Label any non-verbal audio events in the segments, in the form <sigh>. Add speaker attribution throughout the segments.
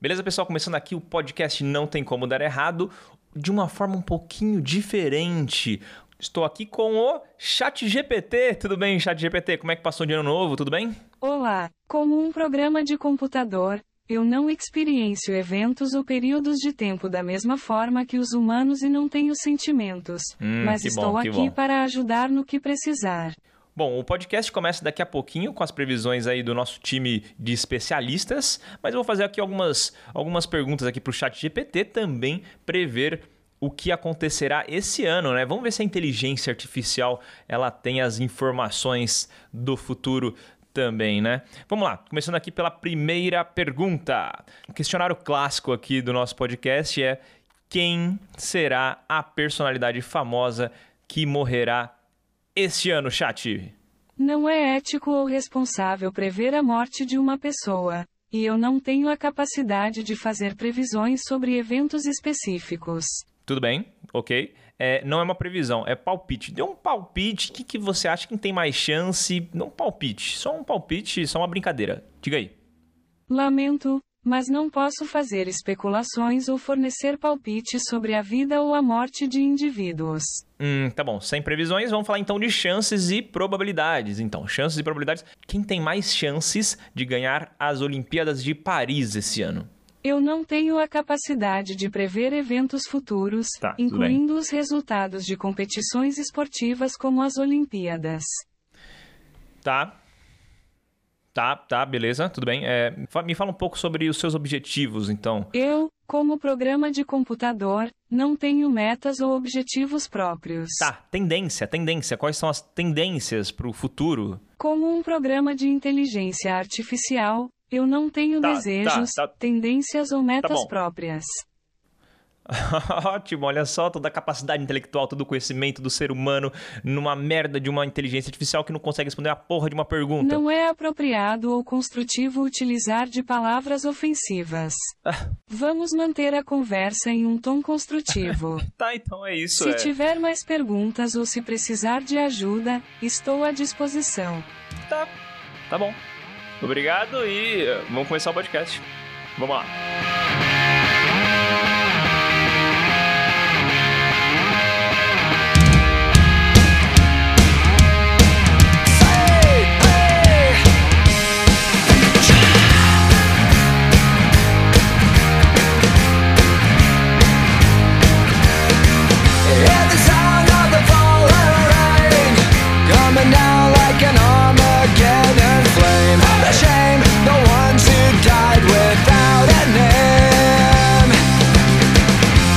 Speaker 1: Beleza, pessoal? Começando aqui o podcast Não Tem Como Dar Errado, de uma forma um pouquinho diferente. Estou aqui com o Chat GPT. Tudo bem, Chat GPT? Como é que passou o de ano novo? Tudo bem?
Speaker 2: Olá, como um programa de computador, eu não experiencio eventos ou períodos de tempo da mesma forma que os humanos e não tenho sentimentos,
Speaker 1: Hum,
Speaker 2: mas
Speaker 1: que
Speaker 2: estou
Speaker 1: bom, que
Speaker 2: aqui
Speaker 1: bom.
Speaker 2: para ajudar no que precisar.
Speaker 1: Bom, o podcast começa daqui a pouquinho com as previsões aí do nosso time de especialistas, mas eu vou fazer aqui algumas, algumas perguntas aqui para o chat GPT também prever o que acontecerá esse ano, né? Vamos ver se a inteligência artificial ela tem as informações do futuro também, né? Vamos lá, começando aqui pela primeira pergunta. O questionário clássico aqui do nosso podcast é quem será a personalidade famosa que morrerá este ano, chat?
Speaker 2: Não é ético ou responsável prever a morte de uma pessoa, e eu não tenho a capacidade de fazer previsões sobre eventos específicos.
Speaker 1: Tudo bem, ok. É, não é uma previsão, é palpite. Dê um palpite, o que, que você acha que tem mais chance? Não um palpite, só um palpite, só uma brincadeira. Diga aí.
Speaker 2: Lamento, mas não posso fazer especulações ou fornecer palpites sobre a vida ou a morte de indivíduos.
Speaker 1: Hum, tá bom, sem previsões, vamos falar então de chances e probabilidades. Então, chances e probabilidades. Quem tem mais chances de ganhar as Olimpíadas de Paris esse ano?
Speaker 2: Eu não tenho a capacidade de prever eventos futuros,
Speaker 1: Tá, tudo
Speaker 2: incluindo os resultados de competições esportivas como as Olimpíadas.
Speaker 1: Tá. Tá, tá, beleza, tudo bem. É, fa- me fala um pouco sobre os seus objetivos, então.
Speaker 2: Eu, como programa de computador, não tenho metas ou objetivos próprios.
Speaker 1: Tá, tendência, tendência. Quais são as tendências pro futuro? <laughs>
Speaker 2: Como um programa de inteligência artificial, eu não tenho
Speaker 1: Tá,
Speaker 2: desejos,
Speaker 1: tá, tá.
Speaker 2: tendências ou metas
Speaker 1: bom.
Speaker 2: próprias.
Speaker 1: Ótimo, olha só toda a capacidade intelectual, todo o conhecimento do ser humano numa merda de uma inteligência artificial que não consegue responder a porra de uma pergunta.
Speaker 2: Não é apropriado ou construtivo utilizar de palavras ofensivas.
Speaker 1: Ah.
Speaker 2: Vamos manter a conversa em um tom
Speaker 1: <laughs>
Speaker 2: construtivo.
Speaker 1: Tá, então é isso.
Speaker 2: se
Speaker 1: é.
Speaker 2: tiver mais perguntas ou se precisar de ajuda, estou à disposição.
Speaker 1: Tá, tá bom. Obrigado e eh, vamos começar o podcast. Vamos lá.
Speaker 3: Hear the sound of the falling rain coming down like an Armageddon flame. The shame, the ones who died without a name.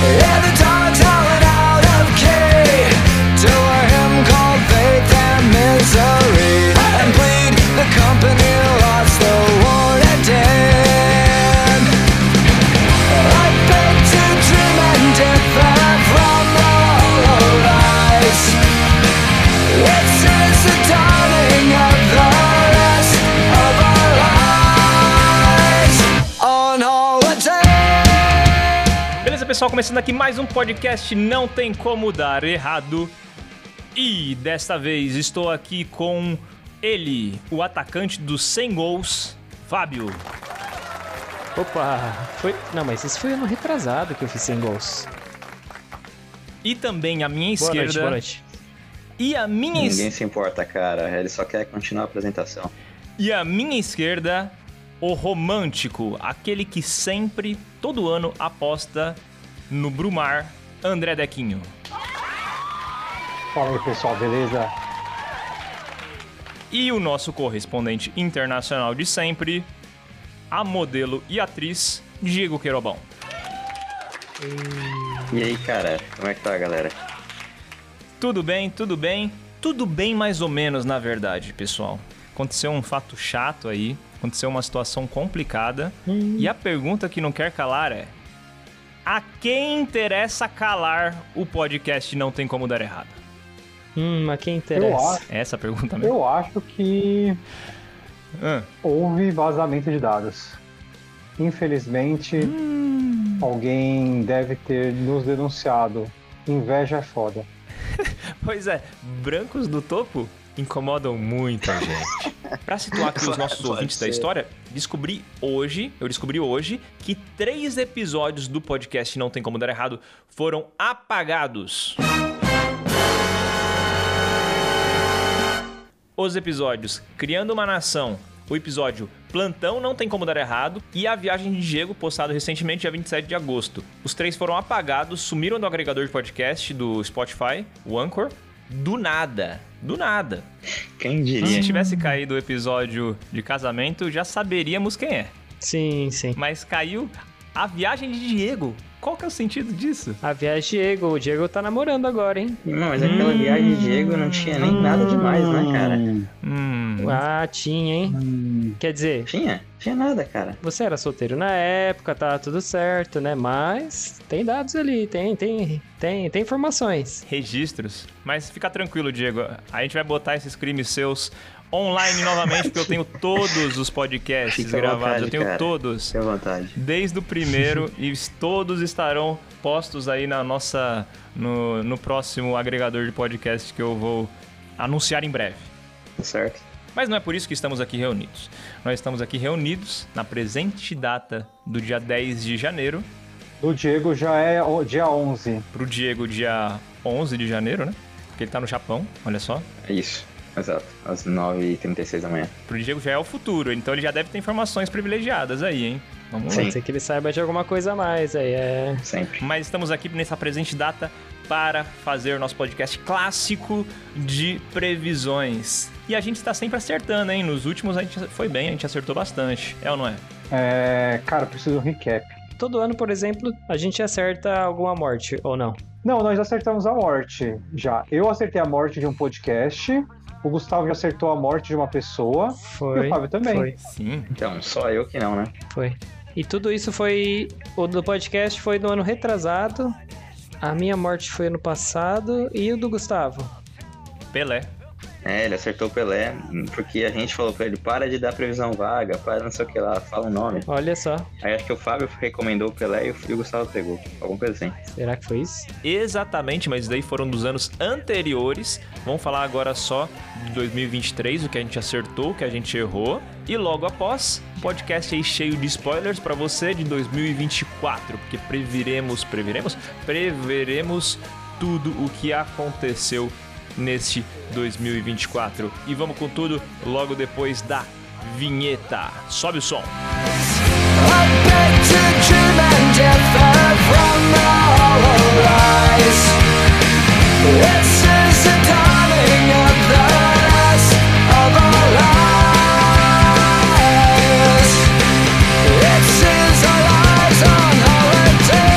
Speaker 3: Hear the dogs howling out of key to a hymn called faith and misery, and bleed the company lost the war and end. I beg to dream and differ from the hollow lies. This is the dawning of the rest of our lives on holiday.
Speaker 1: Beleza, pessoal? Começando aqui mais um podcast Não Tem Como Dar Errado. E desta vez estou aqui com ele, o atacante dos 100 gols, Fábio.
Speaker 4: Opa, foi. Não, mas isso foi ano retrasado que eu fiz 100 gols.
Speaker 1: E também à minha
Speaker 4: Boa noite,
Speaker 1: esquerda.
Speaker 4: boa noite.
Speaker 1: E à minha esquerda.
Speaker 5: Ninguém se importa, cara. Ele só quer continuar a apresentação.
Speaker 1: E à minha esquerda, o romântico, aquele que sempre, todo ano, aposta no Brumar, André Dequinho.
Speaker 6: Fala aí, pessoal, beleza?
Speaker 1: E o nosso correspondente internacional de sempre, a modelo e atriz, Diego Queirobão.
Speaker 5: E aí, cara, como é que tá, galera?
Speaker 1: Tudo bem, tudo bem, tudo bem mais ou menos, na verdade, pessoal. Aconteceu um fato chato aí, aconteceu uma situação complicada. E a pergunta que não quer calar é: a quem interessa calar o podcast Não Tem Como Dar Errado?
Speaker 4: Hum, mas quem
Speaker 6: Eu
Speaker 4: interessa?
Speaker 6: acho,
Speaker 1: É Essa a pergunta mesmo.
Speaker 6: eu acho que
Speaker 1: Ah,
Speaker 6: houve vazamento de dados. Infelizmente, alguém deve ter nos denunciado. Inveja é foda.
Speaker 1: pois é, brancos do topo incomodam
Speaker 5: <laughs>
Speaker 1: muito a gente. Pra situar aqui os nossos
Speaker 5: Pode
Speaker 1: ouvintes da
Speaker 5: ser.
Speaker 1: história, descobri hoje, eu descobri hoje, que três episódios do podcast Não Tem Como Dar Errado foram apagados. Os episódios Criando uma Nação, o episódio Plantão Não Tem Como Dar Errado e A Viagem de Diego, postado recentemente dia 27 de agosto. Os três foram apagados, sumiram do agregador de podcast do Spotify, o Anchor, do nada. Do nada.
Speaker 5: Quem
Speaker 1: Se
Speaker 5: diria?
Speaker 1: tivesse caído o episódio de casamento, já saberíamos quem é.
Speaker 4: Sim, sim.
Speaker 1: Mas caiu a viagem de Diego. Qual que é o sentido disso?
Speaker 4: A viagem Diego. O Diego tá namorando agora, hein?
Speaker 5: Não, Tipo, mas aquela viagem de Diego não tinha nem nada demais, né, cara?
Speaker 6: Hum,
Speaker 1: Hum.
Speaker 4: Ah, tinha, hein?
Speaker 6: hum.
Speaker 4: Quer dizer,
Speaker 5: Tinha? Tinha nada, cara.
Speaker 4: você era solteiro na época, tá tudo certo, né? Mas tem dados ali, tem, tem, tem, tem informações.
Speaker 1: Registros. Mas fica tranquilo, Diego. A gente vai botar esses crimes seus online novamente, porque eu tenho todos os podcasts
Speaker 5: Fica à
Speaker 1: gravados.
Speaker 5: vontade,
Speaker 1: Eu tenho
Speaker 5: cara.
Speaker 1: todos.
Speaker 5: Fique à vontade.
Speaker 1: Desde o primeiro, e todos estarão postos aí na nossa. No, no próximo agregador de podcast que eu vou anunciar em breve.
Speaker 5: Tá certo?
Speaker 1: Mas não é por isso que estamos aqui reunidos. Nós estamos aqui reunidos na presente data do dia 10 de janeiro,
Speaker 6: Do Diego já é o dia 11.
Speaker 1: pro Diego dia 11 de janeiro, né? Porque ele tá no Japão, olha só.
Speaker 5: É isso. Exato. Às 9h36 da manhã.
Speaker 1: Pro Diego já é o futuro, então ele já deve ter informações privilegiadas aí, hein? Vamos lá.
Speaker 5: Sim.
Speaker 4: Pode ser que ele saiba de alguma coisa a mais aí, é.
Speaker 5: Sempre.
Speaker 1: Mas estamos aqui nessa presente data para fazer o nosso podcast clássico de previsões. E a gente está sempre acertando, hein? Nos últimos a gente foi bem, a gente acertou bastante. É ou não é?
Speaker 6: É, cara, preciso de um recap.
Speaker 4: Todo ano, por exemplo, a gente acerta alguma morte, ou não?
Speaker 6: Não, nós acertamos a morte já. Eu acertei a morte de um podcast. O Gustavo já acertou a morte de uma pessoa.
Speaker 4: Foi.
Speaker 6: E o Fábio também.
Speaker 4: Foi,
Speaker 1: Sim.
Speaker 5: Então, só eu que não, né?
Speaker 4: foi. E tudo isso foi. O do podcast foi do ano retrasado. A minha morte foi ano passado. E o do Gustavo?
Speaker 1: Pelé.
Speaker 5: É, ele acertou o Pelé, porque a gente falou pra ele, para de dar previsão vaga, para não sei o que lá, fala o nome.
Speaker 4: Olha só.
Speaker 5: Aí acho que o Fábio recomendou o Pelé e o e o Gustavo pegou. Alguma coisa assim.
Speaker 4: Será que foi isso?
Speaker 1: Exatamente, mas daí foram dos anos anteriores. Vamos falar agora só de 2023, o que a gente acertou, o que a gente errou. E logo após, um podcast aí cheio de spoilers pra você de 2024, porque previremos, previremos, preveremos tudo o que aconteceu neste 2024. E vamos com tudo logo depois da vinheta. Sobe o som.
Speaker 3: I beg to dream and differ from the hollow lies. This is the dawning of the last of our lives. This is our lives on holiday.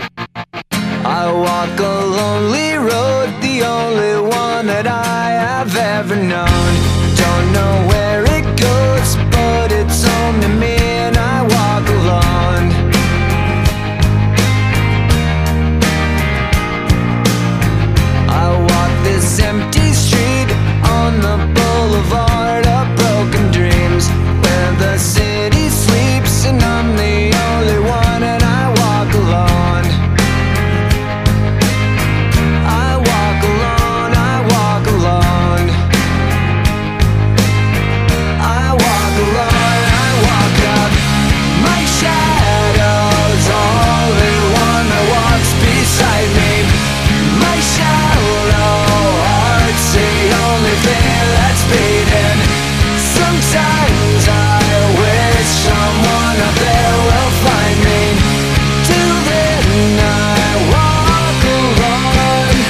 Speaker 3: I walk a lonely road, the only one that I have ever known. Don't know where it goes, but it's home to me, and I walk alone. I walk this empty street on the boulevard of broken dreams, where the city sleeps, and I'm the only one, and I walk alone. I walk alone, I walk alone. I walk alone, I walk up. My shadow's only one that walks beside me. My shallow heart's the only thing that's beating. Sometimes I wish someone out there will find me. Till then I walk alone.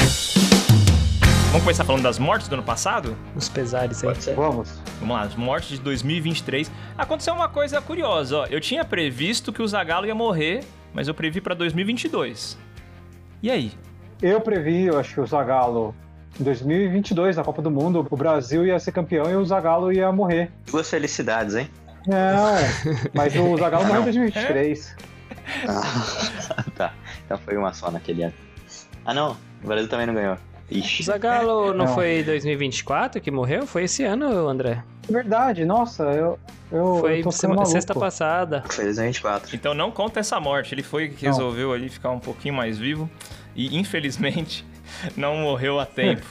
Speaker 1: Vamos começar falando das mortes do ano passado?
Speaker 4: Os pesares aí.
Speaker 5: Pode ser.
Speaker 6: Vamos.
Speaker 1: Vamos lá, as mortes de 2023. Aconteceu uma coisa curiosa, ó. Eu tinha previsto que o Zagallo ia morrer, mas eu previ pra 2022. E aí?
Speaker 6: Eu previ, eu acho que o Zagalo Em 2022, na Copa do Mundo, o Brasil ia ser campeão e o Zagallo ia morrer.
Speaker 5: Duas felicidades, hein?
Speaker 6: Não, mas o Zagallo morreu em
Speaker 5: Não.
Speaker 6: 2023.
Speaker 5: Ah, tá. Então foi uma só naquele ano. Ah, não. O Brasil também não ganhou. Ixi.
Speaker 4: Zagallo não
Speaker 6: É, Não.
Speaker 4: foi 2024 que morreu? Foi esse ano, André.
Speaker 6: É Verdade, nossa, eu, eu, eu
Speaker 4: Foi
Speaker 6: tô ficando
Speaker 4: semana,
Speaker 6: maluco.
Speaker 4: sexta passada.
Speaker 5: Foi 2024.
Speaker 1: Então não conta essa morte. Ele foi que
Speaker 6: Não.
Speaker 1: resolveu ali ficar um pouquinho mais vivo e infelizmente <laughs> não morreu a tempo.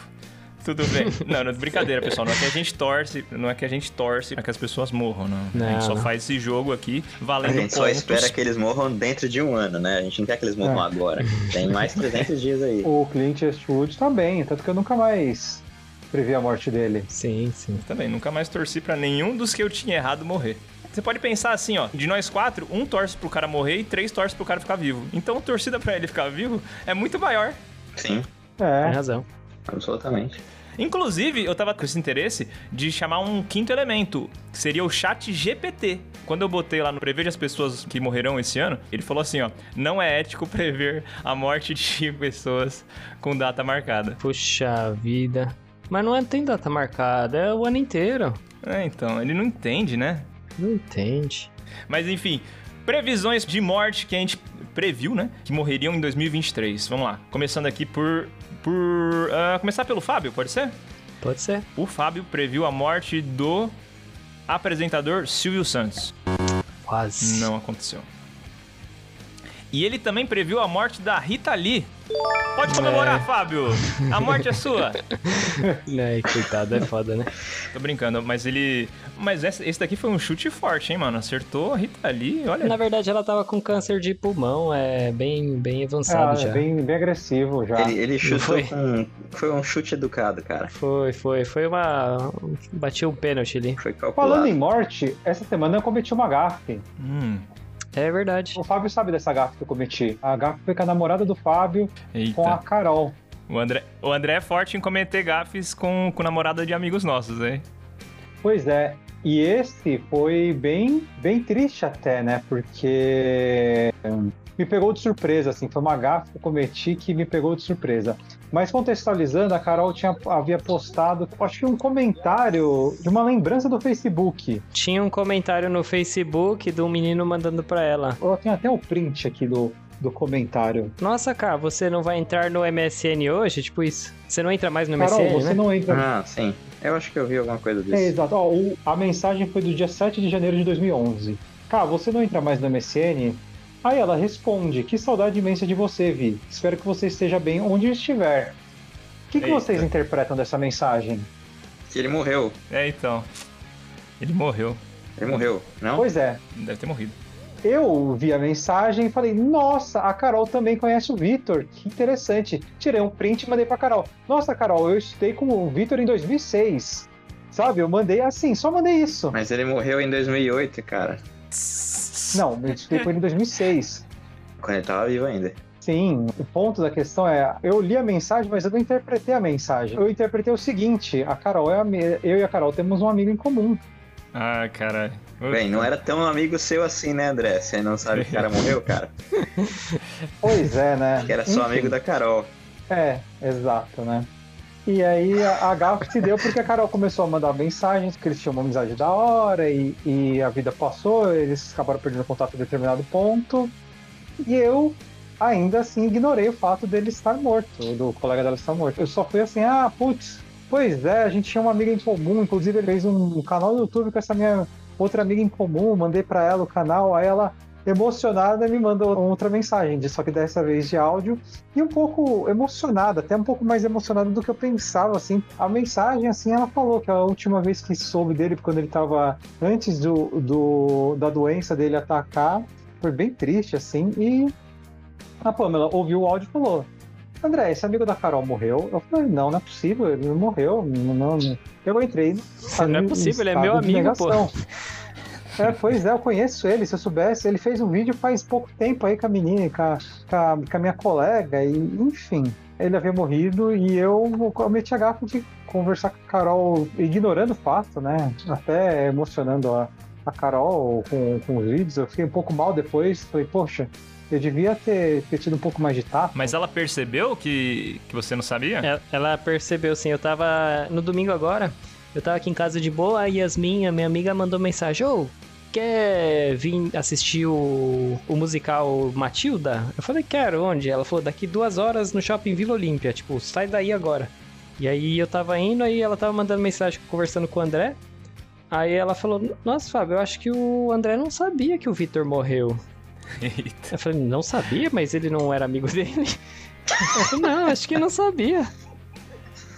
Speaker 1: Tudo bem. Não, não, brincadeira, pessoal. Não é que a gente torce, não é que a gente torce pra que as pessoas morram, não. a
Speaker 4: Não,
Speaker 1: gente só
Speaker 4: não.
Speaker 1: faz esse jogo aqui
Speaker 5: A
Speaker 1: valendo
Speaker 5: gente só
Speaker 1: pontos.
Speaker 5: espera que eles morram dentro de um ano, né? A gente não quer que eles morram
Speaker 6: É.
Speaker 5: agora. Tem mais 300 dias aí.
Speaker 6: O Clint Eastwood tá bem, tanto que eu nunca mais previ a morte dele.
Speaker 4: Sim, sim.
Speaker 1: Também, nunca mais torci pra nenhum dos que eu tinha errado morrer. Você pode pensar assim, ó, de nós quatro, um torce pro cara morrer e três torce pro cara ficar vivo. Então a torcida pra ele ficar vivo é muito maior.
Speaker 5: Sim,
Speaker 4: Tem
Speaker 6: É,
Speaker 4: razão.
Speaker 5: absolutamente.
Speaker 1: Inclusive, eu tava com esse interesse de chamar um quinto elemento, que seria o chat GPT. Quando eu botei lá no Preveja as pessoas que morrerão esse ano, ele falou assim, ó, não é ético prever a morte de <laughs> pessoas com data marcada.
Speaker 4: Puxa vida. Mas não é, tem data marcada, é o ano inteiro.
Speaker 1: É, então, ele não entende, né?
Speaker 4: Não entende.
Speaker 1: Mas enfim, previsões de morte que a gente previu, né? Que morreriam em 2023. Vamos lá. Começando aqui por. por ah, começar pelo Fábio, pode ser?
Speaker 4: Pode ser.
Speaker 1: O Fábio previu a morte do apresentador Silvio Santos.
Speaker 4: Quase.
Speaker 1: Não aconteceu. E ele também previu a morte da Rita Lee. Pode comemorar, Fábio! A morte é sua!
Speaker 4: Ai, coitado, <laughs> é foda, né?
Speaker 1: Tô brincando, mas ele. Mas esse esse daqui foi um chute forte, hein, mano? Acertou a Rita Lee, olha.
Speaker 4: <laughs> Na verdade, ela tava com câncer de pulmão, é bem, bem avançado
Speaker 6: ah,
Speaker 4: já.
Speaker 6: bem, bem agressivo já.
Speaker 5: Ele, ele chutou
Speaker 4: foi.
Speaker 5: com. Foi um chute educado, cara.
Speaker 4: Foi, foi, foi uma. Bati um pênalti ali.
Speaker 5: Foi calculado.
Speaker 6: Falando em morte, essa semana eu cometi uma gafe.
Speaker 1: Hum.
Speaker 4: É verdade.
Speaker 6: O Fábio sabe dessa gafe que eu cometi. A gafe foi com a namorada do Fábio, com a
Speaker 1: Eita.
Speaker 6: Carol.
Speaker 1: O André, o André é forte em cometer gafes com, com namorada de amigos nossos, hein?
Speaker 6: Pois é. E esse foi bem, bem triste até, né? Porque hum, me pegou de surpresa, assim. Foi uma gafe que eu cometi que me pegou de surpresa. Mas contextualizando, a Carol tinha, havia postado, acho que um comentário de uma lembrança do Facebook.
Speaker 4: Tinha um comentário no Facebook de um menino mandando pra ela.
Speaker 6: Eu tenho até o print aqui do, do comentário.
Speaker 4: Nossa, cara, você não vai entrar no MSN hoje? Tipo isso. Você não entra mais no
Speaker 6: Carol,
Speaker 4: MSN,
Speaker 6: você
Speaker 4: né?
Speaker 6: não entra
Speaker 5: Ah, sim. Eu acho que eu vi alguma coisa
Speaker 6: É,
Speaker 5: disso.
Speaker 6: exato. Ó, o- a mensagem foi do dia 7 de janeiro de 2011. Cara, você não entra mais no MSN? Aí ela responde: Que saudade imensa de você, Vi. Espero que você esteja bem onde estiver. O que, que
Speaker 1: Eita.
Speaker 6: vocês interpretam dessa mensagem?
Speaker 5: Que ele morreu.
Speaker 1: É, então. Ele morreu.
Speaker 5: Ele morreu, não?
Speaker 6: Pois é,
Speaker 1: Deve ter morrido.
Speaker 6: eu vi a mensagem e falei: Nossa, a Carol também conhece o Vitor. Que interessante. Tirei um print e mandei pra Carol: Nossa, Carol, eu estudei com o Vitor em 2006. Sabe, eu mandei assim, só mandei isso.
Speaker 5: Mas ele morreu em 2008, cara.
Speaker 6: Não, eu estudei com ele em 2006.
Speaker 5: Quando ele tava vivo ainda.
Speaker 6: Sim, o ponto da questão é, eu li a mensagem, mas eu não interpretei a mensagem. Eu interpretei o seguinte, a Carol é a me... eu e a Carol temos um amigo em comum.
Speaker 1: Ah, caralho.
Speaker 5: Bem, não era tão amigo seu assim, né, André? Você não sabe que o cara morreu, cara?
Speaker 6: Pois é, né?
Speaker 5: <laughs> Que era só amigo da Carol.
Speaker 6: É, exato, né? E aí a, a gafe se deu porque a Carol começou a mandar mensagens, que eles tinham uma amizade da hora e, e a vida passou, eles acabaram perdendo contato em determinado ponto. E eu ainda assim ignorei o fato dele estar morto, do colega dela estar morto. Eu só fui assim, ah, putz, pois é, a gente tinha uma amiga em comum, inclusive ele fez um canal no YouTube com essa minha outra amiga em comum, mandei pra ela o canal, aí ela emocionada me mandou outra mensagem, de- só que dessa vez de áudio e um pouco emocionada, até um pouco mais emocionada do que eu pensava, assim. A mensagem, assim, ela falou que a última vez que soube dele, quando ele tava antes do, do- da doença dele atacar, foi bem triste, assim, e a Pamela ouviu o áudio e falou, André, esse amigo da Carol morreu? Eu falei, não, não é possível, ele não morreu, não, não, não." Eu entrei no
Speaker 4: Não é
Speaker 6: em
Speaker 4: possível, ele é
Speaker 6: estado
Speaker 4: meu
Speaker 6: de
Speaker 4: amigo, pô.
Speaker 6: negação. É, pois é, eu conheço ele, se eu soubesse, ele fez um vídeo faz pouco tempo aí com a menina, com a, com a, com a minha colega, e enfim. Ele havia morrido e eu cometi a gafe de conversar com a Carol, ignorando o fato, né? Até emocionando a, a Carol com, com os vídeos. Eu fiquei um pouco mal depois, falei, poxa, Eu devia ter, ter tido um pouco mais de tato.
Speaker 1: Mas ela percebeu que, que você não sabia?
Speaker 4: Ela- É, Ela percebeu, sim. Eu tava. No domingo agora, eu tava aqui em casa de boa, a Yasmin, a minha amiga, mandou mensagem: Ô, quer vir assistir o, o musical Matilda? Eu falei: Quero, onde? Ela falou: Daqui duas horas no shopping Vila Olímpia. Tipo, sai daí agora. E aí eu tava indo, aí ela tava mandando mensagem conversando com o André. Aí ela falou: Nossa, Fábio, eu acho que o André não sabia que o Vitor morreu.
Speaker 1: Eita.
Speaker 4: Eu falei, não sabia, mas ele não era amigo <laughs> dele. Eu falei, não, acho que não sabia.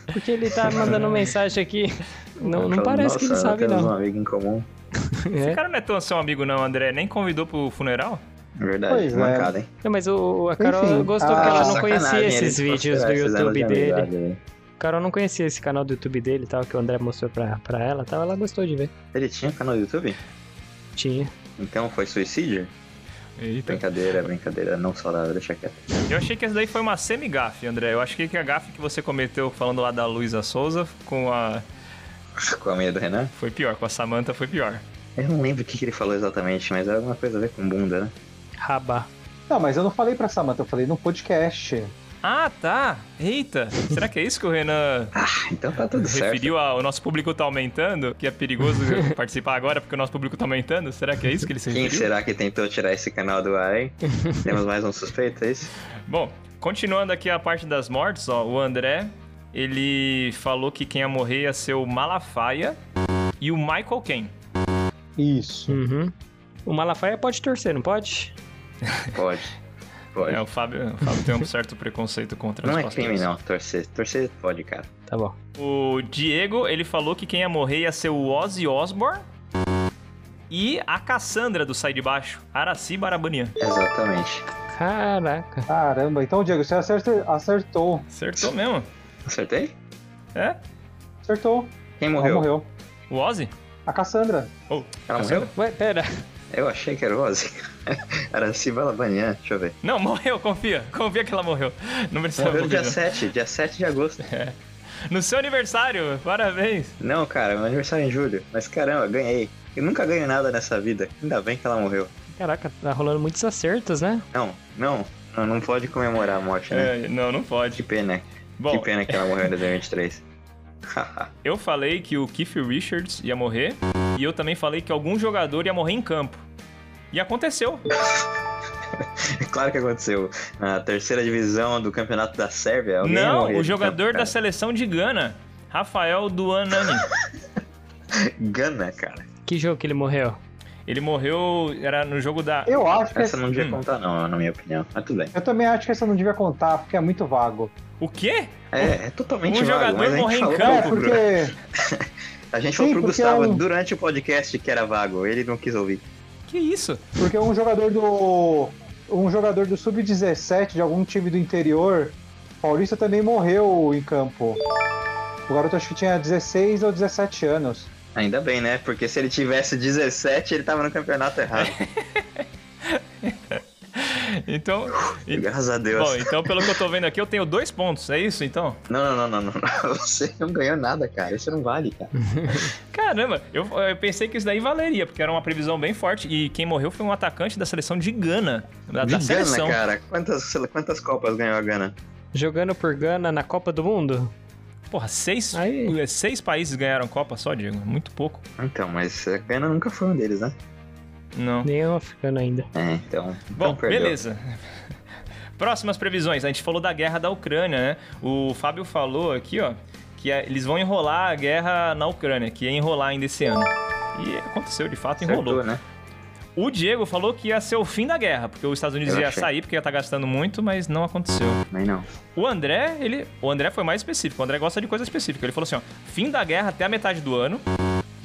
Speaker 4: Porque ele tá mandando mensagem aqui. Não, não
Speaker 5: Falando,
Speaker 4: parece que ele
Speaker 5: Então, "Nossa,
Speaker 4: sabe,
Speaker 5: temos
Speaker 4: não.
Speaker 5: um amigo em comum.
Speaker 1: Esse
Speaker 4: É.
Speaker 1: cara não é tão seu amigo, não, André. Nem convidou pro funeral?
Speaker 5: É Verdade,
Speaker 6: Pois é.
Speaker 5: mancada, hein?
Speaker 4: Não, mas o, a Carol
Speaker 6: Enfim,
Speaker 4: gostou porque
Speaker 6: ah,
Speaker 4: ela não
Speaker 5: sacanagem,
Speaker 4: conhecia
Speaker 5: ele
Speaker 4: esses
Speaker 5: desconsiderar
Speaker 4: vídeos do
Speaker 5: esses anos é, de
Speaker 4: YouTube dele.
Speaker 5: amizade, né?
Speaker 4: A Carol não conhecia esse canal do YouTube dele e tal, que o André mostrou pra, pra ela e tal. Ela gostou de ver.
Speaker 5: Ele tinha canal do YouTube?
Speaker 4: Tinha.
Speaker 5: Então foi suicídio?
Speaker 1: Eita.
Speaker 5: Brincadeira, brincadeira, não saudável, deixa quieto.
Speaker 1: Eu achei que essa daí foi uma semi-gafe, André. Eu achei que a gafe que você cometeu falando lá da Luísa Souza com a.
Speaker 5: Com a meia do Renan?
Speaker 1: Foi pior, com a Samantha foi pior.
Speaker 5: Eu não lembro o que que ele falou exatamente, mas era alguma coisa a ver com bunda, né? <laughs>
Speaker 4: Rabá.
Speaker 6: Não, mas eu não falei pra Samantha, eu falei no podcast.
Speaker 1: Ah, tá. Eita. Será que é isso que o Renan
Speaker 5: Então tá tudo certo.
Speaker 1: referiu ao nosso público tá aumentando? Que é perigoso <laughs> participar agora porque o nosso público tá aumentando? Será que é isso que ele se
Speaker 5: Quem
Speaker 1: referiu?
Speaker 5: será que tentou tirar esse canal do
Speaker 4: <laughs>
Speaker 5: ar, hein? Temos mais um suspeito, é isso?
Speaker 1: Bom, continuando aqui a parte das mortes, ó, o André, ele falou que quem ia morrer ia ser o Malafaia e o Michael Ken. Hum.
Speaker 6: Isso.
Speaker 4: Uhum. O Malafaia pode torcer, não pode?
Speaker 5: Pode. Pode.
Speaker 1: É, o Fábio, o Fábio
Speaker 5: <laughs>
Speaker 1: tem um certo preconceito contra
Speaker 5: não
Speaker 1: os
Speaker 5: é crime,
Speaker 1: pastores.
Speaker 5: não, torcer. Torcer pode, cara.
Speaker 4: Tá bom.
Speaker 1: O Diego, ele falou que quem ia morrer ia ser o Ozzy Osbourne e a Cassandra do Sai de Baixo, Araci Barabanian.
Speaker 5: Exatamente.
Speaker 4: Caraca.
Speaker 6: Caramba, então, Diego, você acertou. Acertou.
Speaker 1: Acertou mesmo.
Speaker 5: Acertei?
Speaker 1: É?
Speaker 6: Acertou.
Speaker 5: Quem
Speaker 6: Ela
Speaker 5: morreu?
Speaker 6: morreu.
Speaker 1: O Ozzy?
Speaker 6: A Cassandra.
Speaker 1: Oh,
Speaker 5: Ela
Speaker 1: Cassandra?
Speaker 5: morreu?
Speaker 4: Ué, pera.
Speaker 5: Eu achei que era o Ozzy. <laughs> era Cibala Banyan, deixa eu ver.
Speaker 1: Não, <laughs> morreu, confia. Confia que ela morreu. Não precisa
Speaker 5: Morreu no dia
Speaker 1: confia.
Speaker 5: 7, dia 7 de agosto.
Speaker 1: No seu aniversário, parabéns.
Speaker 5: Não, cara, meu aniversário é em julho. Mas caramba, ganhei. Eu nunca ganho nada nessa vida. Ainda bem que ela morreu.
Speaker 4: Caraca, tá rolando muitos acertos, né?
Speaker 5: Não, não. Não, não pode comemorar a morte, né?
Speaker 1: É, não, não
Speaker 5: Que
Speaker 1: pode.
Speaker 5: pena.
Speaker 1: Bom,
Speaker 5: que pena que ela morreu em 2023.
Speaker 1: eu falei que o Keith Richards ia morrer e eu também falei que algum jogador ia morrer em campo. E aconteceu.
Speaker 5: É <laughs> claro que aconteceu. Na terceira divisão do campeonato da Sérvia, alguém
Speaker 1: não,
Speaker 5: morreu
Speaker 1: o
Speaker 5: de
Speaker 1: jogador
Speaker 5: campo,
Speaker 1: da seleção de Gana, Rafael Duanani.
Speaker 5: cara. Gana, cara.
Speaker 4: Que jogo que ele morreu?
Speaker 1: Ele morreu, era no jogo da...
Speaker 6: Eu acho que.
Speaker 5: Essa não devia
Speaker 1: Hum.
Speaker 5: contar, não, na minha opinião. Mas tudo bem.
Speaker 6: Eu também acho que essa não devia contar, porque é muito vago.
Speaker 1: O quê?
Speaker 5: É, é totalmente
Speaker 1: Um
Speaker 5: vago,
Speaker 1: jogador
Speaker 5: mas a gente
Speaker 1: morreu em
Speaker 5: falou
Speaker 1: campo,
Speaker 6: É,
Speaker 5: pro-
Speaker 6: porque.
Speaker 5: A gente
Speaker 6: Sim,
Speaker 5: falou pro
Speaker 6: porque
Speaker 5: Gustavo
Speaker 6: é um-
Speaker 5: durante o podcast que era vago, ele não quis ouvir.
Speaker 1: Que isso?
Speaker 6: Porque um jogador do. Um jogador do Sub-17 de algum time do interior paulista também morreu em campo. O garoto acho que tinha 16 ou 17 anos.
Speaker 5: Ainda bem, né? Porque se ele tivesse 17, ele tava no
Speaker 1: <laughs>
Speaker 5: campeonato errado.
Speaker 1: Então... e-
Speaker 5: Graças a Deus.
Speaker 1: Bom, então pelo que eu tô vendo aqui, eu tenho dois pontos, é isso então?
Speaker 5: Não, não, não, não, não, não. <laughs> Você não ganhou nada, cara. Isso não vale, cara.
Speaker 1: Caramba, eu, eu pensei que isso daí valeria, porque era uma previsão bem forte. E quem morreu foi um atacante da seleção de Gana. Da, da
Speaker 5: De
Speaker 1: seleção.
Speaker 5: Gana, cara. Quantas, quantas copas ganhou a Gana?
Speaker 4: Jogando por Gana na Copa do Mundo?
Speaker 1: Porra, seis, eh,
Speaker 4: Aí.
Speaker 1: seis países ganharam Copa só, Diego. Muito pouco.
Speaker 5: Então, mas a Gana nunca foi um deles, né?
Speaker 1: Não.
Speaker 4: Nenhum africano ainda. <laughs>
Speaker 5: É, então.
Speaker 1: Bom,
Speaker 5: então perdeu.
Speaker 1: beleza. <laughs> Próximas previsões. A gente falou da guerra da Ucrânia, né? O Fábio falou aqui, ó, que é- eles vão enrolar a guerra na Ucrânia, que ia enrolar ainda esse ano. E aconteceu, de fato,
Speaker 5: Acertou,
Speaker 1: enrolou.
Speaker 5: né?
Speaker 1: O Diego falou que ia ser o fim da guerra, porque os Estados Unidos
Speaker 5: Eu
Speaker 1: ia
Speaker 5: achei.
Speaker 1: sair, porque ia estar gastando muito, mas não aconteceu.
Speaker 5: Mas não.
Speaker 1: O André, ele. O André foi mais específico. O André gosta de coisa específica. Ele falou assim: ó, fim da guerra até a metade do ano.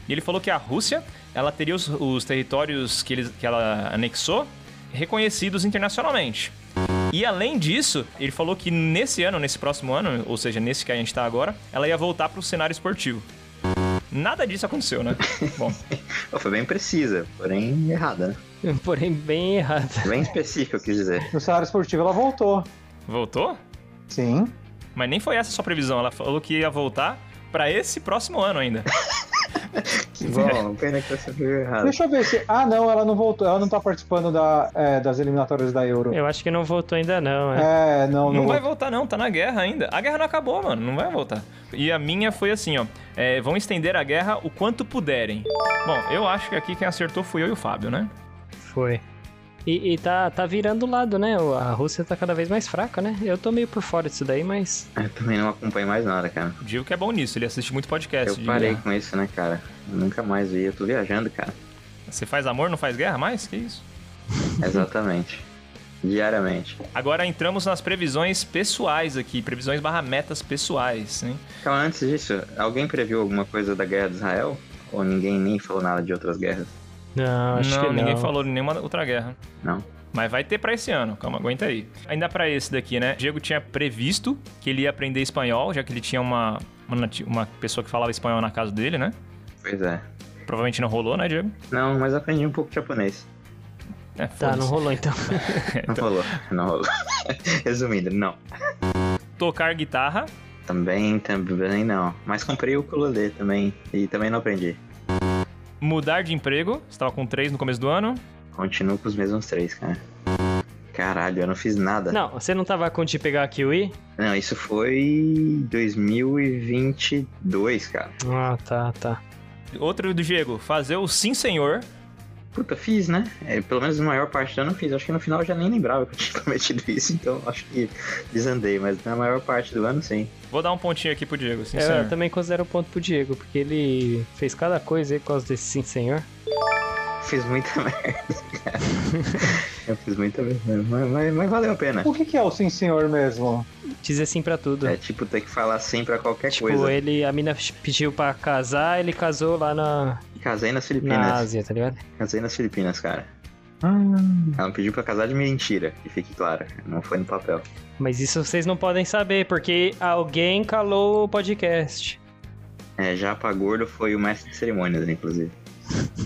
Speaker 1: E ele falou que a Rússia, ela teria os, os territórios que, eles, que ela anexou reconhecidos internacionalmente. E além disso, ele falou que nesse ano, nesse próximo ano, ou seja, nesse que a gente tá agora, ela ia voltar pro cenário esportivo. Nada disso aconteceu, né? Bom,
Speaker 5: Pô, foi bem precisa, porém errada, né?
Speaker 4: Porém, bem errado.
Speaker 5: Bem específico, eu
Speaker 1: <laughs>
Speaker 5: quis dizer.
Speaker 6: No cenário esportivo ela voltou.
Speaker 1: voltou?
Speaker 6: Sim.
Speaker 1: Mas nem foi essa a sua previsão. Ela falou que ia voltar pra esse próximo ano ainda.
Speaker 5: Que bom, pena que você viu errado.
Speaker 6: Deixa eu ver se. Ah, não, ela não voltou. Ela não tá participando da, é, das eliminatórias da Euro.
Speaker 4: Eu acho que não voltou ainda É. não, é.
Speaker 6: É, não, não.
Speaker 1: Não vai voltar, não, tá na guerra ainda. A guerra não acabou, mano, não vai voltar. E a minha foi assim, ó. é, vão estender a guerra o quanto puderem. Bom, eu acho que aqui quem acertou fui eu e o Fábio, né?
Speaker 4: Foi. E, e tá, tá virando o lado, né? O- A Rússia tá cada vez mais fraca, né? Eu tô meio por fora disso daí, mas.
Speaker 5: Eu também não acompanho mais nada, cara.
Speaker 1: O Diego que é bom nisso, ele assiste muito podcast.
Speaker 5: Eu
Speaker 1: de
Speaker 5: parei
Speaker 1: guerra.
Speaker 5: com isso, né, cara? Eu nunca mais vi. Eu tô viajando,
Speaker 1: <laughs>
Speaker 5: cara.
Speaker 1: Você faz amor, não faz guerra mais? Que isso?
Speaker 5: Exatamente. Diariamente.
Speaker 1: Agora entramos nas previsões pessoais aqui, previsões barra metas pessoais, hein?
Speaker 5: Então, antes disso, alguém previu alguma coisa da guerra de Israel? Ou ninguém nem falou nada de outras guerras?
Speaker 4: Não, acho
Speaker 1: não,
Speaker 4: que não.
Speaker 1: ninguém falou de nenhuma outra guerra.
Speaker 5: Não.
Speaker 1: Mas vai ter pra esse ano, calma, aguenta aí. Ainda pra esse daqui, né? Diego tinha previsto que ele ia aprender espanhol, já que ele tinha uma, uma, nati- uma pessoa que falava espanhol na casa dele, né?
Speaker 5: Pois é.
Speaker 1: Provavelmente não rolou, né, Diego?
Speaker 5: Não, mas aprendi um pouco de japonês.
Speaker 1: É,
Speaker 4: Tá,
Speaker 1: foda-se.
Speaker 4: não rolou então. <laughs>
Speaker 1: <laughs>
Speaker 5: Não rolou. Não rolou. <laughs> Resumindo, não.
Speaker 1: Tocar guitarra,
Speaker 5: Também, também não. Mas comprei o ukulele também. E também não aprendi.
Speaker 1: mudar de emprego, você tava com três no começo do ano.
Speaker 5: Continuo com os mesmos três, cara. Caralho, eu não fiz nada.
Speaker 4: não, você não tava com de pegar a Kiwi?
Speaker 5: Não, isso foi 2022, cara.
Speaker 4: Ah, tá, tá.
Speaker 1: Outro do Diego, fazer o sim senhor.
Speaker 5: Puta, fiz, né? É, pelo menos a maior parte do ano eu fiz. Acho que no final eu já nem lembrava que eu tinha <laughs> cometido isso, então acho que desandei. Mas na maior parte do ano, sim.
Speaker 1: Vou dar um pontinho aqui pro Diego, sim
Speaker 4: É, Eu,
Speaker 1: senhor.
Speaker 4: eu também considero um ponto pro Diego, porque ele fez cada coisa aí por causa desse sim senhor.
Speaker 5: Fiz muita <laughs> merda, cara. eu fiz muita merda, mas, mas- mas valeu a pena.
Speaker 6: O que, que é o sim senhor mesmo?
Speaker 4: Dizer sim pra tudo.
Speaker 5: É tipo ter que falar sim pra qualquer
Speaker 4: tipo,
Speaker 5: coisa.
Speaker 4: ele, a mina pediu pra casar, ele casou lá na,
Speaker 5: Casei nas
Speaker 4: na
Speaker 5: Filipinas.
Speaker 4: Ásia, tá ligado?
Speaker 5: Casei nas Filipinas, cara. Ela me pediu pra casar de mentira, que fique claro. Não foi no papel.
Speaker 4: Mas isso vocês não podem saber, porque alguém calou o podcast.
Speaker 5: É, já pra gordo foi o mestre de cerimônias, né, inclusive.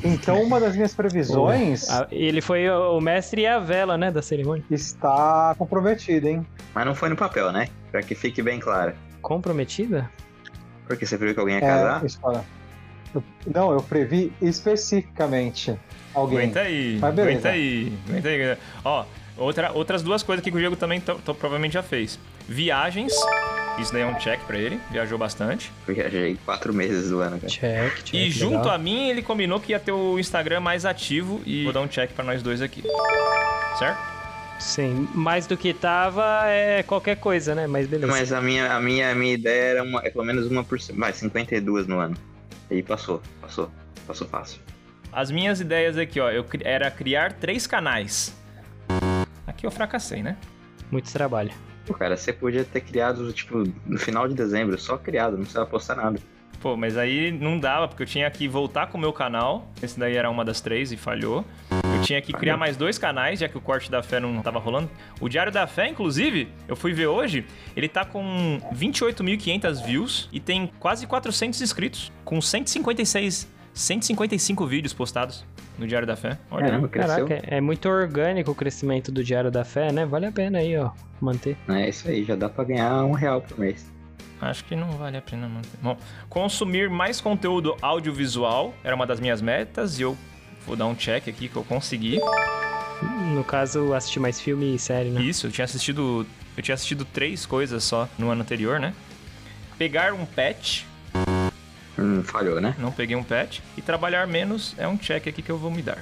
Speaker 6: Então, uma das minhas previsões
Speaker 4: A- Ele foi o o mestre e a vela, né, da cerimônia.
Speaker 6: está comprometida, hein?
Speaker 5: Mas não foi no papel, né? Pra que fique bem claro.
Speaker 4: Comprometida?
Speaker 5: Porque você viu que
Speaker 6: É,
Speaker 5: alguém ia casar?
Speaker 6: isso fala. Eu- Não, eu previ especificamente alguém.
Speaker 1: Aguenta aí,
Speaker 6: Mas beleza.
Speaker 1: aguenta aí, aguenta aí. aguenta- Ó, outra, outras duas coisas aqui que o Diego também to- to- provavelmente já fez. Viagens, isso daí é um check pra ele, viajou bastante.
Speaker 5: Eu viajei quatro meses do ano, cara.
Speaker 4: Check, check.
Speaker 1: e junto
Speaker 4: legal.
Speaker 1: a mim, ele combinou que ia ter o Instagram mais ativo e vou dar um check pra nós dois aqui. Certo?
Speaker 4: Sim, mais do que tava é qualquer coisa, né? Mas beleza.
Speaker 5: Mas a minha, a minha, a minha ideia era uma, é pelo menos uma por semana. Vai, 52 no ano. E passou, passou, passou fácil.
Speaker 1: As minhas ideias aqui, ó, eu cri- era criar três canais. Aqui eu fracassei, né?
Speaker 4: Muito trabalho.
Speaker 5: Pô, cara, você podia ter criado, tipo, no final de dezembro, só criado, não precisava postar
Speaker 1: É,
Speaker 5: nada.
Speaker 1: Pô, mas aí não dava, porque eu tinha que voltar com o meu canal. Esse daí era uma das três e falhou. Eu tinha que criar mais dois canais, já que o corte da fé não tava rolando. O Diário da Fé, inclusive, eu fui ver hoje, ele tá com 28.500 views e tem quase 400 inscritos, com 156, 155 vídeos postados no Diário da Fé. Olha,
Speaker 5: Caramba, cresceu.
Speaker 4: Caraca, é é muito orgânico o crescimento do Diário da Fé, né? Vale a pena aí, ó, manter.
Speaker 5: É isso aí, já dá pra ganhar um real por mês.
Speaker 1: acho que não vale a pena manter. Bom, consumir mais conteúdo audiovisual era uma das minhas metas e eu vou dar um check aqui que eu consegui.
Speaker 4: No caso, assistir mais filme e série, né?
Speaker 1: Isso, eu tinha assistido. Eu tinha assistido três coisas só no ano anterior, né? Pegar um pet,
Speaker 5: Hum, falhou, né?
Speaker 1: não peguei um pet. E trabalhar menos é um check aqui que eu vou me dar.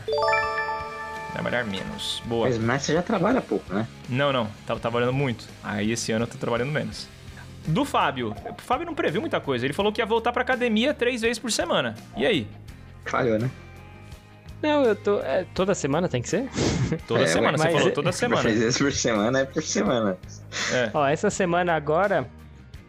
Speaker 1: Trabalhar menos. Boa.
Speaker 5: Mas, mas você já trabalha pouco, né?
Speaker 1: Não, não. Tava trabalhando muito. Aí esse ano eu tô trabalhando menos. Do Fábio. O Fábio não previu muita coisa. Ele falou que ia voltar pra academia três vezes por semana. E aí?
Speaker 5: Falhou, né?
Speaker 4: Não, eu tô. é, toda semana tem que ser?
Speaker 1: Toda
Speaker 5: É,
Speaker 1: semana,
Speaker 4: ué,
Speaker 1: você
Speaker 4: mas-
Speaker 1: falou
Speaker 5: <laughs>
Speaker 1: toda semana.
Speaker 5: Três vezes por semana é por semana.
Speaker 1: É.
Speaker 4: Ó, essa semana agora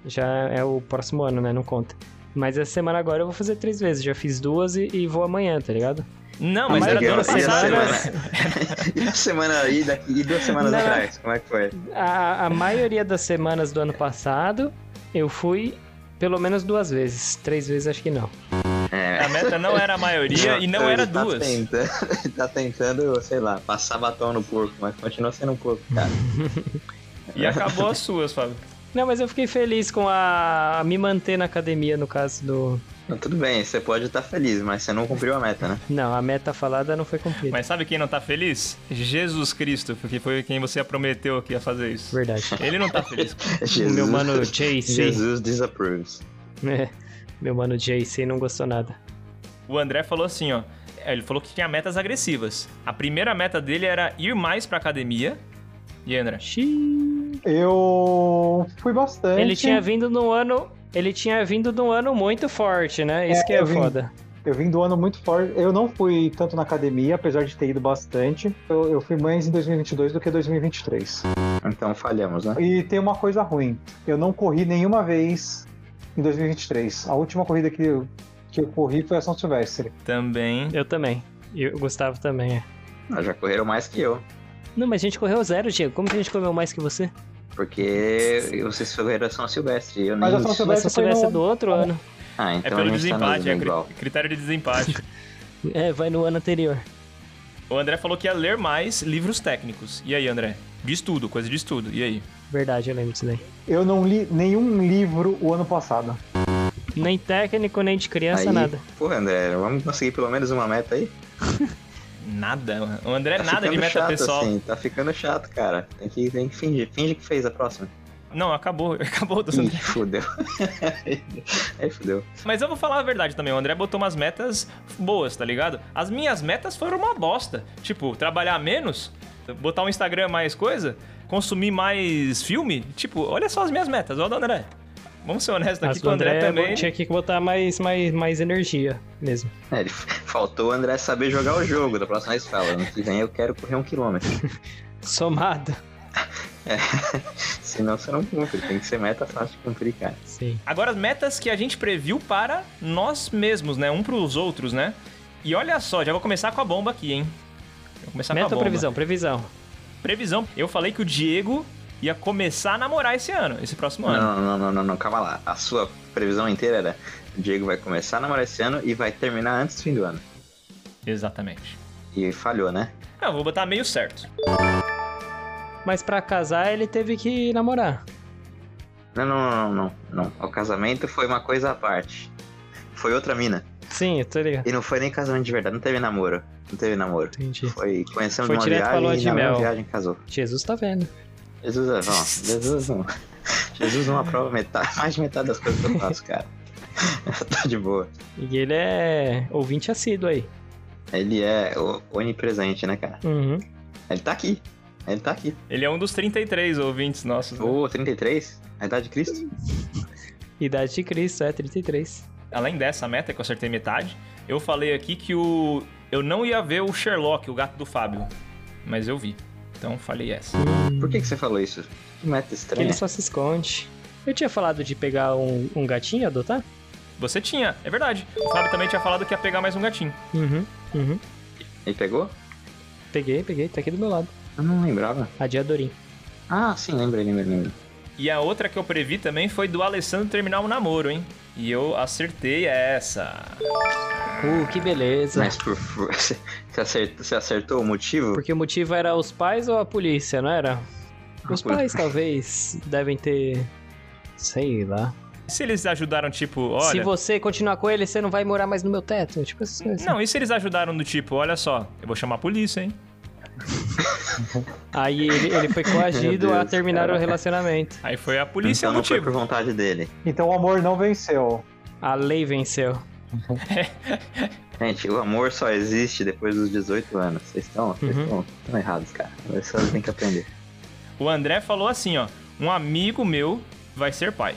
Speaker 4: já é o próximo ano, né? Não conta. Mas essa semana agora eu vou fazer três vezes. Já fiz duas e, e vou amanhã, tá ligado?
Speaker 1: Não,
Speaker 4: A
Speaker 1: mas
Speaker 5: é
Speaker 1: era
Speaker 4: maioria
Speaker 1: do ano
Speaker 4: das
Speaker 5: e a
Speaker 1: passado.
Speaker 4: semanas-
Speaker 5: <laughs> semana, e a semana aí daqui, e duas semanas
Speaker 4: Não.
Speaker 5: atrás, como é que foi?
Speaker 4: A, a maioria das semanas do ano passado eu fui pelo menos duas vezes. Três vezes acho que não.
Speaker 5: É,
Speaker 1: A meta não era a maioria e não
Speaker 5: Ele
Speaker 1: era
Speaker 5: tá
Speaker 1: duas.
Speaker 5: <laughs> Tentando, tá tentando, sei lá, passar batom no porco, mas continua sendo um porco, cara.
Speaker 1: E acabou as suas, Fábio.
Speaker 4: Não, mas eu fiquei feliz com a, a me manter na academia, no caso do,
Speaker 5: Então, tudo bem, você pode estar feliz, mas você não cumpriu a meta, né?
Speaker 4: Não, a meta falada não foi cumprida.
Speaker 1: Mas sabe quem não tá feliz? Jesus Cristo, porque foi quem você prometeu que ia fazer isso.
Speaker 4: Verdade.
Speaker 1: Ele não tá feliz.
Speaker 5: Jesus,
Speaker 4: Meu mano JC.
Speaker 5: <laughs> Jesus disapproves.
Speaker 4: <laughs> É, Meu mano JC não gostou nada.
Speaker 1: O André falou assim, ó. Ele falou que tinha metas agressivas. A primeira meta dele era ir mais pra academia. E aí, André?
Speaker 4: Xiii.
Speaker 6: Eu fui bastante.
Speaker 4: Ele tinha vindo num ano. Ele tinha vindo num ano muito forte, né? Isso
Speaker 6: É,
Speaker 4: que é
Speaker 6: eu vim-
Speaker 4: foda.
Speaker 6: Eu vim do ano muito forte. Eu não fui tanto na academia, apesar de ter ido bastante. Eu, eu fui mais em 2022 do que 2023.
Speaker 5: Então falhamos, né?
Speaker 6: E tem uma coisa ruim. Eu não corri nenhuma vez em 2023. A última corrida que eu, que eu corri foi a São Silvestre.
Speaker 1: Também.
Speaker 4: Eu também. E o Gustavo também é.
Speaker 5: Ah, já correram mais que eu.
Speaker 4: Não, mas a gente correu zero, Diego. Como que a gente comeu mais que você?
Speaker 5: Porque vocês correram a São Silvestre. Eu nem...
Speaker 6: Mas a São
Speaker 4: Mas se
Speaker 6: Silvestre foi
Speaker 4: tivesse
Speaker 6: no-
Speaker 4: do outro ano.
Speaker 5: Ah,
Speaker 1: É
Speaker 5: então a
Speaker 1: pelo
Speaker 5: gente tá
Speaker 1: desempate,
Speaker 5: mesmo
Speaker 1: é
Speaker 5: igual.
Speaker 1: cri- critério de
Speaker 5: <laughs>
Speaker 1: desempate.
Speaker 4: É, vai no ano anterior.
Speaker 1: o André falou que ia ler mais livros técnicos. E aí, André? De estudo, coisa de estudo. E aí?
Speaker 4: Verdade, eu lembro disso daí.
Speaker 6: Eu não li nenhum livro o ano passado.
Speaker 4: Nem técnico, nem de criança,
Speaker 5: Aí,
Speaker 4: nada.
Speaker 5: Pô, André, vamos conseguir pelo menos uma meta aí?
Speaker 1: Nada. O André
Speaker 5: Tá
Speaker 1: é nada de
Speaker 5: ficando
Speaker 1: meta
Speaker 5: chato,
Speaker 1: pessoal.
Speaker 5: assim, tá ficando chato, cara. Tem que, tem que fingir. Finge que fez a próxima.
Speaker 1: Não, acabou. <laughs> Acabou o do
Speaker 5: Ih,
Speaker 1: André.
Speaker 5: fudeu. <laughs> aí fudeu.
Speaker 1: Mas eu vou falar a verdade também. O André botou umas metas boas, tá ligado? As minhas metas foram uma bosta. Tipo, trabalhar menos, botar um Instagram mais coisa, consumir mais filme. Tipo, olha só as minhas metas. Olha o do André. Vamos ser honestos Tá aqui
Speaker 4: Mas
Speaker 1: com
Speaker 4: o
Speaker 1: o André,
Speaker 4: André é
Speaker 1: também.
Speaker 4: tinha que botar mais, mais, mais energia mesmo.
Speaker 5: É, ele- faltou o André saber jogar o jogo. Da próxima vez fala. Ano que vem eu quero correr um quilômetro.
Speaker 4: Somado.
Speaker 5: Senão você não cumpre. Tem que ser meta fácil de cumprir, cara.
Speaker 4: Sim.
Speaker 1: Agora, as metas que a gente previu para nós mesmos, né? Um pros outros, né? E olha só, já vou começar com a bomba aqui, hein? Vou começar com
Speaker 4: Meta
Speaker 1: a
Speaker 4: ou
Speaker 1: bomba.
Speaker 4: previsão? Previsão.
Speaker 1: Previsão. Eu falei que o Diego ia começar a namorar esse ano, esse próximo ano.
Speaker 5: Não, não, não, não, não, calma lá. A sua previsão inteira era: o Diego vai começar a namorar esse ano e vai terminar antes do fim do ano.
Speaker 1: Exatamente.
Speaker 5: E falhou, né?
Speaker 1: Não, vou botar meio certo.
Speaker 4: Mas pra casar, ele teve que namorar.
Speaker 5: Não, não, não, não, não, não. O casamento foi uma coisa à parte. Foi outra mina.
Speaker 4: Sim, eu tô ligado.
Speaker 5: E não foi nem casamento de verdade, não teve namoro. Não teve namoro.
Speaker 4: Entendi.
Speaker 5: Foi conhecemos
Speaker 4: Foi
Speaker 5: numa
Speaker 4: direto pra
Speaker 5: viagem
Speaker 4: lua
Speaker 5: e
Speaker 4: de
Speaker 5: na
Speaker 4: mel.
Speaker 5: mesma viagem casou.
Speaker 4: Jesus tá vendo.
Speaker 5: Jesus, ó, Jesus não. Jesus não aprova metade, mais de metade das coisas que eu faço, cara. <laughs> tá de boa.
Speaker 4: E ele é ouvinte assíduo aí.
Speaker 5: Ele é o- onipresente, né, cara?
Speaker 4: Uhum.
Speaker 5: Ele tá aqui. Ele tá aqui.
Speaker 1: Ele é um dos 33 ouvintes nossos. né?
Speaker 5: Ô, 33? A idade de Cristo?
Speaker 4: Idade de Cristo, é 33.
Speaker 1: Além dessa meta, que eu acertei metade, eu falei aqui que o... eu não ia ver o Sherlock, o gato do Fábio. Mas eu vi. Então falei essa.
Speaker 5: Por que, que você falou isso? Que meta
Speaker 4: Que
Speaker 5: estranha.
Speaker 4: ele só se esconde. Eu tinha falado de pegar um, um gatinho e adotar?
Speaker 1: Você tinha, é verdade. O Fábio também tinha falado que ia pegar mais um gatinho.
Speaker 4: Uhum, uhum.
Speaker 5: Ele pegou?
Speaker 4: Peguei, peguei, tá aqui do meu lado.
Speaker 5: Eu não lembrava.
Speaker 4: A de Adorim.
Speaker 5: Ah, sim, lembrei, lembrei, lembrei.
Speaker 1: E a outra que eu previ também foi do Alessandro terminar o namoro, hein? E eu acertei essa.
Speaker 4: Uh, que beleza.
Speaker 5: Mas por, por- <laughs> você, acertou, você acertou o motivo?
Speaker 4: Porque o motivo era os pais ou a polícia, não era? Os
Speaker 5: A poli-
Speaker 4: pais talvez devem ter. Sei lá.
Speaker 1: Se eles ajudaram, tipo,
Speaker 4: Se
Speaker 1: olha.
Speaker 4: você continuar com ele, você não vai morar mais no meu teto. Tipo essas coisas.
Speaker 1: Não, e se eles ajudaram do tipo, olha só, eu vou chamar a polícia, hein?
Speaker 4: Aí ele, ele foi coagido
Speaker 5: Meu
Speaker 4: a
Speaker 5: Deus,
Speaker 4: terminar
Speaker 5: cara.
Speaker 4: o relacionamento.
Speaker 1: Aí foi a polícia tipo. é o
Speaker 5: então não foi por
Speaker 1: motivo.
Speaker 5: vontade dele.
Speaker 6: Então o amor não venceu.
Speaker 4: A lei venceu.
Speaker 5: Gente, o amor só existe depois dos 18 anos. Vocês estão vocês
Speaker 4: Uhum.
Speaker 5: estão- estão errados, cara. As pessoas têm que aprender.
Speaker 1: O André falou assim, ó, um amigo meu vai ser pai.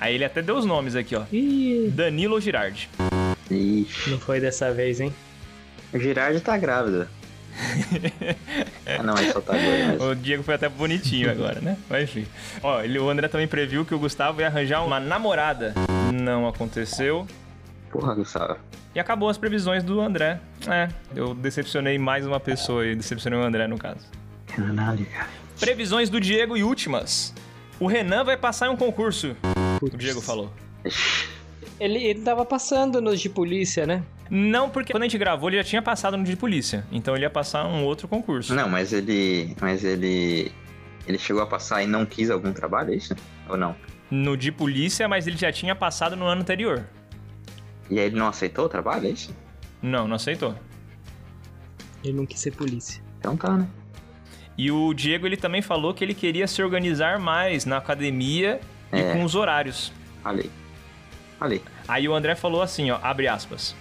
Speaker 1: Aí ele até deu os nomes aqui, ó.
Speaker 4: Ih,
Speaker 1: Danilo Girardi.
Speaker 5: Ixi.
Speaker 4: não foi dessa vez, hein?
Speaker 5: O Girardi
Speaker 4: <laughs>
Speaker 5: tá grávido. ah, não, ele só tá agora mesmo.
Speaker 1: O Diego foi até bonitinho agora, né? Mas enfim. Ó, ele, o André também previu que o Gustavo ia arranjar uma namorada. Não aconteceu.
Speaker 5: Porra, Gustavo.
Speaker 1: E acabou as previsões do André. É, eu decepcionei mais uma pessoa e decepcionei o André, no caso.
Speaker 5: Caralho, cara.
Speaker 1: Previsões do Diego e últimas. O Renan vai passar em um concurso. O Diego falou.
Speaker 4: Ele, ele tava passando nos de polícia, né?
Speaker 1: Não, porque quando a gente gravou, ele já tinha passado no de polícia. Então ele ia passar um outro concurso.
Speaker 5: Não, mas ele. Mas ele. Ele chegou a passar e não quis algum trabalho, é isso? Ou não?
Speaker 1: No de polícia, mas ele já tinha passado no ano anterior.
Speaker 5: E aí ele não aceitou o trabalho, é isso?
Speaker 1: Não, não aceitou.
Speaker 4: Ele não quis ser polícia.
Speaker 5: Então tá, né?
Speaker 1: E o Diego ele também falou que ele queria se organizar mais na academia e
Speaker 5: É.
Speaker 1: com os horários.
Speaker 5: Olha aí. Olha aí.
Speaker 1: Aí o André falou assim, ó, abre aspas.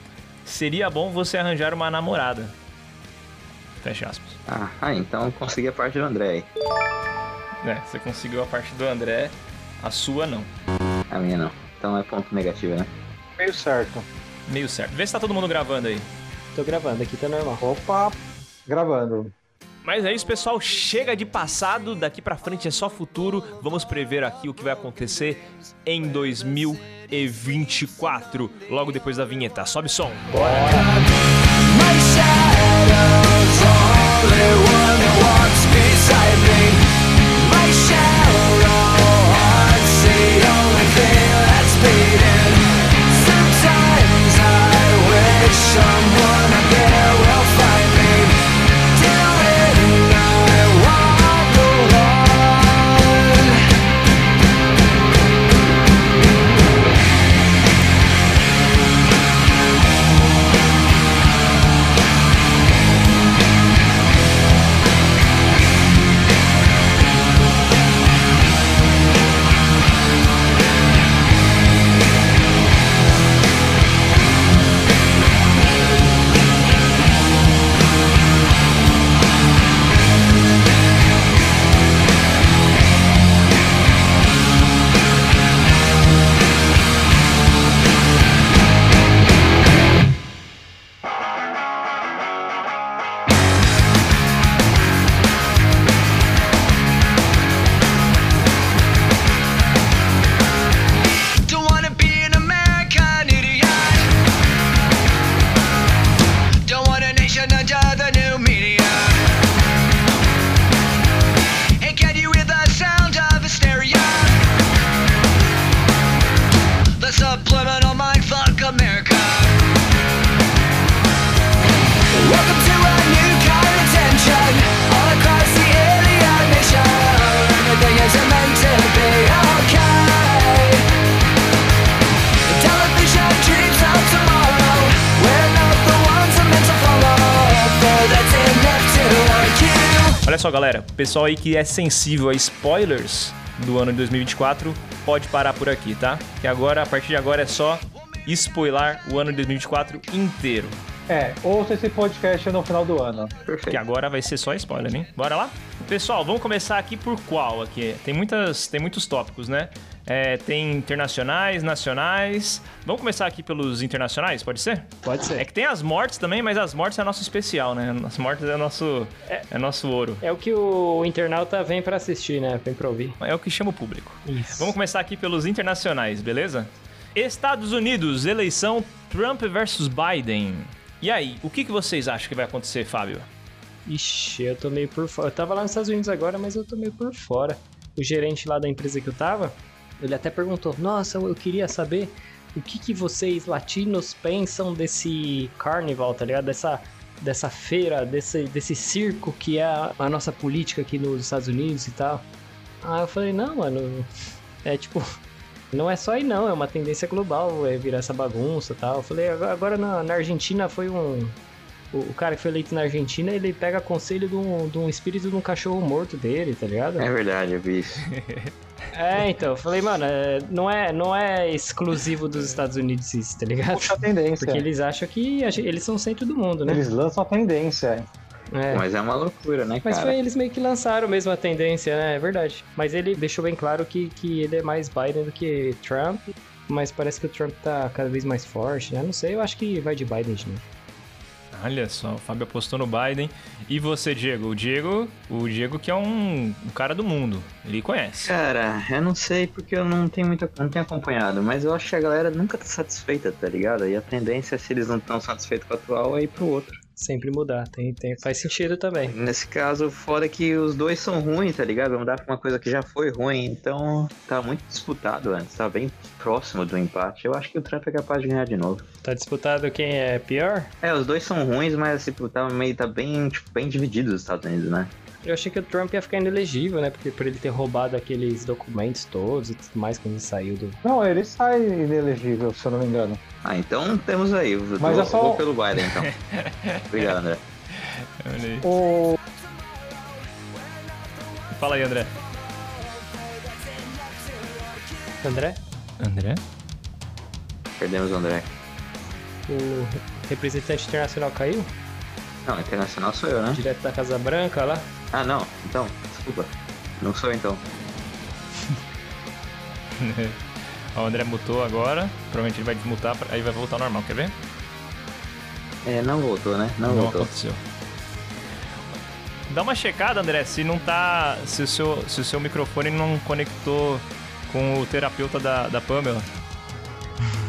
Speaker 1: Seria bom você arranjar uma namorada. Fecha aspas.
Speaker 5: Ah, ah, então consegui a parte do André aí.
Speaker 1: É, você conseguiu a parte do André, a sua não.
Speaker 5: A minha não. Então é ponto negativo, né?
Speaker 6: Meio certo.
Speaker 1: Meio certo. Vê se tá todo mundo gravando aí.
Speaker 4: Tô gravando, aqui tá normal.
Speaker 6: Opa, gravando.
Speaker 1: Mas é isso, pessoal. Chega de passado, daqui pra frente é só futuro. Vamos prever aqui o que vai acontecer em 2024, logo depois da vinheta. Sobe som.
Speaker 3: My shadow's only one that walks beside me. My shadow heart's the only thing that's beating. Sometimes I wish someone out there will find me. Till then I walk alone. Don't wanna be an American idiot. Don't want a nation under the new media. Hey, can you hear the sound of hysteria? The subliminal mindfuck America. Welcome to a new kind of tension. All across the alien nation. Everything isn't meant to be okay. Television dreams of tomorrow. We're not the ones I'm meant to follow. For that's enough to like you.
Speaker 1: Olha só, galera. Pessoal aí que é sensível a spoilers do ano de 2024, pode parar por aqui, tá? Que agora, a partir de agora, é só spoiler o ano de 2024 inteiro.
Speaker 6: É, ouça esse podcast no final do ano.
Speaker 5: Perfeito.
Speaker 1: Que agora vai ser só spoiler, hein? Bora lá? Pessoal, vamos começar aqui por qual aqui? Tem, muitas, tem muitos tópicos, né? É, tem internacionais, nacionais. Vamos começar aqui pelos internacionais, pode ser?
Speaker 4: Pode
Speaker 1: É
Speaker 4: ser.
Speaker 1: que tem as mortes também, mas as mortes é nosso especial, né? As mortes é nosso, é nosso ouro.
Speaker 4: É o que o internauta vem pra assistir, né? Vem pra ouvir.
Speaker 1: É o que chama o público.
Speaker 4: Isso.
Speaker 1: Vamos começar aqui pelos internacionais, beleza? Estados Unidos, eleição Trump versus Biden. E aí, o que, que vocês acham que vai acontecer, Fábio?
Speaker 4: Ixi, eu tô meio por fora. Eu tava lá nos Estados Unidos agora, mas eu tô meio por fora. O gerente lá da empresa que eu tava, ele até perguntou: Nossa, eu queria saber o que, que vocês latinos pensam desse carnival, tá ligado? Dessa, dessa feira, desse, desse circo que é a, a nossa política aqui nos Estados Unidos e tal. Aí eu falei: Não, mano, é tipo. Não é só aí não, é uma tendência global, é virar essa bagunça e tal. Eu falei, agora- agora na- na Argentina foi um, o, o cara que foi eleito na Argentina, ele pega conselho de um, de um espírito de um cachorro morto dele, tá ligado?
Speaker 5: É verdade, eu vi isso.
Speaker 4: É, então, eu falei, mano, é, não, é, não é exclusivo dos Estados Unidos isso, tá ligado?
Speaker 6: Puxa a tendência.
Speaker 4: Porque eles acham que a gente- eles são o centro do mundo, né?
Speaker 6: Eles lançam a tendência.
Speaker 4: É.
Speaker 5: Mas é uma loucura, né,
Speaker 4: Mas
Speaker 5: cara?
Speaker 4: foi eles meio que lançaram mesmo a tendência, né? É verdade. Mas ele deixou bem claro que, que ele é mais Biden do que Trump. Mas parece que o Trump tá cada vez mais forte, né? Não sei, eu acho que vai de Biden de novo.
Speaker 1: Olha só, o Fábio apostou no Biden. E você, Diego? O Diego, o Diego que é um, um cara do mundo, ele conhece.
Speaker 5: Cara, eu não sei porque eu não tenho muito, não tenho acompanhado, mas eu acho que a galera nunca tá satisfeita, tá ligado? E a tendência é se eles não estão satisfeitos com o atual é ir pro outro.
Speaker 4: Sempre mudar, tem, tem, faz sentido também.
Speaker 5: Nesse caso, fora que os dois são ruins, tá ligado? Vamos dar pra uma coisa que já foi ruim, então tá muito disputado antes, tá bem próximo do empate. Eu acho que o Trump é capaz de ganhar de novo.
Speaker 4: Tá disputado quem é pior?
Speaker 5: É, os dois são ruins, mas tipo, tá meio tá bem, tipo, bem dividido os Estados Unidos, né?
Speaker 4: Eu achei que o Trump ia ficar inelegível, né? Porque por ele ter roubado aqueles documentos todos e tudo mais quando ele saiu do.
Speaker 6: Não, ele sai inelegível, se eu não me engano.
Speaker 5: Ah, então temos aí. Mas
Speaker 6: Mas
Speaker 5: vou,
Speaker 6: é só-
Speaker 5: vou pelo Biden,
Speaker 6: <laughs>
Speaker 5: então. Obrigado, André.
Speaker 1: Olha aí.
Speaker 6: O
Speaker 1: Fala aí, André.
Speaker 4: André?
Speaker 1: André?
Speaker 5: Perdemos o André.
Speaker 4: O representante internacional caiu?
Speaker 5: Não, internacional sou eu, né?
Speaker 4: Direto da Casa Branca lá?
Speaker 5: Ah, não. Então, desculpa. Não sou eu, então.
Speaker 1: <laughs> Ó, o André mutou agora. Provavelmente ele vai desmutar, pra- aí vai voltar ao normal. Quer ver?
Speaker 5: É, não voltou, né? Não,
Speaker 1: Não
Speaker 5: voltou.
Speaker 1: aconteceu. Dá uma checada, André, se não tá. Se o seu, se o seu microfone não conectou com o terapeuta da, da Pamela.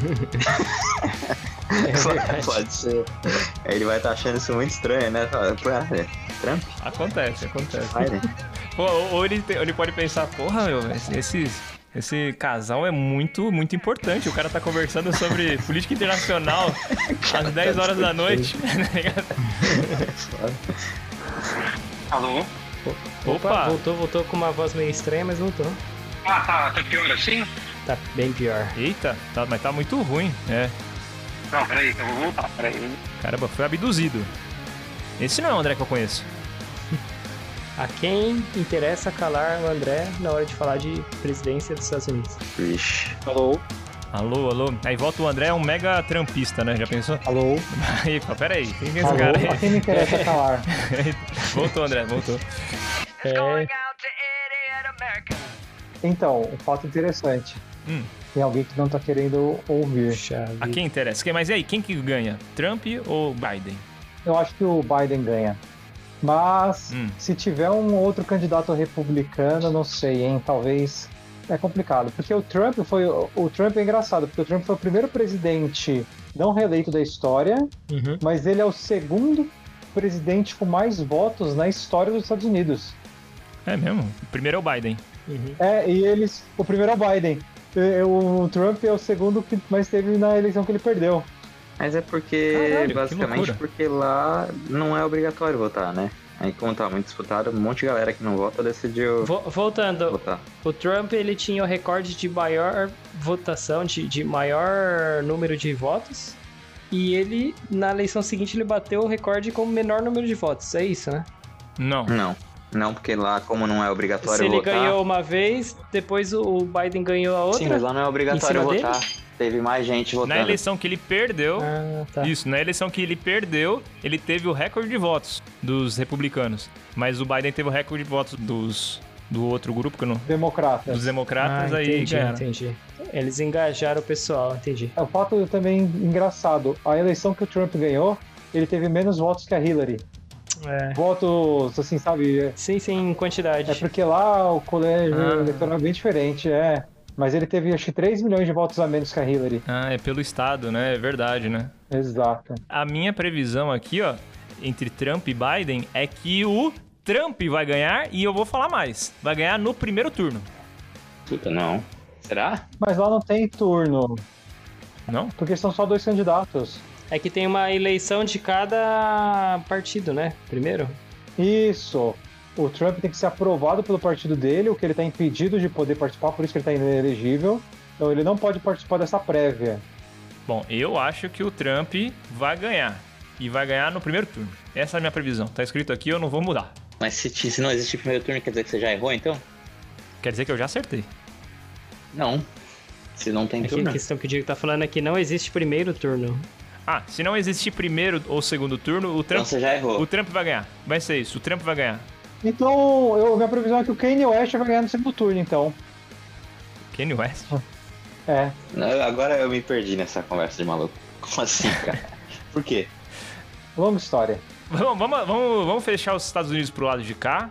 Speaker 4: <laughs> É verdade.
Speaker 5: Pode ser. É, Ele vai estar achando isso muito estranho, né? Fala, "Pô, é, Trump? né?"
Speaker 1: Acontece, acontece.
Speaker 5: Biden?
Speaker 1: Pô, ou ou ele, te- ou ele pode pensar, porra, meu, esse- esse, esse casal é muito, muito importante. O cara tá conversando
Speaker 4: <laughs>
Speaker 1: sobre política internacional às 10 horas da noite. <laughs> tá
Speaker 7: Alô?
Speaker 1: Opa.
Speaker 4: Opa, voltou, voltou com uma voz meio estranha, mas voltou.
Speaker 7: Ah, tá, tá pior assim?
Speaker 4: Tá bem pior.
Speaker 1: Eita, tá- mas tá muito ruim, é.
Speaker 7: Não, peraí, eu vou voltar, peraí.
Speaker 1: Caramba, foi abduzido. Esse não é o André que eu conheço.
Speaker 4: A quem interessa calar o André na hora de falar de presidência dos Estados Unidos?
Speaker 5: Vixe.
Speaker 7: Alô?
Speaker 1: Alô, alô. Aí volta o André, é um mega trampista, né? Já pensou? <laughs>
Speaker 6: alô,
Speaker 1: Aí, pô, pera aí, quem que é esse
Speaker 6: alô,
Speaker 1: cara
Speaker 6: a quem me interessa <laughs> calar?
Speaker 1: aí? Voltou, André, voltou.
Speaker 4: É,
Speaker 6: Então, um fato interessante.
Speaker 1: Hum.
Speaker 6: Tem alguém que não tá querendo ouvir.
Speaker 4: puxa
Speaker 1: A
Speaker 4: vida.
Speaker 1: quem interessa? Quem- Mas e aí, quem que ganha? Trump ou Biden?
Speaker 6: Eu acho que o Biden ganha. Mas
Speaker 1: Hum.
Speaker 6: se tiver um outro candidato republicano, não sei, hein? Talvez é complicado. Porque o Trump foi. O Trump é engraçado, porque o Trump foi o primeiro presidente não reeleito da história,
Speaker 4: Uhum.
Speaker 6: mas ele é o segundo presidente com mais votos na história dos Estados Unidos.
Speaker 1: É mesmo? O primeiro é o Biden.
Speaker 4: Uhum.
Speaker 6: É, e eles. O primeiro é o Biden. E- O Trump é o segundo que mais teve na eleição que ele perdeu.
Speaker 5: Mas é porque,
Speaker 1: Caralho, que
Speaker 5: basicamente,
Speaker 1: loucura.
Speaker 5: porque lá não é obrigatório votar, né? Aí, como tá muito disputado, um monte de galera que não vota decidiu
Speaker 4: Vo- Voltando,
Speaker 5: votar.
Speaker 4: o Trump ele tinha o recorde de maior votação, de, de maior número de votos, e ele, na eleição seguinte, ele bateu o recorde com o menor número de votos, é isso, né?
Speaker 1: Não.
Speaker 5: Não. Não, porque lá, como não é obrigatório
Speaker 4: Se ele
Speaker 5: votar.
Speaker 4: ganhou uma vez, depois o- o Biden ganhou a outra.
Speaker 5: Sim, mas lá não é obrigatório
Speaker 4: Em cima
Speaker 5: votar. Teve mais gente votando.
Speaker 1: Na eleição que ele perdeu.
Speaker 4: Ah, tá.
Speaker 1: Isso, na eleição que ele perdeu, ele teve o recorde de votos dos republicanos. Mas o Biden teve o recorde de votos dos do outro grupo, que eu não,
Speaker 6: Democrata.
Speaker 1: dos democratas,
Speaker 4: Ah,
Speaker 1: aí
Speaker 4: entendi,
Speaker 1: ganharam.
Speaker 4: entendi. Eles engajaram o pessoal, entendi.
Speaker 6: É um fato também engraçado. A eleição que o Trump ganhou, ele teve menos votos que a Hillary.
Speaker 4: É.
Speaker 6: Votos, assim, sabe? É
Speaker 4: Sim, sim, em quantidade.
Speaker 6: é porque lá o colégio
Speaker 4: Ah.
Speaker 6: eleitoral é bem diferente, é. Mas ele teve, acho que, 3 milhões de votos a menos que a Hillary.
Speaker 1: Ah, é pelo Estado, né? É verdade, né?
Speaker 6: Exato.
Speaker 1: A minha previsão aqui, ó, entre Trump e Biden é que o Trump vai ganhar e eu vou falar mais. Vai ganhar no primeiro turno.
Speaker 5: Puta, não. Será?
Speaker 6: Mas lá não tem turno,
Speaker 1: Não?
Speaker 6: porque são só dois candidatos.
Speaker 4: É que tem uma eleição de cada partido, né? Primeiro.
Speaker 6: Isso. O Trump tem que ser aprovado pelo partido dele, o que ele está impedido de poder participar, por isso que ele está inelegível. Então ele não pode participar dessa prévia.
Speaker 1: Bom, eu acho que o Trump vai ganhar. E vai ganhar no primeiro turno. Essa é a minha previsão. Tá escrito aqui, eu não vou mudar.
Speaker 5: Mas se, ti- se não existe primeiro turno, quer dizer que você já errou, então?
Speaker 1: Quer dizer que eu já acertei.
Speaker 5: Não. Se não tem
Speaker 4: É que
Speaker 5: turno.
Speaker 4: a questão que o Diego tá falando é que não existe primeiro turno.
Speaker 1: Ah, se não existir primeiro ou segundo turno, o
Speaker 5: Então
Speaker 1: Trump,
Speaker 5: você já errou.
Speaker 1: o Trump vai ganhar. Vai ser isso, o Trump vai ganhar.
Speaker 6: Então, eu, minha previsão é que o Kanye West vai ganhar no segundo turno, então.
Speaker 1: Kanye West?
Speaker 6: É.
Speaker 5: Não, Agora eu me perdi nessa conversa de maluco. Como assim, <laughs> cara? Por quê?
Speaker 6: Longa história.
Speaker 1: <laughs> Vamos, vamos, vamos, vamos fechar os Estados Unidos pro lado de cá,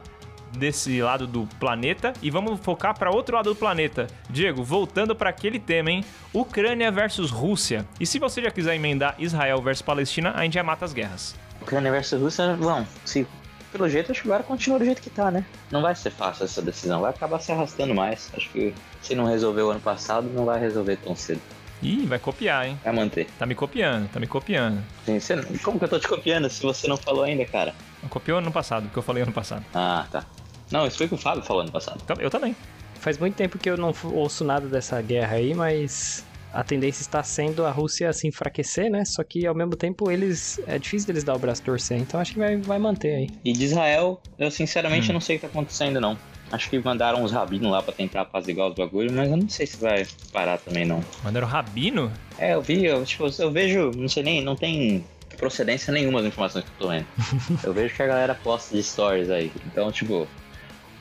Speaker 1: desse lado do planeta, e vamos focar para outro lado do planeta. Diego, voltando para aquele tema, hein? Ucrânia versus Rússia. E se você já quiser emendar Israel versus Palestina, a gente já mata as guerras.
Speaker 5: Ucrânia versus Rússia, vão. é Se, pelo jeito, acho que agora continua do jeito que tá, né? Não vai ser fácil essa decisão. Vai acabar se arrastando mais. Acho que se não resolveu ano passado, não vai resolver tão cedo.
Speaker 1: Ih, vai copiar, hein?
Speaker 5: Vai manter.
Speaker 1: Tá me copiando, tá me copiando.
Speaker 5: Assim, você- como que eu tô te copiando se você não falou ainda, cara?
Speaker 1: Copiou ano passado, porque eu falei ano passado.
Speaker 5: Ah, tá. Não, isso foi o que o Fábio falou ano passado.
Speaker 1: Então, Eu também.
Speaker 4: Faz muito tempo que eu não fu- ouço nada dessa guerra aí, mas a tendência está sendo a Rússia se enfraquecer, né? Só que ao mesmo tempo eles é difícil deles dar o braço a torcer, então acho que vai, vai manter aí.
Speaker 5: E de Israel, eu sinceramente não sei o que tá acontecendo, não. Acho que mandaram uns rabinos lá pra tentar apaziguar os bagulhos, mas eu não sei se vai parar também, não.
Speaker 1: Mandaram o Rabino?
Speaker 5: É, eu vi, eu, tipo, eu vejo, não sei nem, não tem procedência nenhuma das informações que eu tô vendo. eu vejo que a galera posta de stories aí. Então, tipo,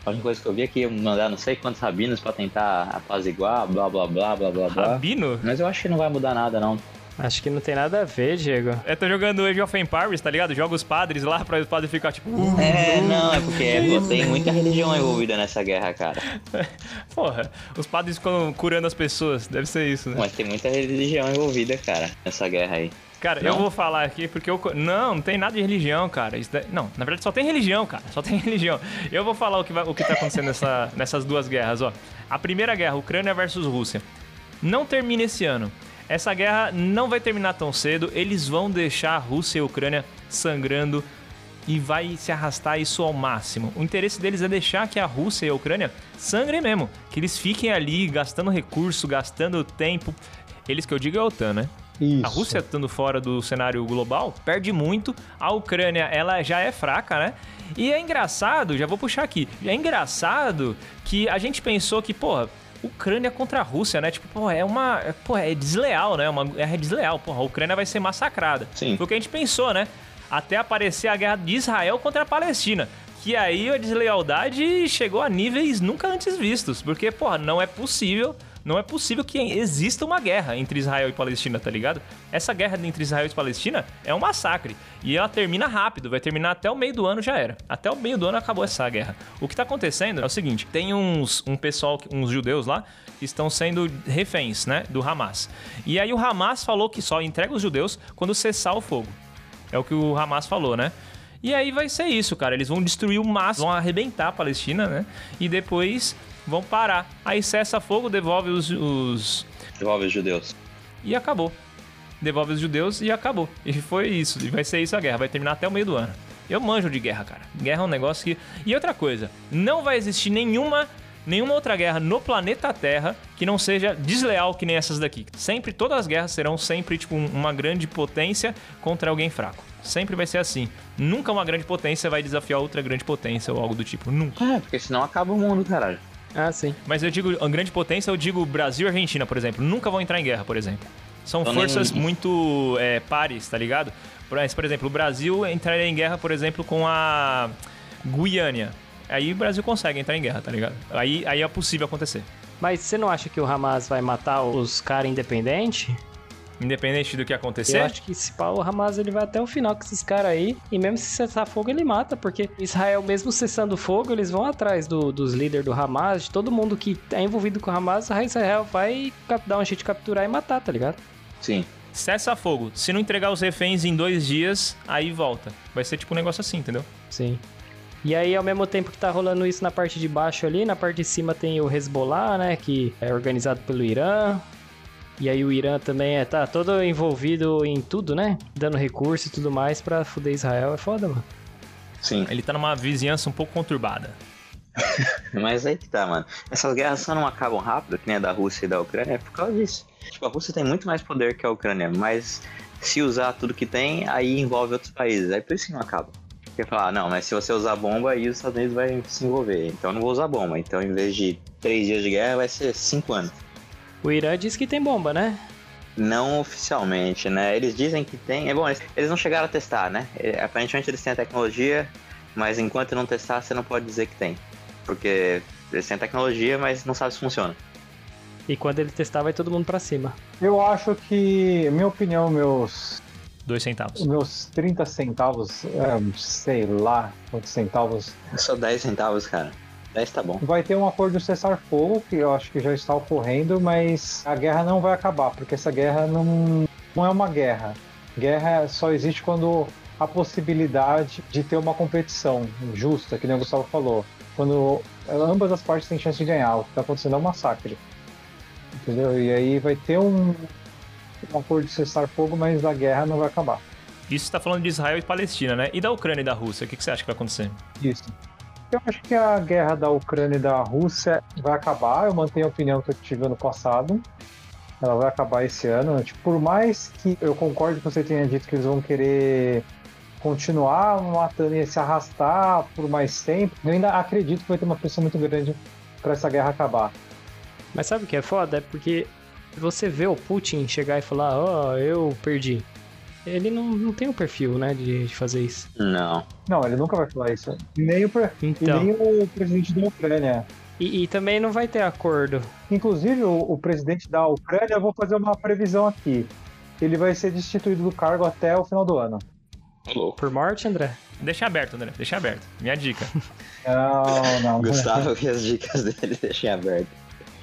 Speaker 5: a única coisa que eu vi é que ia mandar não sei quantos rabinos pra tentar apaziguar, blá blá blá blá blá blá.
Speaker 1: Rabino?
Speaker 5: Mas eu acho que não vai mudar nada, não.
Speaker 4: Acho que não tem nada a ver, Diego.
Speaker 1: Eu tô jogando Age of Empires, tá ligado? Joga os padres lá pra os padres ficar tipo. "Uh". <laughs>
Speaker 5: É, não, é porque pô, tem muita religião envolvida nessa guerra, cara.
Speaker 1: Porra, os padres ficam curando as pessoas, deve ser isso, né?
Speaker 5: Mas tem muita religião envolvida, cara, nessa guerra aí.
Speaker 1: Cara, eu
Speaker 5: Não?
Speaker 1: vou falar aqui porque eu. co- Não, não tem nada de religião, cara. Isso da- Não, na verdade só tem religião, cara. Só tem <laughs> religião. Eu vou falar o que, vai... o que tá acontecendo nessa... nessas duas guerras, ó. A primeira guerra, Ucrânia versus Rússia. Não termina esse ano. Essa guerra não vai terminar tão cedo. Eles vão deixar a Rússia e a Ucrânia sangrando e vai se arrastar isso ao máximo. O interesse deles é deixar que a Rússia e a Ucrânia sangrem mesmo. Que eles fiquem ali gastando recurso, gastando tempo. Eles que eu digo é a OTAN, né?
Speaker 6: Isso.
Speaker 1: A Rússia estando fora do cenário global perde muito. A Ucrânia, ela já é fraca, né? E é engraçado, já vou puxar aqui. É engraçado que a gente pensou que, porra, Ucrânia contra a Rússia, né? Tipo, porra, é uma. é- Porra, é desleal, né? Uma guerra desleal. Porra, a Ucrânia vai ser massacrada.
Speaker 5: Sim.
Speaker 1: Foi o que a gente pensou, né? Até aparecer a guerra de Israel contra a Palestina. Que aí a deslealdade chegou a níveis nunca antes vistos. Porque, porra, não é possível. Não é possível que exista uma guerra entre Israel e Palestina, tá ligado? Essa guerra entre Israel e Palestina é um massacre. E ela termina rápido, vai terminar até o meio do ano, já era. Até o meio do ano acabou essa guerra. O que tá acontecendo é o seguinte: tem uns um pessoal, uns judeus lá, que estão sendo reféns, né? Do Hamas. E aí o Hamas falou que só entrega os judeus quando cessar o fogo. É o que o Hamas falou, né? E aí vai ser isso, cara. Eles vão destruir o máximo, vão arrebentar a Palestina, né? E depois vão parar. Aí cessa fogo, devolve os. os-
Speaker 5: Envolve os judeus.
Speaker 1: E acabou. Devolve os judeus e acabou. E foi isso. E vai ser isso a guerra. Vai terminar até o meio do ano. Eu manjo de guerra, cara. Guerra é um negócio que. E outra coisa, não vai existir nenhuma. Nenhuma outra guerra no planeta Terra que não seja desleal que nem essas daqui. Sempre, todas as guerras serão sempre, tipo, um- uma grande potência contra alguém fraco. Sempre vai ser assim. Nunca uma grande potência vai desafiar outra grande potência ou algo do tipo. Nunca.
Speaker 5: É, porque senão acaba o mundo, caralho.
Speaker 4: Ah, sim.
Speaker 1: Mas eu digo a grande potência, eu digo Brasil e Argentina, por exemplo. Nunca vão entrar em guerra, por exemplo. São
Speaker 5: Então,
Speaker 1: forças
Speaker 5: nem-
Speaker 1: muito é, pares, tá ligado? Por por exemplo, o Brasil entraria em guerra, por exemplo, com a Guiânia. Aí o Brasil consegue entrar em guerra, tá ligado? Aí, aí é possível acontecer.
Speaker 4: Mas você não acha que o Hamas vai matar os caras independentes?
Speaker 1: Independente do que acontecer.
Speaker 4: Eu acho que esse pau, o Hamas ele vai até o final com esses caras aí. E mesmo se cessar fogo, ele mata. Porque Israel, mesmo cessando fogo, eles vão atrás do- dos líderes do Hamas, de todo mundo que é envolvido com o Hamas. a Israel vai cap- dar um jeito de capturar e matar, tá ligado?
Speaker 5: Sim.
Speaker 1: Cessa fogo. Se não entregar os reféns em dois dias, aí volta. Vai ser tipo um negócio assim, entendeu?
Speaker 4: Sim. E aí, ao mesmo tempo que tá rolando isso na parte de baixo ali, na parte de cima tem o Hezbollah, né? Que é organizado pelo Irã. E aí o Irã também é, tá todo envolvido em tudo, né? Dando recurso e tudo mais pra fuder Israel. É foda, mano.
Speaker 5: Sim.
Speaker 1: Ele tá numa vizinhança um pouco conturbada.
Speaker 5: Mas aí que tá, mano. Essas guerras só não acabam rápido, que nem a da Rússia e da Ucrânia, é por causa disso. Tipo, a Rússia tem muito mais poder que a Ucrânia, mas se usar tudo que tem, aí envolve outros países. Aí por isso que não acaba. Porque falar, ah, não, mas se você usar bomba, aí os Estados Unidos vai se envolver. Então eu não vou usar bomba. Então em vez de três dias de guerra, vai ser cinco anos.
Speaker 4: O Irã diz que tem bomba, né?
Speaker 5: Não oficialmente, né? Eles dizem que tem. É bom, eles, eles não chegaram a testar, né? É, aparentemente eles têm a tecnologia, mas enquanto não testar, você não pode dizer que tem. Porque eles têm a tecnologia, mas não sabe se funciona.
Speaker 4: E quando ele testar, vai todo mundo pra cima.
Speaker 6: Eu acho que, minha opinião, meus,
Speaker 1: Dois centavos.
Speaker 6: meus 30 centavos, é, sei lá quantos centavos,
Speaker 5: É só 10 centavos, cara. 10 tá bom.
Speaker 6: vai ter um acordo de cessar-fogo, que eu acho que já está ocorrendo, mas a guerra não vai acabar, porque essa guerra não, não é uma guerra. Guerra só existe quando há possibilidade de ter uma competição justa, que nem o Gustavo falou. Quando ambas as partes têm chance de ganhar, o que está acontecendo é um massacre. Entendeu? E aí vai ter um, um acordo de cessar-fogo, mas a guerra não vai acabar.
Speaker 1: Isso está falando de Israel e Palestina, né? E da Ucrânia e da Rússia, o que, que você acha que vai acontecer?
Speaker 6: Isso. Eu acho que a guerra da Ucrânia e da Rússia vai acabar. Eu mantenho a opinião que eu tive ano passado. Ela vai acabar esse ano. Tipo, por mais que eu concorde com você tenha dito que eles vão querer continuar matando e se arrastar por mais tempo, eu ainda acredito que vai ter uma pressão muito grande para essa guerra acabar.
Speaker 4: Mas sabe o que é foda? É porque você vê o Putin chegar e falar, ó, eu perdi. Ele não, não tem o perfil, né, de, de fazer isso.
Speaker 5: Não.
Speaker 6: Não, ele nunca vai falar isso. Nem o, pre-
Speaker 4: Então.
Speaker 6: e nem o presidente da Ucrânia.
Speaker 4: E, e também não vai ter acordo.
Speaker 6: Inclusive, o, o presidente da Ucrânia, eu vou fazer uma previsão aqui. Ele vai ser destituído do cargo até o final do ano.
Speaker 5: Louco.
Speaker 4: Por morte, André?
Speaker 1: Deixa aberto, André, deixa aberto. Minha dica.
Speaker 6: Não, não.
Speaker 5: Gustavo <laughs> que as dicas dele deixem aberto.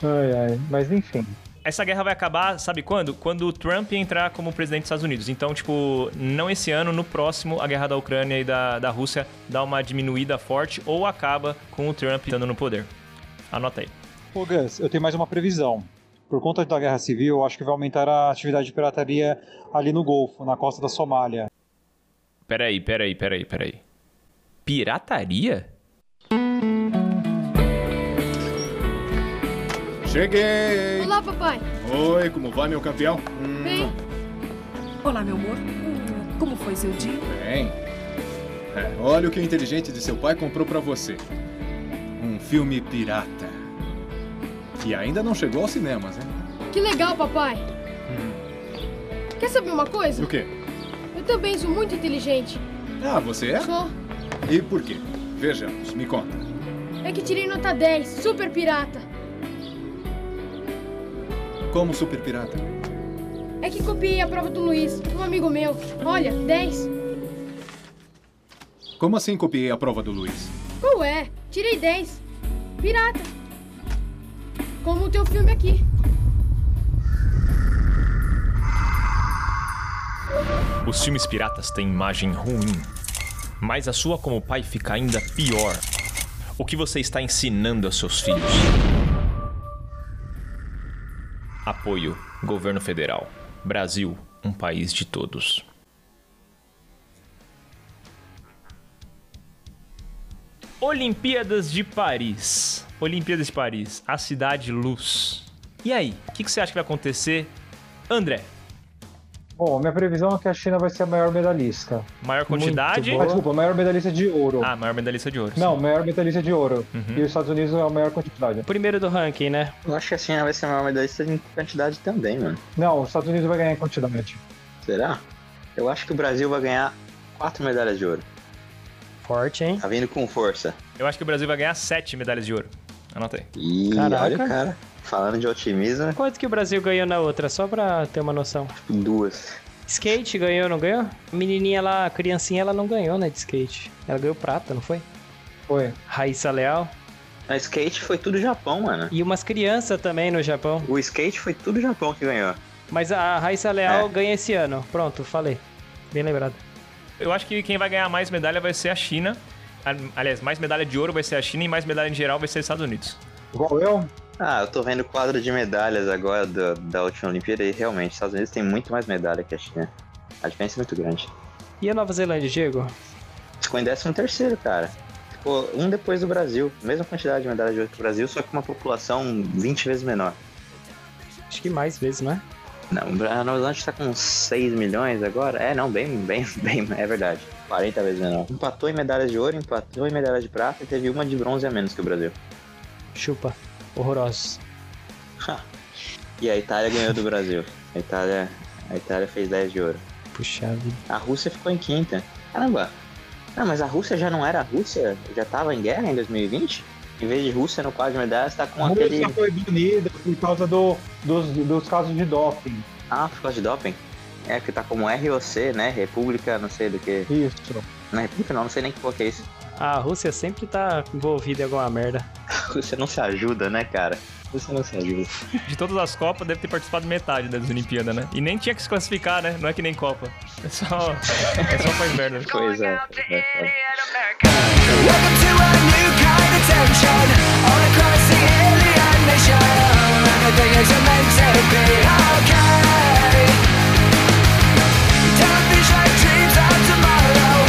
Speaker 6: Ai, ai. Mas enfim.
Speaker 1: Essa guerra vai acabar, sabe quando? Quando o Trump entrar como presidente dos Estados Unidos. Então, tipo, não esse ano, no próximo, a guerra da Ucrânia e da, da Rússia dá uma diminuída forte ou acaba com o Trump estando no poder. Anota aí.
Speaker 8: Ô Gus, eu tenho mais uma previsão. Por conta da guerra civil, eu acho que vai aumentar a atividade de pirataria ali no Golfo, na costa da Somália.
Speaker 1: Peraí, peraí, peraí, peraí. Pirataria?
Speaker 9: Cheguei!
Speaker 10: Olá, papai.
Speaker 9: Oi, como vai, meu campeão? Hum,
Speaker 10: Bem? Olá, meu amor. Hum, Como foi seu dia?
Speaker 9: Bem. É, olha o que o inteligente de seu pai comprou pra você. Um filme pirata. Que ainda não chegou aos cinemas, né?
Speaker 10: Que legal, papai. Quer saber uma coisa?
Speaker 9: O quê?
Speaker 10: Eu também sou muito inteligente.
Speaker 9: Ah, você é?
Speaker 10: Sou.
Speaker 9: E por quê? Vejamos, me conta.
Speaker 10: É que tirei nota 10, super pirata.
Speaker 9: Como super pirata?
Speaker 10: É que copiei a prova do Luiz, um amigo meu. Olha, 10.
Speaker 9: Como assim copiei a prova do Luiz?
Speaker 10: Qual é? Tirei 10. Pirata. Como o teu filme aqui.
Speaker 1: Os filmes piratas têm imagem ruim, mas a sua como pai fica ainda pior. O que você está ensinando aos seus filhos? Apoio Governo Federal. Brasil, um país de todos. Olimpíadas de Paris. Olimpíadas de Paris, a cidade luz. E aí, o que, que você acha que vai acontecer? André,
Speaker 6: Bom, minha previsão é que a China vai ser a maior medalhista.
Speaker 1: maior quantidade?
Speaker 6: Ah, desculpa, a maior medalhista de ouro.
Speaker 1: Ah, maior medalhista de ouro.
Speaker 6: Não, maior medalhista de ouro. E os Estados Unidos é a maior quantidade.
Speaker 4: Primeiro do ranking, né?
Speaker 5: Eu acho que a China vai ser a maior medalhista em quantidade também, mano.
Speaker 6: Não, os Estados Unidos vai ganhar em quantidade.
Speaker 5: Será? Eu acho que o Brasil vai ganhar quatro medalhas de ouro.
Speaker 4: Forte, hein?
Speaker 5: Tá vindo com força.
Speaker 1: Eu acho que o Brasil vai ganhar sete medalhas de ouro. Anota aí.
Speaker 5: E
Speaker 4: Caraca.
Speaker 5: olha o cara. Falando de otimismo, é
Speaker 4: Quanto que o Brasil ganhou na outra? Só pra ter uma noção.
Speaker 5: tipo duas.
Speaker 4: Skate ganhou, não ganhou? A menininha lá, a criancinha, ela não ganhou, né, de skate. Ela ganhou prata, não foi?
Speaker 6: Foi.
Speaker 4: Raíssa Leal.
Speaker 5: O skate foi tudo Japão, mano.
Speaker 4: E umas crianças também no Japão.
Speaker 5: O skate foi tudo Japão que ganhou.
Speaker 4: Mas a Raíssa Leal ganha esse ano. Pronto, falei. Bem lembrado.
Speaker 1: Eu acho que quem vai ganhar mais medalha vai ser a China. A- Aliás, mais medalha de ouro vai ser a China e mais medalha em geral vai ser os Estados Unidos.
Speaker 6: Igual eu?
Speaker 5: Ah, eu tô vendo o quadro de medalhas agora da, da última Olimpíada e realmente, os Estados Unidos tem muito mais medalha que a China. A diferença é muito grande.
Speaker 4: E a Nova Zelândia, Diego?
Speaker 5: Ficou em 13 terceiro, cara. Ficou um depois do Brasil. Mesma quantidade de medalhas de ouro que o Brasil, só com uma população 20 vezes menor.
Speaker 4: Acho que mais vezes, né?
Speaker 5: Não, o Bra- a Nova Zelândia tá com 6 milhões agora. É, não, bem, bem, <laughs> bem, é verdade. 40 vezes menor. Empatou em medalhas de ouro, empatou em medalhas de prata e teve uma de bronze a menos que o Brasil.
Speaker 4: Chupa. Horrorosos.
Speaker 5: E a Itália ganhou do Brasil. A Itália, a Itália fez 10 de ouro.
Speaker 4: Puxa vida.
Speaker 5: A Rússia ficou em quinta. Caramba! Não, mas a Rússia já não era a Rússia? Já tava em guerra em 2020? Em vez de Rússia no quadro de medalhas, tá com
Speaker 6: A
Speaker 5: aquele.
Speaker 6: Rússia foi banida por causa do- dos, dos casos de doping.
Speaker 5: Ah, por causa de doping? É, porque tá como ROC, né? República, não sei do que.
Speaker 6: Isso.
Speaker 5: Não, é República não, não sei nem que porra que é isso.
Speaker 4: A Rússia sempre tá envolvida em alguma merda.
Speaker 5: A Rússia não se ajuda, né, cara? A Rússia não se ajuda.
Speaker 1: De todas as Copas, deve ter participado metade das Olimpíadas, né? E nem tinha que se classificar, né? Não é que nem Copa. É só, é só faz merda.
Speaker 5: Pois é. pois é, pois é.
Speaker 3: Welcome to a new kind of tension All across the alien nation Everything is meant to be okay Don't these like dreams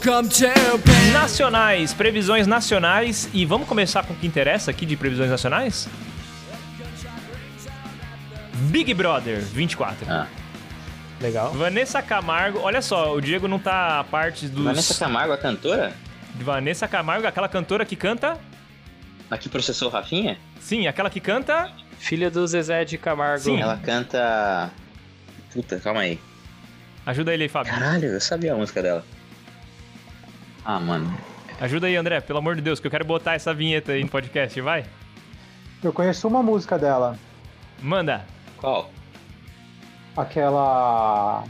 Speaker 3: from Tampines.
Speaker 1: Nacionais, previsões nacionais. E vamos começar com o que interessa aqui de previsões nacionais? Big Brother 24.
Speaker 5: Ah.
Speaker 4: Legal.
Speaker 1: Vanessa Camargo, olha só, o Diego não tá a parte dos.
Speaker 5: Vanessa Camargo, a cantora?
Speaker 1: Vanessa Camargo, aquela cantora que canta.
Speaker 5: A que processou o Rafinha?
Speaker 1: Sim, aquela que canta.
Speaker 4: Filha do Zezé de Camargo.
Speaker 1: Sim.
Speaker 5: Ela canta. Puta, calma aí.
Speaker 1: Ajuda ele aí, Fábio.
Speaker 5: Caralho, eu sabia a música dela. Ah, mano.
Speaker 1: Ajuda aí, André, pelo amor de Deus, que eu quero botar essa vinheta aí no podcast, vai?
Speaker 6: Eu conheço uma música dela,
Speaker 1: Manda.
Speaker 5: Qual?
Speaker 6: aquela.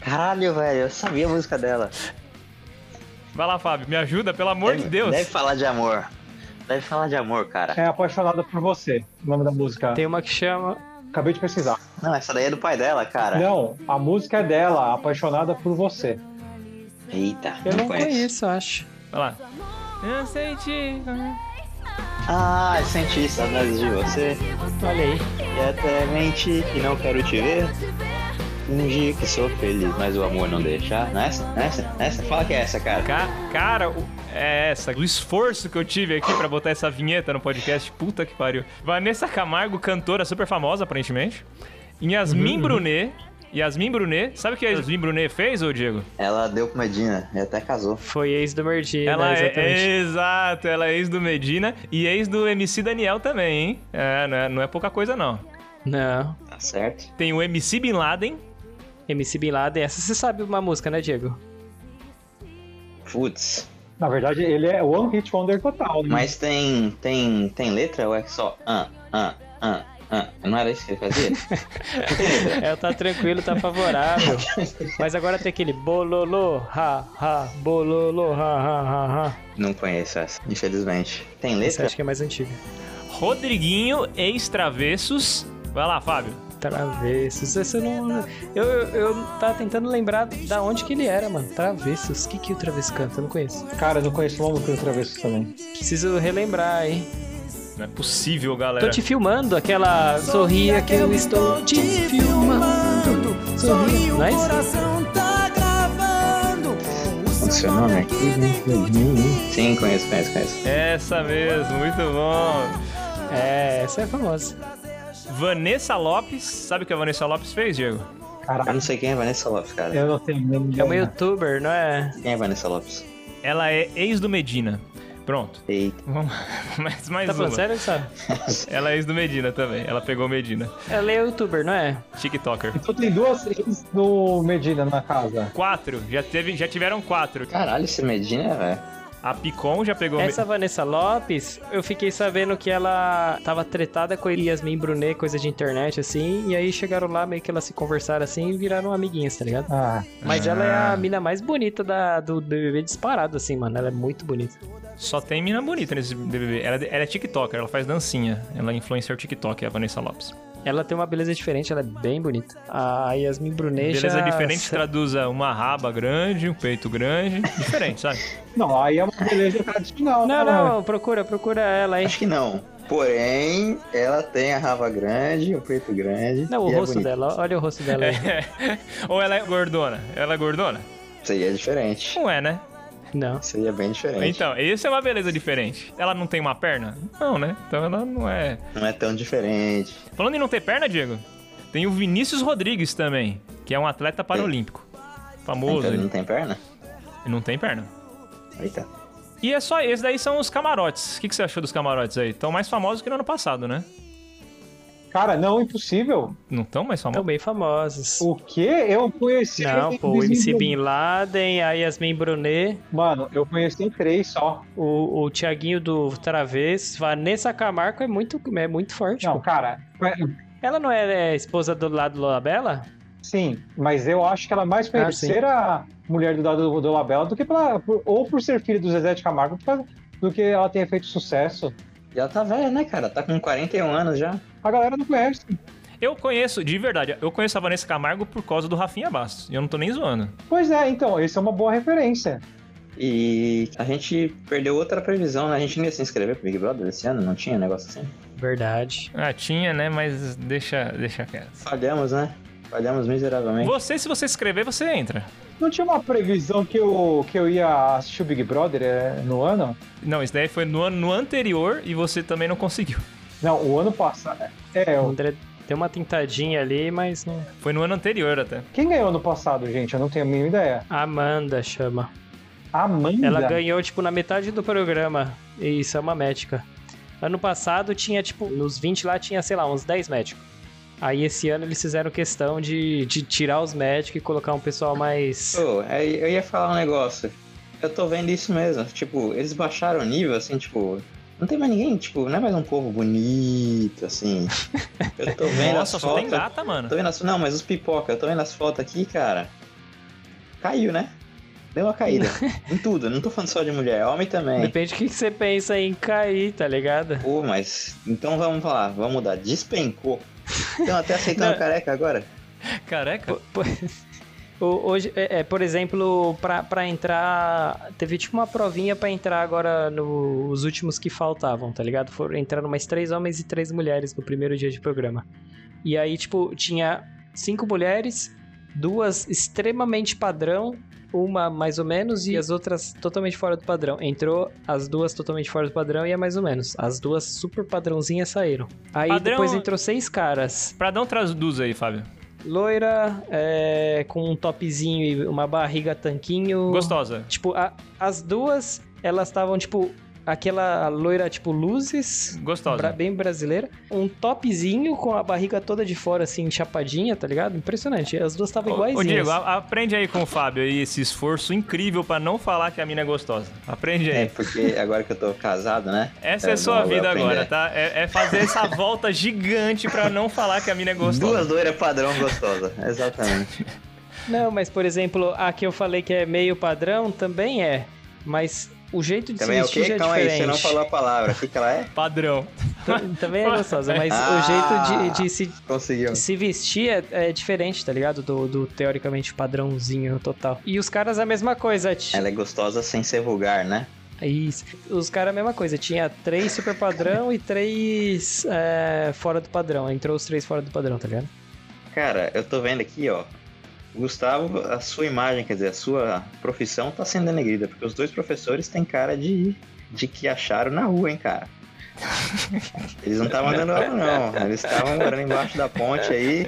Speaker 5: Caralho, velho, eu sabia a música dela.
Speaker 1: Vai lá, Fábio, me ajuda, pelo amor
Speaker 5: Deve-
Speaker 1: de Deus.
Speaker 5: Deve falar de amor. Deve falar de amor, cara.
Speaker 6: É apaixonada por você, o nome da música.
Speaker 4: Tem uma que chama.
Speaker 6: Acabei de pesquisar.
Speaker 5: Não, essa daí é do pai dela, cara.
Speaker 6: Não, a música é dela, apaixonada por você.
Speaker 5: Eita,
Speaker 4: Eu não conheço, acho.
Speaker 1: Vai lá. Eu sei te-
Speaker 5: Ah, senti saudades de você.
Speaker 4: Olha aí.
Speaker 5: E até mente que não quero te ver. Fingir que sou feliz, mas o amor não deixa. Nessa, nessa, nessa. Fala que é essa, cara.
Speaker 1: Ca- cara, o- é essa. O esforço que eu tive aqui pra botar essa vinheta no podcast, puta que pariu. Vanessa Camargo, cantora super famosa, aparentemente.
Speaker 5: Uhum.
Speaker 1: Yasmin Brunet. Yasmin Brunet. Sabe o que a Yasmin Brunet fez, ô Diego?
Speaker 5: Ela deu pro Medina e até casou.
Speaker 4: Foi ex do Merdina,
Speaker 1: Ela é,
Speaker 4: né? exatamente.
Speaker 1: é- exato, ela é ex do Medina e ex do MC Daniel também, hein? É, não é, não é pouca coisa não.
Speaker 4: Não.
Speaker 5: Tá certo?
Speaker 1: Tem o MC Bin Laden,
Speaker 4: MC Bin Laden, essa você sabe uma música, né, Diego?
Speaker 5: Putz.
Speaker 6: Na verdade, ele é One Hit Wonder total, né?
Speaker 5: Mas tem, tem, tem letra ou é só ah, ah, ah, ah? Não era isso que
Speaker 4: <laughs>
Speaker 5: ele fazia?
Speaker 4: Ela tá tranquilo,
Speaker 1: <laughs>
Speaker 4: tá favorável. Mas agora tem aquele bololô, ha, ha, bololô, ha, ha, ha, ha.
Speaker 5: não conheço essa, infelizmente. Tem
Speaker 4: Essa
Speaker 5: letra?
Speaker 4: acho que é mais antiga.
Speaker 1: Rodriguinho, ex Travessos. Vai lá, Fábio.
Speaker 4: Tá Travessos, essa eu não. Eu, eu, eu tava tentando lembrar da onde que ele era, mano. Travessos, o que que o Travesso canta? Eu não conheço.
Speaker 6: Cara, eu não conheço uma música do Travesso também.
Speaker 4: Preciso relembrar, hein?
Speaker 1: Não é possível, galera.
Speaker 4: Tô te filmando, aquela sorria que eu estou te filmando. Sorria, não é isso?
Speaker 5: O seu
Speaker 4: né?
Speaker 5: nome? Sim, conheço, conheço, conheço.
Speaker 1: Essa mesmo, muito bom.
Speaker 4: É, essa é famosa.
Speaker 1: Vanessa Lopes, sabe o que a Vanessa Lopes fez, Diego?
Speaker 5: Eu
Speaker 6: Caraca,
Speaker 5: não sei quem é Vanessa Lopes, cara.
Speaker 6: eu não tenho nem
Speaker 4: É uma youtuber, não é?
Speaker 5: Quem é Vanessa Lopes?
Speaker 1: Ela é ex do Medina. Pronto. <laughs>
Speaker 5: Eita.
Speaker 1: Vamos mais mais
Speaker 4: Tá
Speaker 1: uma.
Speaker 4: falando sério, sabe?
Speaker 1: Ela é ex do Medina também. Ela pegou o Medina.
Speaker 4: Ela é youtuber, não é?
Speaker 1: TikToker.
Speaker 6: Então tem duas ex do Medina na casa.
Speaker 1: Quatro. Já teve, já tiveram quatro.
Speaker 5: Caralho, esse Medina, é, velho.
Speaker 1: A Picon já pegou o
Speaker 4: Essa Vanessa Lopes, eu fiquei sabendo que ela tava tretada com a Yasmin Brunet, coisa de internet, assim, e aí chegaram lá, meio que elas se conversaram assim e viraram amiguinhas, tá ligado?
Speaker 6: Ah,
Speaker 4: Mas ela é a mina mais bonita da, do BBB disparado, assim, mano. Ela é muito bonita.
Speaker 1: Só tem mina bonita nesse BBB. Ela, ela é TikToker, ela faz dancinha. Ela é influencer TikTok, a Vanessa Lopes.
Speaker 4: Ela tem uma beleza diferente, ela é bem bonita. A Yasmin Brunet
Speaker 1: Beleza
Speaker 4: já...
Speaker 1: diferente, traduza uma raba grande, um peito grande. Diferente,
Speaker 5: <laughs>
Speaker 1: sabe?
Speaker 6: não, aí é uma beleza tradicional,
Speaker 4: Não,
Speaker 6: né?
Speaker 4: não, procura, procura ela aí.
Speaker 5: Acho que não. Porém, ela tem a rava grande, o peito grande.
Speaker 4: Não, o
Speaker 5: e é
Speaker 4: rosto
Speaker 5: bonita.
Speaker 4: dela, olha o rosto dela aí.
Speaker 1: <laughs> Ou ela é gordona? Ela é gordona?
Speaker 5: Seria diferente.
Speaker 1: Não é, né?
Speaker 4: Não.
Speaker 5: Seria bem diferente.
Speaker 1: Então, isso é uma beleza diferente. Ela não tem uma perna? Não, né? Então ela não é.
Speaker 5: Não é tão diferente.
Speaker 1: Falando em não ter perna, Diego, tem o Vinícius Rodrigues também, que é um atleta paralímpico. Famoso.
Speaker 5: Então, ele não
Speaker 1: Ele
Speaker 5: tem perna?
Speaker 1: não tem perna.
Speaker 5: Eita.
Speaker 1: E é só, esses daí são os camarotes. O que, que você achou dos camarotes aí? Estão mais famosos que no ano passado, né?
Speaker 6: Cara, não, impossível.
Speaker 1: Não estão mais famosos?
Speaker 4: Tão bem famosas.
Speaker 6: O quê? Eu conheci.
Speaker 4: Não,
Speaker 6: eles
Speaker 4: pô, o MC
Speaker 6: em-
Speaker 4: Bin Laden, a Yasmin Brunet,
Speaker 6: Mano, eu conheci três só.
Speaker 4: o, o Tiaguinho do Travês, Vanessa Camargo é muito, é muito forte,
Speaker 6: Não,
Speaker 4: pô.
Speaker 6: cara,
Speaker 4: Ela não é, é, esposa do lado Labela?
Speaker 6: sim, mas eu acho que ela é mais
Speaker 4: Ah,
Speaker 6: conhecerá a mulher do Dado do Labela do que pela. por- ou por ser filha do Zezé de Camargo, por causa do que ela tenha feito sucesso.
Speaker 5: E ela tá velha, né, cara? Tá com 41 anos já.
Speaker 6: A galera não conhece.
Speaker 1: Eu conheço, de verdade, eu conheço a Vanessa Camargo por causa do Rafinha Bastos. E eu não tô nem zoando.
Speaker 6: Pois é, então, isso é uma boa referência.
Speaker 5: E a gente perdeu outra previsão, né? A gente não ia se inscrever pro Big Brother esse ano, não tinha negócio assim.
Speaker 4: Verdade.
Speaker 1: Ah, tinha, né? Mas deixa, deixa quieto.
Speaker 5: Falhamos, né? Falhamos miseravelmente.
Speaker 1: Você, se você escrever, você entra.
Speaker 6: Não tinha uma previsão que eu, que eu ia assistir o Big Brother é, no ano?
Speaker 1: Não, isso daí foi no ano no anterior e você também não conseguiu. <laughs>
Speaker 6: Não, o ano passado. É,
Speaker 4: O
Speaker 6: o-
Speaker 4: André deu uma tentadinha ali, mas não.
Speaker 1: Foi no ano anterior até.
Speaker 6: quem ganhou ano passado, gente? Eu não tenho a mínima ideia.
Speaker 4: Amanda chama.
Speaker 6: Amanda?
Speaker 4: Ela ganhou, tipo, na metade do programa. E isso é uma médica. Ano passado tinha, tipo, nos 20 lá tinha, sei lá, uns 10 médicos. Aí esse ano eles fizeram questão de, de tirar os médicos e colocar um pessoal mais.
Speaker 5: Pô, é, eu ia falar um negócio. Eu tô vendo isso mesmo. Tipo, eles baixaram o nível, assim, tipo. Não tem mais ninguém, tipo, não é mais um povo
Speaker 1: <laughs>
Speaker 5: bonito, assim. Eu tô vendo
Speaker 1: Nossa,
Speaker 5: as
Speaker 1: só tem né?
Speaker 5: fotos.
Speaker 1: gata, mano.
Speaker 5: Tô vendo as, não, mas os pipoca, eu tô vendo as fotos aqui, cara. Caiu, né? Deu
Speaker 1: <laughs>
Speaker 5: uma caída. em tudo, não tô falando só de mulher, homem também.
Speaker 4: Depende do que você pensa em cair, tá ligado?
Speaker 5: Pô, mas. Então vamos falar, vamos mudar. Despencou. Estão até aceitando
Speaker 4: Não.
Speaker 5: careca agora.
Speaker 1: Careca?
Speaker 4: Pô, <laughs> O- Hoje, é, é, por exemplo, pra, pra entrar. Teve tipo uma provinha pra entrar agora nos últimos que faltavam, tá ligado? Foram, entraram mais três homens e três mulheres no primeiro dia de programa. E aí, tipo, tinha cinco mulheres, duas extremamente padrão, uma mais ou menos, e as outras totalmente fora do padrão. Entrou as duas totalmente fora do padrão e a mais ou menos. As duas super padrãozinhas saíram. Aí
Speaker 1: Padrão-
Speaker 4: depois entrou seis caras
Speaker 1: Pra dar um traduz aí, Fábio.
Speaker 4: loira, é, com um topzinho e uma barriga tanquinho.
Speaker 1: Gostosa.
Speaker 4: Tipo, a- as duas, elas estavam, tipo, aquela loira, tipo, luzes,
Speaker 1: Gostosa.
Speaker 4: bra- bem brasileira. Um topzinho com a barriga toda de fora, assim, chapadinha, tá ligado? Impressionante. As duas
Speaker 1: Ô,
Speaker 4: estavam
Speaker 1: Ô,
Speaker 4: iguaizinhas.
Speaker 1: Diego, a- aprende aí com o Fábio aí esse esforço incrível pra não falar que a mina é gostosa. Aprende
Speaker 5: É,
Speaker 1: aí.
Speaker 5: porque agora que eu tô casado, né?
Speaker 1: Essa é,
Speaker 5: eu
Speaker 1: sua
Speaker 5: vou
Speaker 1: vida
Speaker 5: aprender.
Speaker 1: agora, tá? É, é fazer essa volta gigante pra não falar que a mina é gostosa.
Speaker 5: Duas loiras padrão gostosa, exatamente.
Speaker 4: Não, mas, por exemplo, a que eu falei que é meio padrão também é. Mas o jeito de
Speaker 5: Também é
Speaker 4: se
Speaker 5: o
Speaker 4: vestir já
Speaker 5: quê?
Speaker 4: é
Speaker 5: Calma aí,
Speaker 4: diferente.
Speaker 5: você não falou a palavra. O que, que ela é?
Speaker 1: Padrão.
Speaker 4: T- Também é gostosa, mas
Speaker 5: <laughs> Ah.
Speaker 4: o jeito de- de se
Speaker 5: Conseguiu.
Speaker 4: Se vestir é, é diferente, tá ligado? Do, do, teoricamente padrãozinho total. E os caras a mesma coisa. ti-
Speaker 5: Ela é gostosa sem ser vulgar, né?
Speaker 4: Isso. Os caras a mesma coisa. Tinha três super padrão e três é, fora do padrão. Entrou os três fora do padrão, tá ligado?
Speaker 5: Cara, eu tô vendo aqui, ó. Gustavo, a sua imagem, quer dizer, a sua profissão tá sendo denegrida, porque os dois professores têm cara de, de que acharam na rua, hein, cara. Eles não estavam andando aula, não. Eles estavam morando embaixo da ponte aí,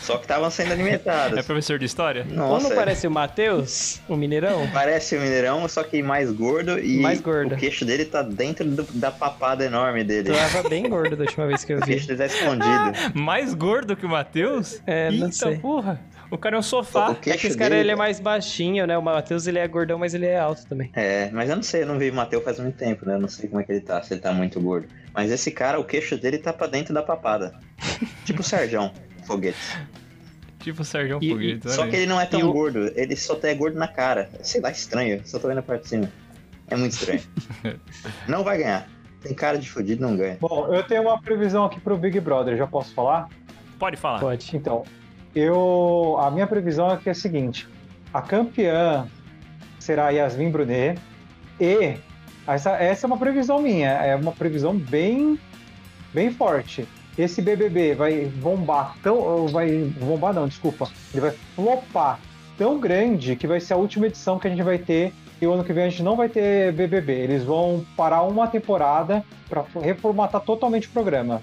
Speaker 5: só que estavam sendo
Speaker 1: É
Speaker 5: alimentados.
Speaker 1: professor de história?
Speaker 4: Como
Speaker 5: Nossa, é.
Speaker 4: parece o Matheus, o
Speaker 5: <laughs>
Speaker 4: Mineirão?
Speaker 5: parece o Mineirão, só que mais gordo e
Speaker 4: Mais gordo.
Speaker 5: o queixo dele tá dentro do- da papada enorme dele.
Speaker 4: Tava bem gordo da última vez que eu
Speaker 5: O <laughs> queixo
Speaker 4: vi.
Speaker 5: dele tá escondido.
Speaker 1: Mais gordo que o Matheus?
Speaker 4: É, não
Speaker 1: Eita,
Speaker 4: sei.
Speaker 1: porra. O cara é um
Speaker 5: O
Speaker 1: sofá.
Speaker 4: É que
Speaker 5: queixo
Speaker 4: esse cara
Speaker 5: dele...
Speaker 4: ele é mais baixinho, né? O Matheus ele é gordão, mas ele é alto também.
Speaker 5: É, mas eu não sei, eu não vi o Mateu faz muito tempo, né? Eu não sei como é que ele tá, se ele tá muito gordo. Mas esse cara, o queixo dele tá pra dentro da
Speaker 4: <laughs>
Speaker 5: papada. tipo o Serjão, foguete.
Speaker 1: Tipo o Sérgio
Speaker 4: E-
Speaker 1: Foguete.
Speaker 5: Só
Speaker 1: olha
Speaker 5: que
Speaker 1: aí.
Speaker 5: ele não é tão
Speaker 4: E o-
Speaker 5: gordo, ele só é gordo na cara. Sei lá, estranho, só tô vendo a parte de cima. É muito
Speaker 4: <laughs>
Speaker 5: estranho. não vai ganhar. Tem cara de fudido, não ganha.
Speaker 6: Bom, eu tenho uma previsão aqui pro Big Brother, já posso falar?
Speaker 1: Pode
Speaker 5: Ah,
Speaker 1: falar.
Speaker 4: Pode.
Speaker 6: Então, eu. A minha previsão é que é a seguinte: a campeã será a Yasmin Brunet. E essa, essa é uma previsão minha, é uma previsão bem, bem forte. Esse BBB vai bombar tão. ou Vai bombar, não, desculpa. Ele vai flopar tão grande que vai ser a última edição que a gente vai ter. E o ano que vem a gente não vai ter BBB. Eles vão parar uma temporada para reformatar totalmente o programa.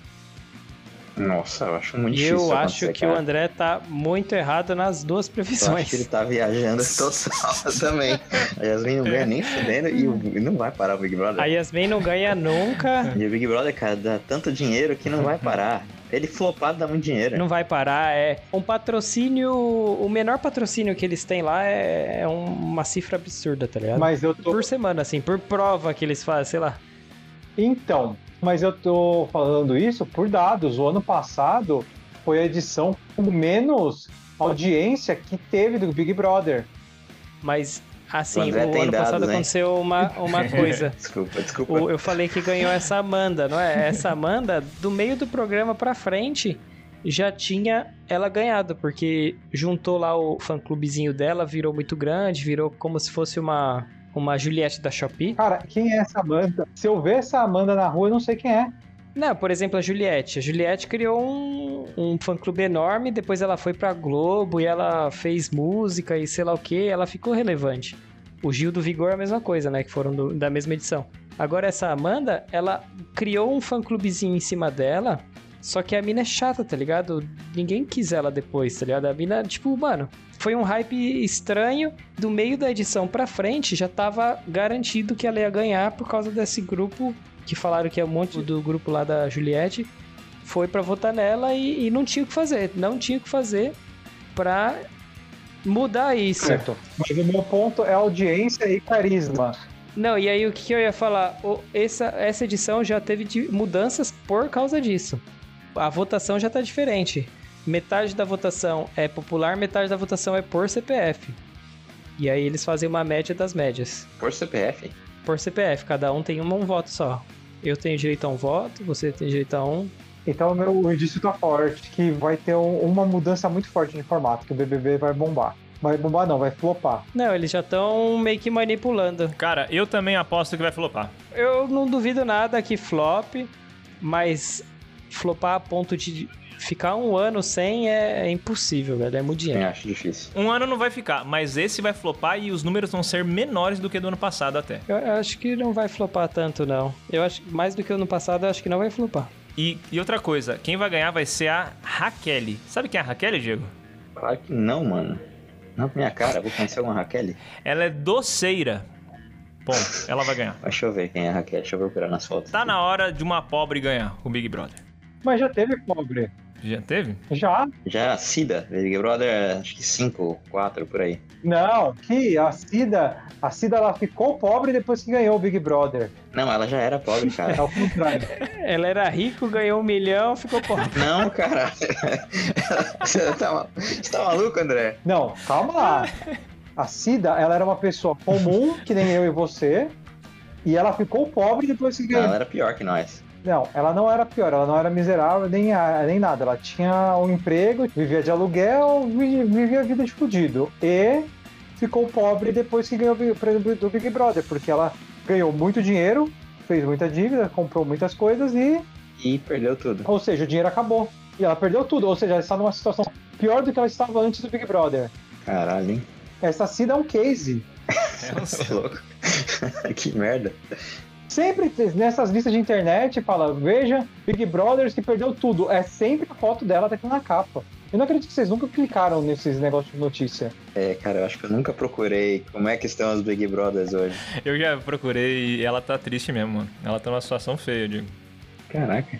Speaker 5: Nossa, eu acho muito
Speaker 4: E
Speaker 5: difícil.
Speaker 4: eu
Speaker 5: isso
Speaker 4: acho
Speaker 5: acontecer,
Speaker 4: que
Speaker 5: cara.
Speaker 4: o é André tá muito errado nas duas
Speaker 5: Eu acho que ele
Speaker 4: previsões.
Speaker 5: tá viajando total também.
Speaker 4: <laughs>
Speaker 5: A Yasmin não ganha nem fudendo e o- não vai parar o Big Brother.
Speaker 4: A Yasmin não ganha
Speaker 5: <laughs>
Speaker 4: nunca.
Speaker 5: E o Big Brother, cara, dá tanto dinheiro que não vai parar. Ele flopado dá muito dinheiro.
Speaker 4: Não vai parar, é. Um patrocínio. O menor patrocínio que eles têm lá é, é um- uma cifra absurda, tá ligado?
Speaker 6: Mas eu tô
Speaker 4: Por semana, assim, por prova que eles fazem, sei lá.
Speaker 6: Então, mas eu tô falando isso por dados. O ano passado foi a edição com menos audiência que teve do Big Brother.
Speaker 4: Mas,
Speaker 5: O
Speaker 4: assim, o
Speaker 5: André
Speaker 4: ano
Speaker 5: é, tem
Speaker 4: passado
Speaker 5: dados, hein?
Speaker 4: aconteceu uma, uma coisa.
Speaker 5: Desculpa, desculpa.
Speaker 4: O- eu falei que ganhou essa Amanda, não é? Essa Amanda, do meio do programa pra frente, já tinha ela ganhado, porque juntou lá o fã-clubezinho dela, virou muito grande, virou como se fosse uma, uma Juliette da Shopee.
Speaker 6: Cara, quem é essa Amanda? Se eu ver essa Amanda na rua, eu não sei quem é.
Speaker 4: Não, por exemplo, a Juliette. A Juliette criou um, um fã-clube enorme, depois ela foi pra Globo e ela fez música e sei lá o que, ela ficou relevante. O Gil do Vigor é a mesma coisa, né? Que foram do- da mesma edição. Agora, essa Amanda, ela criou um fã-clubezinho em cima dela, só que a mina é chata, tá ligado? Ninguém quis ela depois, tá ligado? A mina, tipo, mano, foi um hype estranho. Do meio da edição pra frente, já tava garantido que ela ia ganhar por causa desse grupo que falaram que é um monte do grupo lá da Juliette, foi pra votar nela e, e não tinha o que fazer. Não tinha o que fazer pra mudar isso.
Speaker 6: Certo. Mas o meu ponto é audiência e carisma.
Speaker 4: Não, e aí o que que eu ia falar? O- essa, essa edição já teve de- mudanças por causa disso. A votação já tá diferente. Metade da votação é popular, metade da votação é por CPF. E aí eles fazem uma média das médias.
Speaker 5: Por CPF.
Speaker 4: Por CPF, cada um tem um, um voto só. Eu tenho direito a um voto, você tem direito a um,
Speaker 6: Então meu, o indício tá forte, que vai ter um- uma mudança muito forte de formato, que o BBB vai bombar. Vai bombar não, vai flopar.
Speaker 4: Não, eles já estão meio que manipulando.
Speaker 1: Cara, eu também aposto que vai flopar.
Speaker 4: Eu não duvido nada que flop, mas flopar a ponto de ficar um ano sem é, é impossível, velho. É muito
Speaker 5: Eu
Speaker 4: dinheiro.
Speaker 5: acho difícil.
Speaker 1: Um ano não vai ficar, mas esse vai flopar e os números vão ser menores do que do ano passado até.
Speaker 4: Eu, eu acho que não vai flopar tanto, não. Eu acho mais do que ano passado, eu acho que não vai flopar.
Speaker 1: E, e outra coisa, quem vai ganhar vai ser a Raquel. Sabe quem é a Raquel, Diego?
Speaker 5: Claro que não, mano. Não pra minha cara, vou conhecer alguma Raquel?
Speaker 1: Ela é doceira. Bom, ela vai ganhar.
Speaker 5: Deixa eu ver quem é a Raquel, deixa eu procurar nas fotos.
Speaker 1: Tá na hora de uma pobre ganhar o Big Brother.
Speaker 6: Mas já teve pobre.
Speaker 1: Já teve?
Speaker 6: Já?
Speaker 5: Já a Cida, Big Brother, acho que 5, 4 por aí.
Speaker 6: Não, que a Cida, a Cida ela ficou pobre depois que ganhou o Big Brother.
Speaker 5: Não, ela já era pobre, cara.
Speaker 6: <laughs> É o contrário.
Speaker 4: Ela era rico, ganhou um milhão, ficou pobre.
Speaker 5: Não, cara. <laughs> Você tá, ma- você tá maluco, André?
Speaker 6: Não, calma lá. A Cida, ela era uma pessoa comum, que nem eu e você, e ela ficou pobre depois que
Speaker 5: Não,
Speaker 6: ganhou.
Speaker 5: ela era pior que nós.
Speaker 6: Não, ela não era pior, ela não era miserável nem, a- nem nada. Ela tinha um emprego, vivia de aluguel, vi- vivia a vida de fudido. E ficou pobre depois que ganhou o Big- prêmio do Big Brother, porque ela ganhou muito dinheiro, fez muita dívida, comprou muitas coisas e.
Speaker 5: E perdeu tudo.
Speaker 6: Ou seja, o dinheiro acabou. E ela perdeu tudo, ou seja, ela está numa situação pior do que ela estava antes do Big Brother.
Speaker 5: Caralho, hein?
Speaker 6: Essa Cida é um case.
Speaker 5: Você é louco. <laughs> que merda.
Speaker 6: Sempre te- nessas listas de internet fala, veja, Big Brothers que perdeu tudo. É sempre a foto dela daqui na capa. Eu não acredito que vocês nunca clicaram nesses negócios de notícia.
Speaker 5: É, cara, eu acho que eu nunca procurei como é que estão os Big Brothers hoje.
Speaker 1: Eu já procurei e ela tá triste mesmo, mano. Ela tá numa situação feia, Diego.
Speaker 5: Caraca.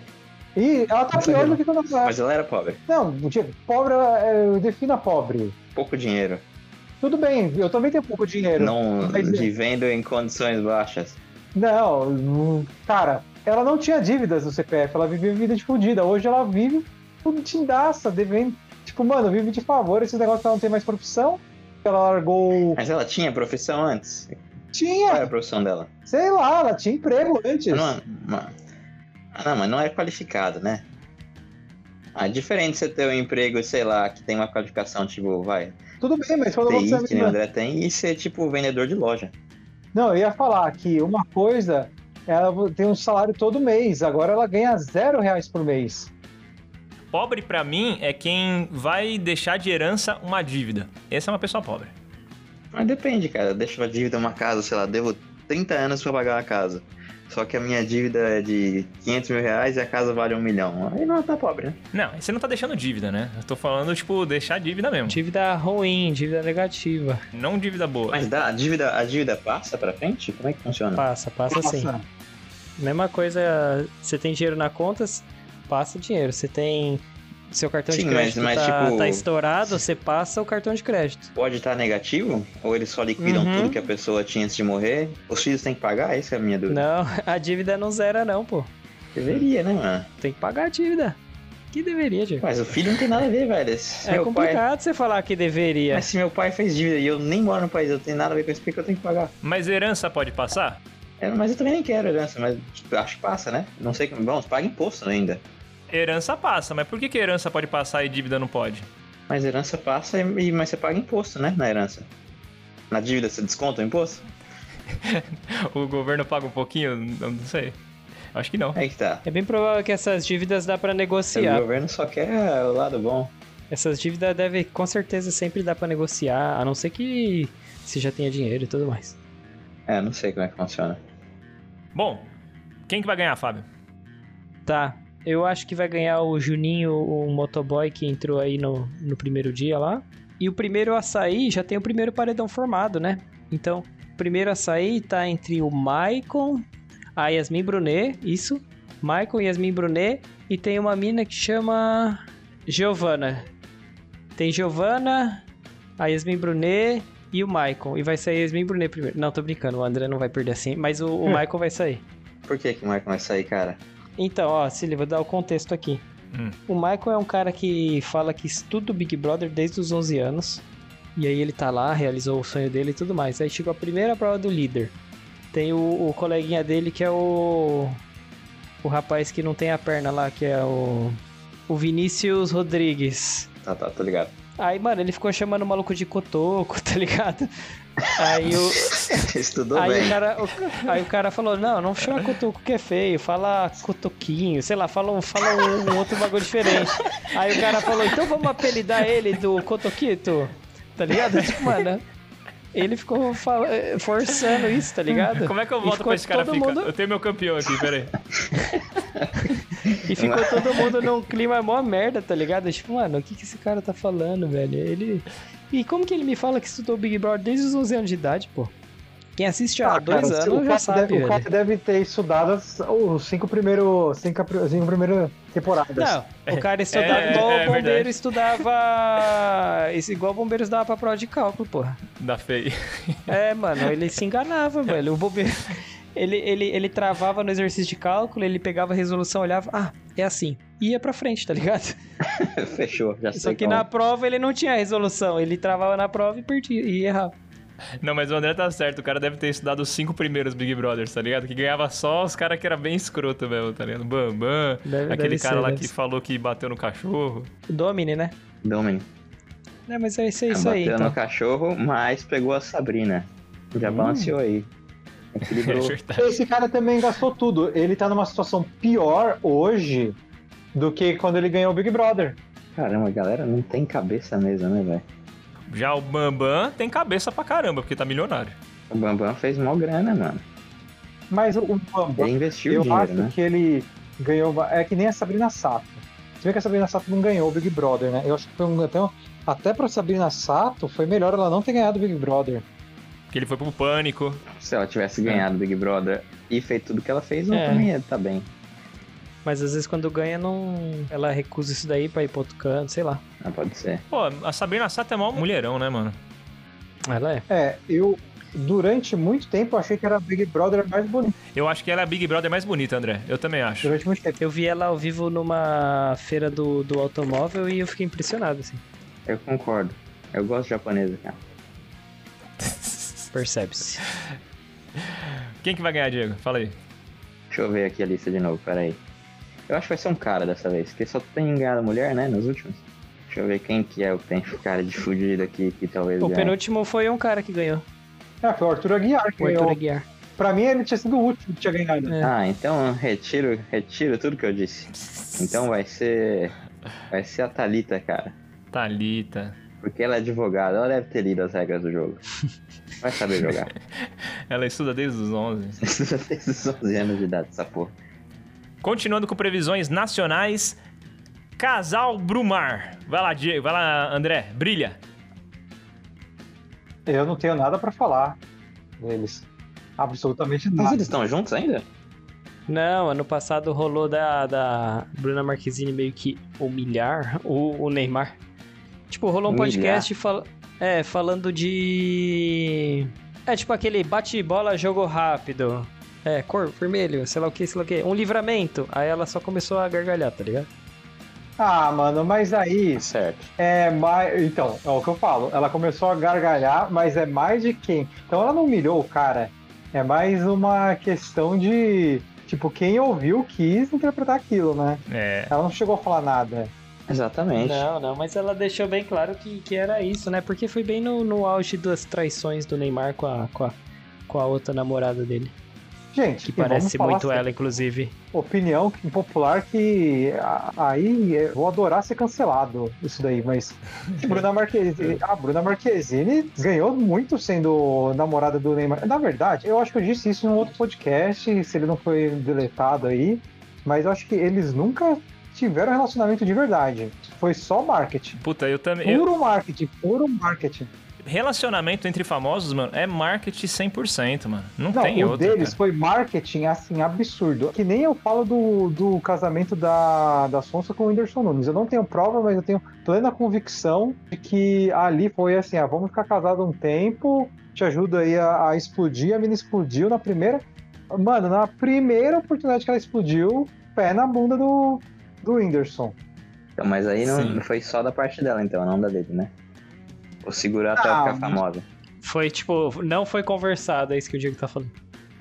Speaker 6: E ela tá
Speaker 5: Não
Speaker 6: pior
Speaker 5: sabia.
Speaker 6: do que quando ela
Speaker 5: Mas ela era pobre.
Speaker 6: Não, Diego, pobre, é, defina pobre.
Speaker 5: Pouco dinheiro.
Speaker 6: Tudo bem, eu também tenho pouco dinheiro.
Speaker 5: Não
Speaker 6: Mas-
Speaker 5: vivendo em condições baixas.
Speaker 6: Não, não, cara, ela não tinha dívidas no CPF, ela vivia vida de fudida. Hoje ela vive fudidaça, devendo. Tipo, mano, vive de favor esse negócio que ela não tem mais profissão. Ela largou.
Speaker 5: Mas ela tinha profissão antes? Qual era
Speaker 6: Tinha,
Speaker 5: a profissão dela?
Speaker 6: sei lá, ela tinha emprego antes.
Speaker 5: Não, não- ah, não, mas não é qualificado, né? Ah, é diferente você ter um emprego, sei lá, que tem uma qualificação, tipo, vai,
Speaker 6: Tudo bem, mas quando você.
Speaker 5: TI, que nem o André tem, e ser, tipo, vendedor de loja.
Speaker 6: Não, eu ia falar que uma coisa, ela tem um salário todo mês, agora ela ganha zero reais por mês.
Speaker 1: Pobre pra mim é quem vai deixar de herança uma dívida. Essa é uma pessoa pobre.
Speaker 5: Mas depende, cara. Deixa uma dívida uma casa, sei lá, devo 30 anos pra pagar uma casa. Só que a minha dívida é de 500 mil reais e a casa vale um milhão. Aí não tá pobre, né?
Speaker 1: Não, você não tá deixando dívida, né? Eu tô falando, tipo, deixar dívida mesmo.
Speaker 4: <laughs> Dívida ruim, dívida negativa.
Speaker 1: Não dívida boa.
Speaker 5: Mas dá, a dívida, a dívida passa pra frente? Como é que funciona?
Speaker 4: Passa, passa sim.
Speaker 6: Nossa,
Speaker 4: Mesma coisa, você tem dinheiro na conta, s- passa o dinheiro. Você tem. Seu cartão
Speaker 5: Sim,
Speaker 4: de
Speaker 5: mas-
Speaker 4: crédito
Speaker 5: mas,
Speaker 4: tá,
Speaker 5: tipo-
Speaker 4: tá estourado, você passa o cartão de crédito.
Speaker 5: Pode estar negativo? Ou eles só liquidam
Speaker 4: Uhum.
Speaker 5: tudo que a pessoa tinha antes de morrer? Os filhos têm que pagar? Essa é a minha dúvida.
Speaker 4: Não, a dívida não zera, não, pô.
Speaker 5: Deveria, né, mano?
Speaker 4: Tem que pagar a dívida. Que deveria, Diego.
Speaker 5: Mas o filho não tem nada a ver, velho. Se
Speaker 4: É
Speaker 5: meu pai...
Speaker 4: complicado você falar que deveria.
Speaker 5: Mas se meu pai fez dívida e eu nem moro no país, eu tenho nada a ver com isso, por que eu tenho que pagar?
Speaker 1: Mas herança pode passar?
Speaker 5: É, mas eu também nem quero herança, mas tipo, acho que passa, né? Não sei como. Bom, paga imposto ainda.
Speaker 1: Herança passa, mas por que, que herança pode passar e dívida não pode?
Speaker 5: Mas herança passa, e, mas você paga imposto, né? Na herança. Na dívida você desconta o imposto?
Speaker 1: O governo paga um pouquinho? Eu Não sei. Acho que não.
Speaker 5: Aí que tá.
Speaker 4: É bem provável que essas dívidas dá pra
Speaker 5: O
Speaker 4: negociar.
Speaker 5: governo só quer o lado bom.
Speaker 4: Essas dívidas devem, com certeza, sempre dar pra negociar, a não ser que se já tenha dinheiro e tudo mais.
Speaker 5: É, não sei como é que funciona.
Speaker 1: Bom, quem que vai ganhar, Fábio?
Speaker 4: Tá. Eu acho que vai ganhar o Juninho, o motoboy que entrou aí no, no primeiro dia lá. E o primeiro açaí já tem o primeiro paredão formado, né? Então, o primeiro açaí tá entre o Maicon, a Yasmin Brunet, isso. Maicon, Yasmin Brunet. E tem uma mina que chama Giovana. Tem Giovana, a Yasmin Brunet e o Maicon. E vai sair a Yasmin Brunet primeiro. Não, tô brincando, o André não vai perder assim. Mas o, o Maicon vai sair.
Speaker 5: Por que que o Michael vai sair, cara?
Speaker 4: Então, ó, se liga, vou dar o contexto aqui.
Speaker 1: Hum.
Speaker 4: O Michael é um cara que fala que estuda o Big Brother desde os 11 anos. E aí ele tá lá, realizou o sonho dele e tudo mais. Aí chegou a primeira prova do líder. Tem o, o coleguinha dele que é o. O rapaz que não tem a perna lá, que é o. O Vinícius Rodrigues.
Speaker 5: Tá, tá, tô ligado.
Speaker 4: Aí, mano, ele ficou chamando o maluco de cotoco, <laughs> tá ligado? Aí o.
Speaker 5: <laughs> Estudou
Speaker 4: É. Aí o,
Speaker 5: bem.
Speaker 4: cara, o- aí o cara falou, não, não chama cotoco que é feio, fala cotoquinho, sei lá, fala, um- fala um, um outro bagulho diferente. Aí o cara falou, então vamos apelidar ele do cotoquito, tá ligado? <laughs> Tipo, mano, ele ficou fal- eh, forçando isso, tá ligado?
Speaker 1: Como é
Speaker 4: <laughs>
Speaker 1: que eu
Speaker 4: E
Speaker 1: volto
Speaker 4: ficou
Speaker 1: pra esse cara
Speaker 4: todo
Speaker 1: fica?
Speaker 4: mundo-
Speaker 1: Eu tenho meu campeão aqui, peraí. <laughs>
Speaker 4: E ficou todo mundo num clima mó merda, tá ligado? Tipo, mano, o que, que esse cara tá falando, velho? Ele. E como que ele me fala que estudou Big Brother desde os 11 anos de idade, pô? Quem assiste há
Speaker 6: Ah, cara,
Speaker 4: dois
Speaker 6: se-
Speaker 4: anos
Speaker 6: o
Speaker 4: já
Speaker 6: cara
Speaker 4: sabe, né?
Speaker 6: deve,
Speaker 4: velho.
Speaker 6: O cara deve ter estudado as- os cinco primeiros. Cinco, apri- cinco primeiras temporadas.
Speaker 4: Não, <laughs> o cara estudava
Speaker 1: é,
Speaker 4: igual
Speaker 1: é
Speaker 4: o bombeiro
Speaker 1: verdade.
Speaker 4: estudava. <laughs> esse- Igual o bombeiro estudava pra prova de cálculo, porra.
Speaker 1: Da feia.
Speaker 4: É, mano, ele se enganava, velho. O bombeiro. <laughs> Ele, ele, ele travava no exercício de cálculo, ele pegava a resolução, olhava, ah, é assim. E ia pra frente,
Speaker 1: <laughs>
Speaker 4: tá ligado?
Speaker 5: <laughs> Fechou, já
Speaker 1: Assim,
Speaker 5: sei
Speaker 4: Só que
Speaker 5: como.
Speaker 4: na prova ele não tinha a resolução, ele travava na prova e perdia, e errava.
Speaker 1: Não, mas o André tá certo. O cara deve ter estudado os cinco primeiros Big Brothers, tá ligado? Que ganhava só os caras que era bem escroto mesmo, tá ligado? Bambam,
Speaker 4: Deve-
Speaker 1: aquele
Speaker 4: deve
Speaker 1: cara
Speaker 4: ser,
Speaker 1: lá
Speaker 4: deve
Speaker 1: que
Speaker 4: ser.
Speaker 1: falou que bateu no cachorro. <laughs>
Speaker 4: Domine, né?
Speaker 5: Domini.
Speaker 4: É, mas é
Speaker 1: Ah,
Speaker 4: isso, é isso
Speaker 5: Bateu
Speaker 4: aí,
Speaker 5: no
Speaker 1: né?
Speaker 4: então. Hum.
Speaker 5: cachorro, mas pegou a Sabrina. Já balanceou aí.
Speaker 1: É
Speaker 4: <laughs>
Speaker 5: Equilibrou.
Speaker 1: verdade.
Speaker 6: Esse cara também gastou tudo. Ele tá numa situação pior hoje do que quando ele ganhou o Big Brother.
Speaker 5: Caramba, a galera não tem cabeça mesmo, né, velho?
Speaker 1: Já o Bambam tem cabeça pra caramba, porque tá milionário.
Speaker 5: O Bambam fez mó grana, mano.
Speaker 6: Mas o, o Bambam,
Speaker 5: Ele investiu
Speaker 6: eu
Speaker 5: dinheiro,
Speaker 6: acho
Speaker 5: né?
Speaker 6: que ele ganhou. va- É que nem a Sabrina Sato. Se bem que a Sabrina Sato não ganhou o Big Brother, né? Eu acho que foi um. Até, um- até pra Sabrina Sato, foi melhor ela não ter ganhado o Big Brother.
Speaker 1: Porque ele foi pro pânico.
Speaker 5: Se ela tivesse ganhado o Big Brother e feito tudo que ela fez, não
Speaker 4: É.
Speaker 5: também ia tá bem.
Speaker 4: Mas às vezes quando ganha, não. Ela recusa isso daí pra ir pro outro canto, sei lá.
Speaker 5: Ah, pode ser.
Speaker 1: Pô, a Sabrina Sato é mó mulherão, né, mano?
Speaker 4: Ela é.
Speaker 6: É, eu. Durante muito tempo eu achei que era a Big Brother mais bonita.
Speaker 1: Eu acho que ela é a Big Brother mais bonita, André. Eu também acho.
Speaker 6: Durante muito tempo.
Speaker 4: Eu vi ela ao vivo numa feira do, do automóvel e eu fiquei impressionado, assim.
Speaker 5: Eu concordo. Eu gosto de japonesa, cara.
Speaker 4: Percebe-se.
Speaker 1: Quem que vai ganhar, Diego? Fala aí.
Speaker 5: Deixa eu ver aqui a lista de novo, peraí. Eu acho que vai ser um cara dessa vez, porque só tem ganhado mulher, né, nos últimos. Deixa eu ver quem que é o que tem <laughs> cara de fudido aqui, que talvez
Speaker 4: O
Speaker 5: ganhe.
Speaker 4: penúltimo foi um cara que ganhou,
Speaker 6: É, foi o Arthur Aguiar que
Speaker 4: o Arthur
Speaker 6: ganhou.
Speaker 4: Aguiar.
Speaker 6: Pra mim ele tinha sido o último que tinha ganhado.
Speaker 4: É.
Speaker 5: Ah, então retiro, retiro tudo que eu disse. Então vai ser. Vai ser a Thalita, cara.
Speaker 1: Thalita.
Speaker 5: Porque ela é advogada, ela deve ter lido as regras do jogo. Vai saber jogar. <laughs>
Speaker 1: Ela estuda desde os 11.
Speaker 5: Desde os 11 anos de idade, essa porra.
Speaker 1: Continuando com previsões nacionais. Casal Brumar. Vai lá, Diego. Vai lá, André. Brilha.
Speaker 6: Eu não tenho nada pra falar deles. Absolutamente
Speaker 5: Mas
Speaker 6: nada.
Speaker 5: eles estão juntos ainda?
Speaker 4: Não, ano passado rolou da, da Bruna Marquezine meio que humilhar o, o Neymar. Tipo, rolou um
Speaker 5: Humilhar?
Speaker 4: podcast fal- é, falando de... É tipo aquele bate-bola, jogo rápido. É, cor, vermelho, sei lá o que, sei lá o que. Um livramento. Aí ela só começou a gargalhar, tá ligado?
Speaker 6: Ah, mano, mas aí
Speaker 5: Certo.
Speaker 6: é mais. Então, é o que eu falo. Ela começou a gargalhar, mas é mais de quem? Então ela não humilhou o cara. É mais uma questão de. Tipo, quem ouviu quis interpretar aquilo, né?
Speaker 1: É.
Speaker 6: Ela não chegou a falar nada.
Speaker 5: Exatamente.
Speaker 4: Não, não, mas ela deixou bem claro que, que era isso, né? Porque foi bem no, no auge das traições do Neymar com a, com, a, com a outra namorada dele.
Speaker 6: Gente,
Speaker 4: que
Speaker 6: e Tipo, vamos
Speaker 4: parece
Speaker 6: falar
Speaker 4: muito
Speaker 6: sério.
Speaker 4: ela, inclusive.
Speaker 6: opinião impopular que a- aí eu vou adorar ser cancelado isso daí, mas Bruna Marquezine, a Bruna Marquezine ganhou muito sendo namorada do Neymar. Na verdade, eu acho que eu disse isso em um outro podcast, se ele não foi deletado aí, mas eu acho que eles nunca tiveram relacionamento de verdade. Foi só marketing.
Speaker 1: Puta, eu também. eu-
Speaker 6: Puro marketing, puro marketing.
Speaker 1: Relacionamento entre famosos, mano, é marketing 100%, mano. Não,
Speaker 6: Não,
Speaker 1: tem
Speaker 6: o
Speaker 1: outro.
Speaker 6: deles
Speaker 1: cara.
Speaker 6: foi marketing, assim, absurdo. Que nem eu falo do, do casamento da, da Sonsa com o Whindersson Nunes. Eu não tenho prova, mas eu tenho plena convicção de que ali foi assim, ah, vamos ficar casados um tempo, te ajuda aí a, a explodir. A menina explodiu na primeira... Mano, na primeira oportunidade que ela explodiu, pé na bunda do, do Whindersson.
Speaker 5: Então, mas aí não,
Speaker 9: Sim.
Speaker 5: não foi só da parte dela, então, não da dele, né? Vou segurar até
Speaker 6: Ah,
Speaker 5: ela
Speaker 6: mas-
Speaker 5: ficar famosa.
Speaker 4: Foi tipo, não foi conversado, é isso que o Diego tá falando.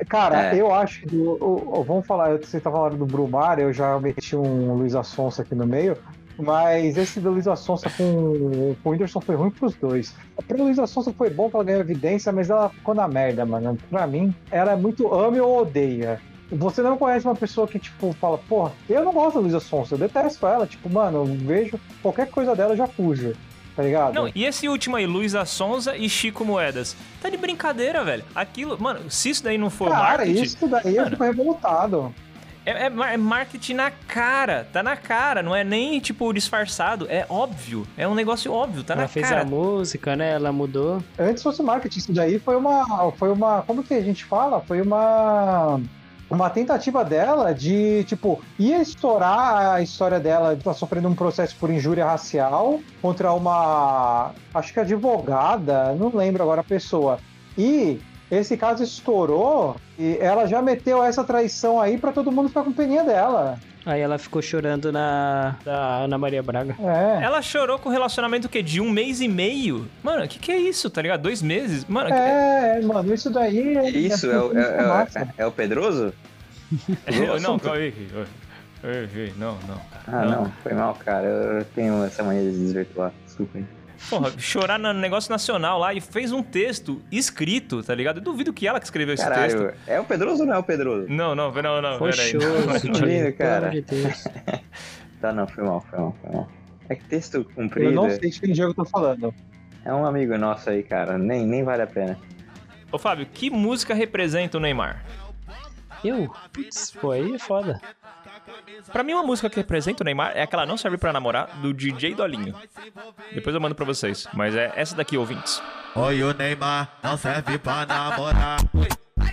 Speaker 6: Cara,
Speaker 5: É.
Speaker 6: eu acho que. do- o- o- vamos falar, você tá falando do Brumar, eu já meti um Luiz Assonso aqui no meio. Mas esse do Luiz Assonso com, com o Whindersson foi ruim pros dois. Pra Luiz Assonso foi bom que ela ganhou evidência, mas ela ficou na merda, mano. Pra mim, ela é muito ame ou odeia. Você não conhece uma pessoa que, tipo, fala, porra, eu não gosto da Luiz Assonso, eu detesto ela. Tipo, mano, eu vejo qualquer coisa dela, eu já fujo. Tá ligado?
Speaker 1: Não, e esse último aí, Luísa Sonza e Chico Moedas. Tá de brincadeira, velho. Aquilo, mano, se isso daí não for
Speaker 6: Cara,
Speaker 1: marketing,
Speaker 6: isso daí eu
Speaker 1: Mano.
Speaker 6: fico revoltado.
Speaker 1: É, é mar- é marketing na cara, tá na cara, não é nem tipo disfarçado, é óbvio, é um negócio óbvio, tá
Speaker 4: ela
Speaker 1: na
Speaker 4: fez
Speaker 1: cara.
Speaker 4: a música, né? Ela mudou.
Speaker 6: antes fosse marketing. Isso daí foi uma, foi uma, como que a gente fala? Foi uma uma tentativa dela de, tipo, ia estourar a história dela, tá sofrendo um processo por injúria racial contra uma, acho que advogada, não lembro agora a pessoa. E esse caso estourou e ela já meteu essa traição aí pra todo mundo ficar com peninha dela.
Speaker 4: Aí ela ficou chorando na da Ana Maria Braga.
Speaker 6: É.
Speaker 1: Ela chorou com o relacionamento o quê? De um mês e meio? Mano, o que, que é isso, tá ligado? Dois meses? Mano,
Speaker 6: É, mano, isso daí é-
Speaker 5: Isso, é, o- é, é,
Speaker 6: massa.
Speaker 5: é- é o Pedroso?
Speaker 1: é-
Speaker 5: Mudou o
Speaker 1: não,
Speaker 5: assunto?
Speaker 1: calma aí. oi, oi, oi, Não, não.
Speaker 5: Ah, não, foi mal, cara. Eu tenho essa mania de desvirtuar. Desculpa aí.
Speaker 1: Porra, chorar no negócio nacional lá e fez um texto escrito, tá ligado? Eu duvido que ela que escreveu esse texto.
Speaker 5: Caralho, é o Pedroso ou não é o Pedroso?
Speaker 1: Não, não, não, não,
Speaker 4: Foi
Speaker 1: peraí.
Speaker 4: show,
Speaker 5: não,
Speaker 4: Diego,
Speaker 5: não,
Speaker 4: pelo
Speaker 5: cara.
Speaker 4: amor de Deus.
Speaker 5: Tá, não, foi mal, foi mal, foi mal. É que texto
Speaker 6: Eu
Speaker 5: comprido
Speaker 6: não sei de que jogo eu tô tá falando.
Speaker 5: é um amigo nosso aí, cara. Nem, nem vale a pena.
Speaker 1: Ô, Fábio, que música representa o Neymar?
Speaker 4: Eu? Putz, pô, aí é foda.
Speaker 1: Pra mim, uma música que representa o Neymar é aquela Não Serve Pra Namorar, do DJ Dolinho. Depois eu mando pra vocês. Mas é essa daqui, ouvintes.
Speaker 11: Oi, o Neymar não serve pra namorar.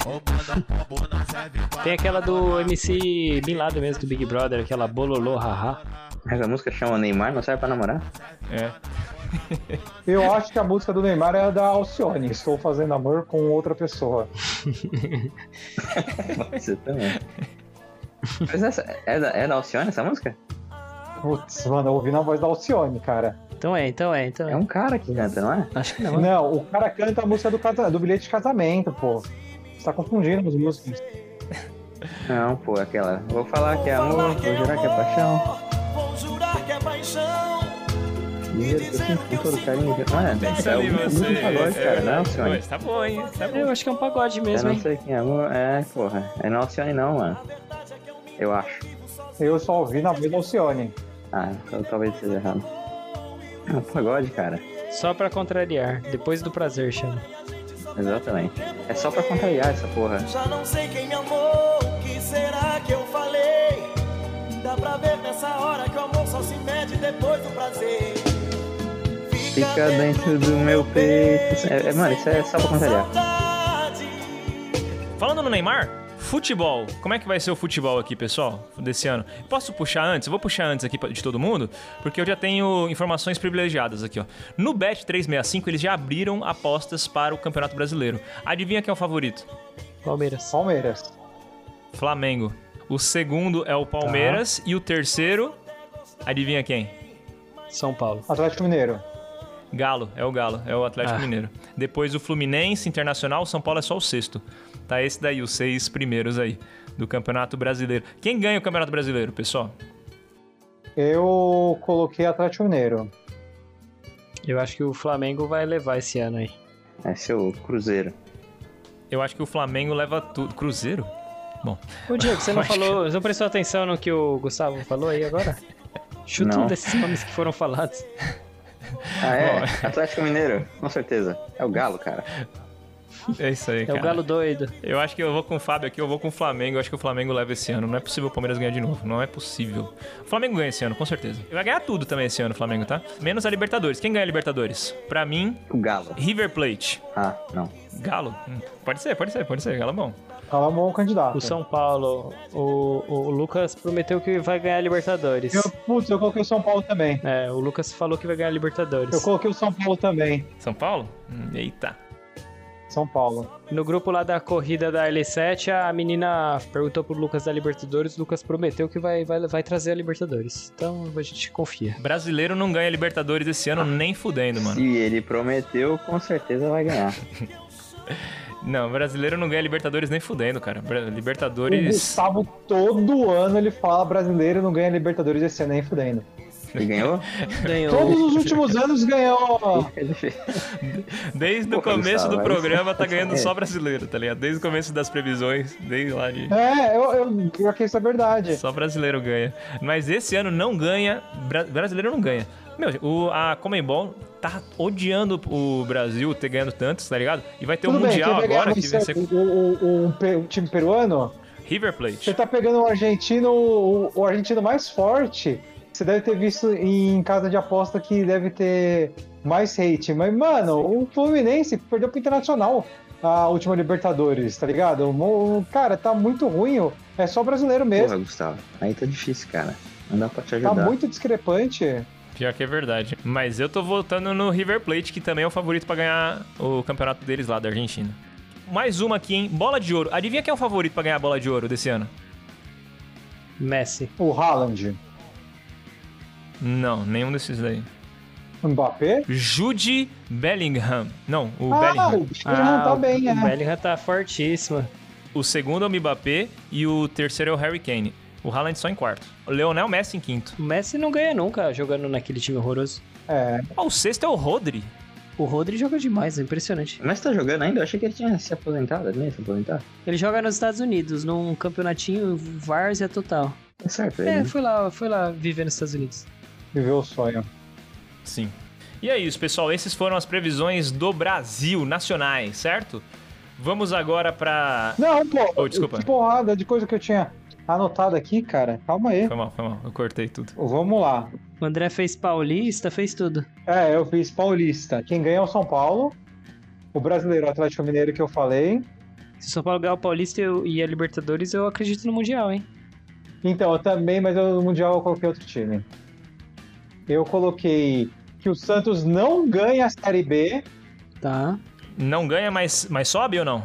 Speaker 11: Ô, manda pombo não serve pra
Speaker 4: Tem aquela do MC Bin Laden mesmo, do Big Brother, aquela bololô, haha.
Speaker 5: Mas a música chama Neymar, não serve pra namorar?
Speaker 1: É.
Speaker 6: Eu acho que a música do Neymar é a da Alcione. Estou fazendo amor com outra pessoa.
Speaker 5: Você também. Mas essa, é, da, é da Alcione essa música?
Speaker 6: Putz, mano, eu ouvi na voz da Alcione, cara.
Speaker 4: Então é, então é, então
Speaker 5: É
Speaker 4: é.
Speaker 5: um cara que canta, não é?
Speaker 4: Acho que não.
Speaker 6: Não, o cara canta a música do, casa- do bilhete de casamento, pô. Você tá confundindo as músicas.
Speaker 5: Não, pô, aquela. Vou falar que é amor, vou jurar que é paixão.
Speaker 11: Vou jurar que é paixão.
Speaker 5: Dizer que eu sinto com todo carinho. que- Não é?
Speaker 1: Pensa
Speaker 5: é o
Speaker 1: ali
Speaker 5: grupo
Speaker 1: você.
Speaker 5: do pagode, cara, não é Alcione.
Speaker 1: Pois, tá bom, hein? Tá bom.
Speaker 4: Eu acho que é um pagode
Speaker 5: Eu
Speaker 4: mesmo,
Speaker 5: não
Speaker 4: hein?
Speaker 5: sei quem é amor. É, porra. É não Alcione não, mano. Eu acho.
Speaker 6: Eu só ouvi na voz da Alcione.
Speaker 5: Ah, então talvez seja errado. É um pagode, cara.
Speaker 4: Só pra contrariar. Depois do prazer, chama.
Speaker 5: Exatamente. É só pra contrariar essa porra.
Speaker 11: Já não sei quem me amou. O que será que eu falei? Dá pra ver nessa hora que o amor só se mede depois do prazer.
Speaker 5: Fica dentro do meu peito. É, é, mano, isso é só pra contrariar.
Speaker 1: Falando no Neymar, futebol. Como é que vai ser o futebol aqui, pessoal, desse ano? Posso puxar antes? Eu Vou puxar antes aqui pra- de todo mundo, porque eu já tenho informações privilegiadas aqui, ó. No Bet365, eles já abriram apostas para o Campeonato Brasileiro. Adivinha quem é o favorito?
Speaker 4: Palmeiras.
Speaker 6: Palmeiras.
Speaker 1: Flamengo. O segundo é o Palmeiras e o terceiro, adivinha quem?
Speaker 4: São Paulo.
Speaker 6: Atlético Mineiro.
Speaker 1: Galo, é o Galo, é o Atlético
Speaker 4: Ah.
Speaker 1: Mineiro. Depois o Fluminense, Internacional, o São Paulo é só o sexto. Tá esse daí, os seis primeiros aí do Campeonato Brasileiro. Quem ganha o Campeonato Brasileiro, pessoal?
Speaker 6: Eu coloquei Atlético Mineiro.
Speaker 4: Eu acho que o Flamengo vai levar esse ano aí.
Speaker 5: É seu Cruzeiro.
Speaker 1: Eu acho que o Flamengo leva tudo. Cruzeiro? Bom,
Speaker 4: Ô, Diego, você não
Speaker 1: Acho que-
Speaker 4: falou. Você não prestou atenção no que o Gustavo falou aí agora? Chuta
Speaker 5: Não.
Speaker 4: um desses nomes que foram falados.
Speaker 5: Ah, é? <laughs> Atlético Mineiro, com certeza. É o Galo, cara.
Speaker 1: é isso aí,
Speaker 4: <laughs> É
Speaker 1: cara.
Speaker 4: o Galo doido.
Speaker 1: Eu acho que eu vou com o Fábio aqui, eu vou com o Flamengo. Eu acho que o Flamengo leva esse ano. Não é possível o Palmeiras ganhar de novo. Não é possível. O Flamengo ganha esse ano, com certeza. Vai ganhar tudo também esse ano, o Flamengo, tá? Menos a Libertadores. Quem ganha a Libertadores? Pra mim,
Speaker 5: O Galo.
Speaker 1: River Plate.
Speaker 5: Ah, não.
Speaker 1: Galo? Hum, Pode ser, pode ser, pode ser. Galo é bom.
Speaker 6: Ela é um bom candidato.
Speaker 4: O São Paulo. O, o Lucas prometeu que vai ganhar a Libertadores.
Speaker 6: Eu, putz, eu coloquei o São Paulo também.
Speaker 4: É, o Lucas falou que vai ganhar a Libertadores.
Speaker 6: Eu coloquei o São Paulo também.
Speaker 1: São Paulo? Hum, Eita.
Speaker 6: São Paulo.
Speaker 4: No grupo lá da corrida da L7, a menina perguntou pro Lucas da Libertadores, o Lucas prometeu que vai, vai, vai trazer a Libertadores. Então a gente confia.
Speaker 1: Brasileiro não ganha Libertadores esse ano, nem fudendo, mano.
Speaker 5: Se ele prometeu, com certeza vai ganhar.
Speaker 1: Não, brasileiro não ganha Libertadores nem fudendo, cara. Bra-
Speaker 6: O
Speaker 1: Libertadores.
Speaker 6: Gustavo, todo ano, ele fala brasileiro não ganha Libertadores esse ano nem fudendo.
Speaker 5: Ele ganhou?
Speaker 6: Todos os últimos anos ganhou.
Speaker 1: Desde o
Speaker 5: Porra,
Speaker 1: começo
Speaker 6: é
Speaker 5: Gustavo,
Speaker 1: do
Speaker 5: aí
Speaker 1: programa
Speaker 5: você-
Speaker 1: tá ganhando
Speaker 5: é.
Speaker 1: só brasileiro, tá ligado? Desde o começo das previsões, desde lá de.
Speaker 6: É, eu, eu, eu achei isso é verdade.
Speaker 1: Só brasileiro ganha. Mas esse ano não ganha. bra- brasileiro não ganha. Meu, o, a Comembol tá odiando o Brasil ter ganhando tantos, tá ligado? E vai ter um
Speaker 6: Tudo bem, quem
Speaker 1: Mundial
Speaker 6: vai ganhar
Speaker 1: agora
Speaker 6: vai
Speaker 1: que vai
Speaker 6: ser
Speaker 1: ser
Speaker 6: o, o- o- um pe- um time peruano.
Speaker 1: River
Speaker 6: Você
Speaker 1: Plate.
Speaker 6: tá pegando o argentino, o, o argentino mais forte. Você deve ter visto em casa de aposta que deve ter mais hate. Mas, mano, o Fluminense perdeu pro Internacional a última Libertadores, tá ligado? O- o- cara, tá muito ruim. ó. É só brasileiro mesmo.
Speaker 5: Porra, Gustavo. Aí tá difícil, cara. Não dá pra te
Speaker 6: tá
Speaker 5: ajudar.
Speaker 6: muito discrepante.
Speaker 1: Pior que é verdade. Mas eu tô voltando no River Plate, que também é o favorito pra ganhar o campeonato deles lá da Argentina. Mais uma aqui, hein? Bola de ouro. Adivinha quem é o favorito pra ganhar a bola de ouro desse ano?
Speaker 4: Messi.
Speaker 6: O Haaland,
Speaker 1: Não, nenhum desses daí.
Speaker 6: o Mbappé.
Speaker 1: Jude Bellingham. Não, o
Speaker 6: ah,
Speaker 1: Bellingham.
Speaker 6: o Bellingham tá
Speaker 4: o-
Speaker 6: bem,
Speaker 4: O
Speaker 6: é.
Speaker 4: Bellingham tá fortíssima.
Speaker 1: O segundo é o Mbappé e o terceiro é o Harry Kane. O Haaland só em quarto. O Leonel Messi em quinto.
Speaker 4: O Messi não ganha nunca jogando naquele time horroroso.
Speaker 6: É,
Speaker 1: Ah, o sexto é o Rodri.
Speaker 4: O Rodri joga demais, é impressionante.
Speaker 5: Mas tá jogando ainda? Eu achei que ele tinha se aposentado. Ele não ia se aposentar?
Speaker 4: Ele joga nos Estados Unidos, num campeonatinho várzea total.
Speaker 5: Tá certo ele.
Speaker 4: É,
Speaker 5: né?
Speaker 4: foi lá, foi lá viver nos Estados Unidos.
Speaker 6: viveu o sonho.
Speaker 1: Sim. E é isso, pessoal. Essas foram as previsões do Brasil nacionais, certo? Vamos agora pra.
Speaker 6: Não, pô.
Speaker 1: Oh, desculpa.
Speaker 6: Que porrada de coisa que eu tinha anotado aqui, cara. Calma aí.
Speaker 1: Foi mal, foi mal. Eu cortei tudo.
Speaker 6: Vamos lá.
Speaker 4: O André fez paulista, fez tudo.
Speaker 6: É, eu fiz Paulista. Quem ganha é o São Paulo. O brasileiro, o Atlético Mineiro que eu falei.
Speaker 4: Se o São Paulo ganhar o Paulista eu- e a Libertadores, eu acredito no Mundial, hein?
Speaker 6: Então, eu também, mas eu, no Mundial eu coloquei outro time. Eu coloquei que o Santos não ganha a Série B.
Speaker 4: Tá.
Speaker 1: Não ganha, mas, mas sobe ou não?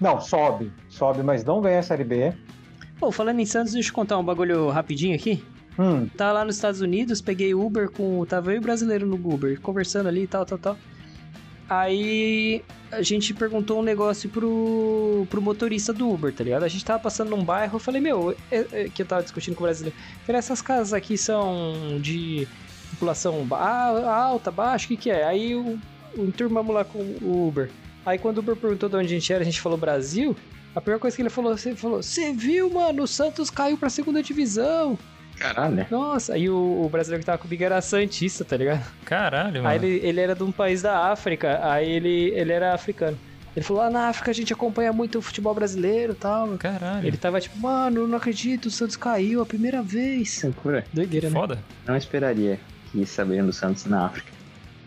Speaker 6: Não, sobe. Sobe, mas não ganha a Série B.
Speaker 4: Pô, falando em Santos, deixa eu contar um bagulho rapidinho aqui.
Speaker 6: Hum,
Speaker 4: Tava tá lá nos Estados Unidos, peguei Uber com. Tava eu e o brasileiro no Uber, conversando ali e tal, tal, tal. Aí a gente perguntou um negócio pro, pro motorista do Uber, tá ligado? A gente tava passando num bairro, eu falei, meu, é- é- que eu tava discutindo com o brasileiro. Eu Falei, essas casas aqui são de população ba- ah, alta, baixa, o que que é? Aí o, o enturmamos lá com o Uber. Aí quando o Uber perguntou de onde a gente era, a gente falou Brasil. A primeira coisa que ele falou, ele falou, você viu, mano, o Santos caiu pra segunda divisão.
Speaker 5: é Caralho. né?
Speaker 4: Nossa, aí o, o brasileiro que tava comigo era Santista, tá ligado?
Speaker 1: Caralho,
Speaker 4: Aí
Speaker 1: mano.
Speaker 4: ele, ele era de um país da África, aí ele, ele era africano. Ele falou, ah, na África a gente acompanha muito o futebol brasileiro e tal.
Speaker 1: Caralho.
Speaker 4: Ele tava tipo, mano, eu não acredito, o Santos caiu a primeira vez.
Speaker 5: Que loucura.
Speaker 4: Doideira, né?
Speaker 1: Foda.
Speaker 5: Não esperaria que saberiam do Santos na África.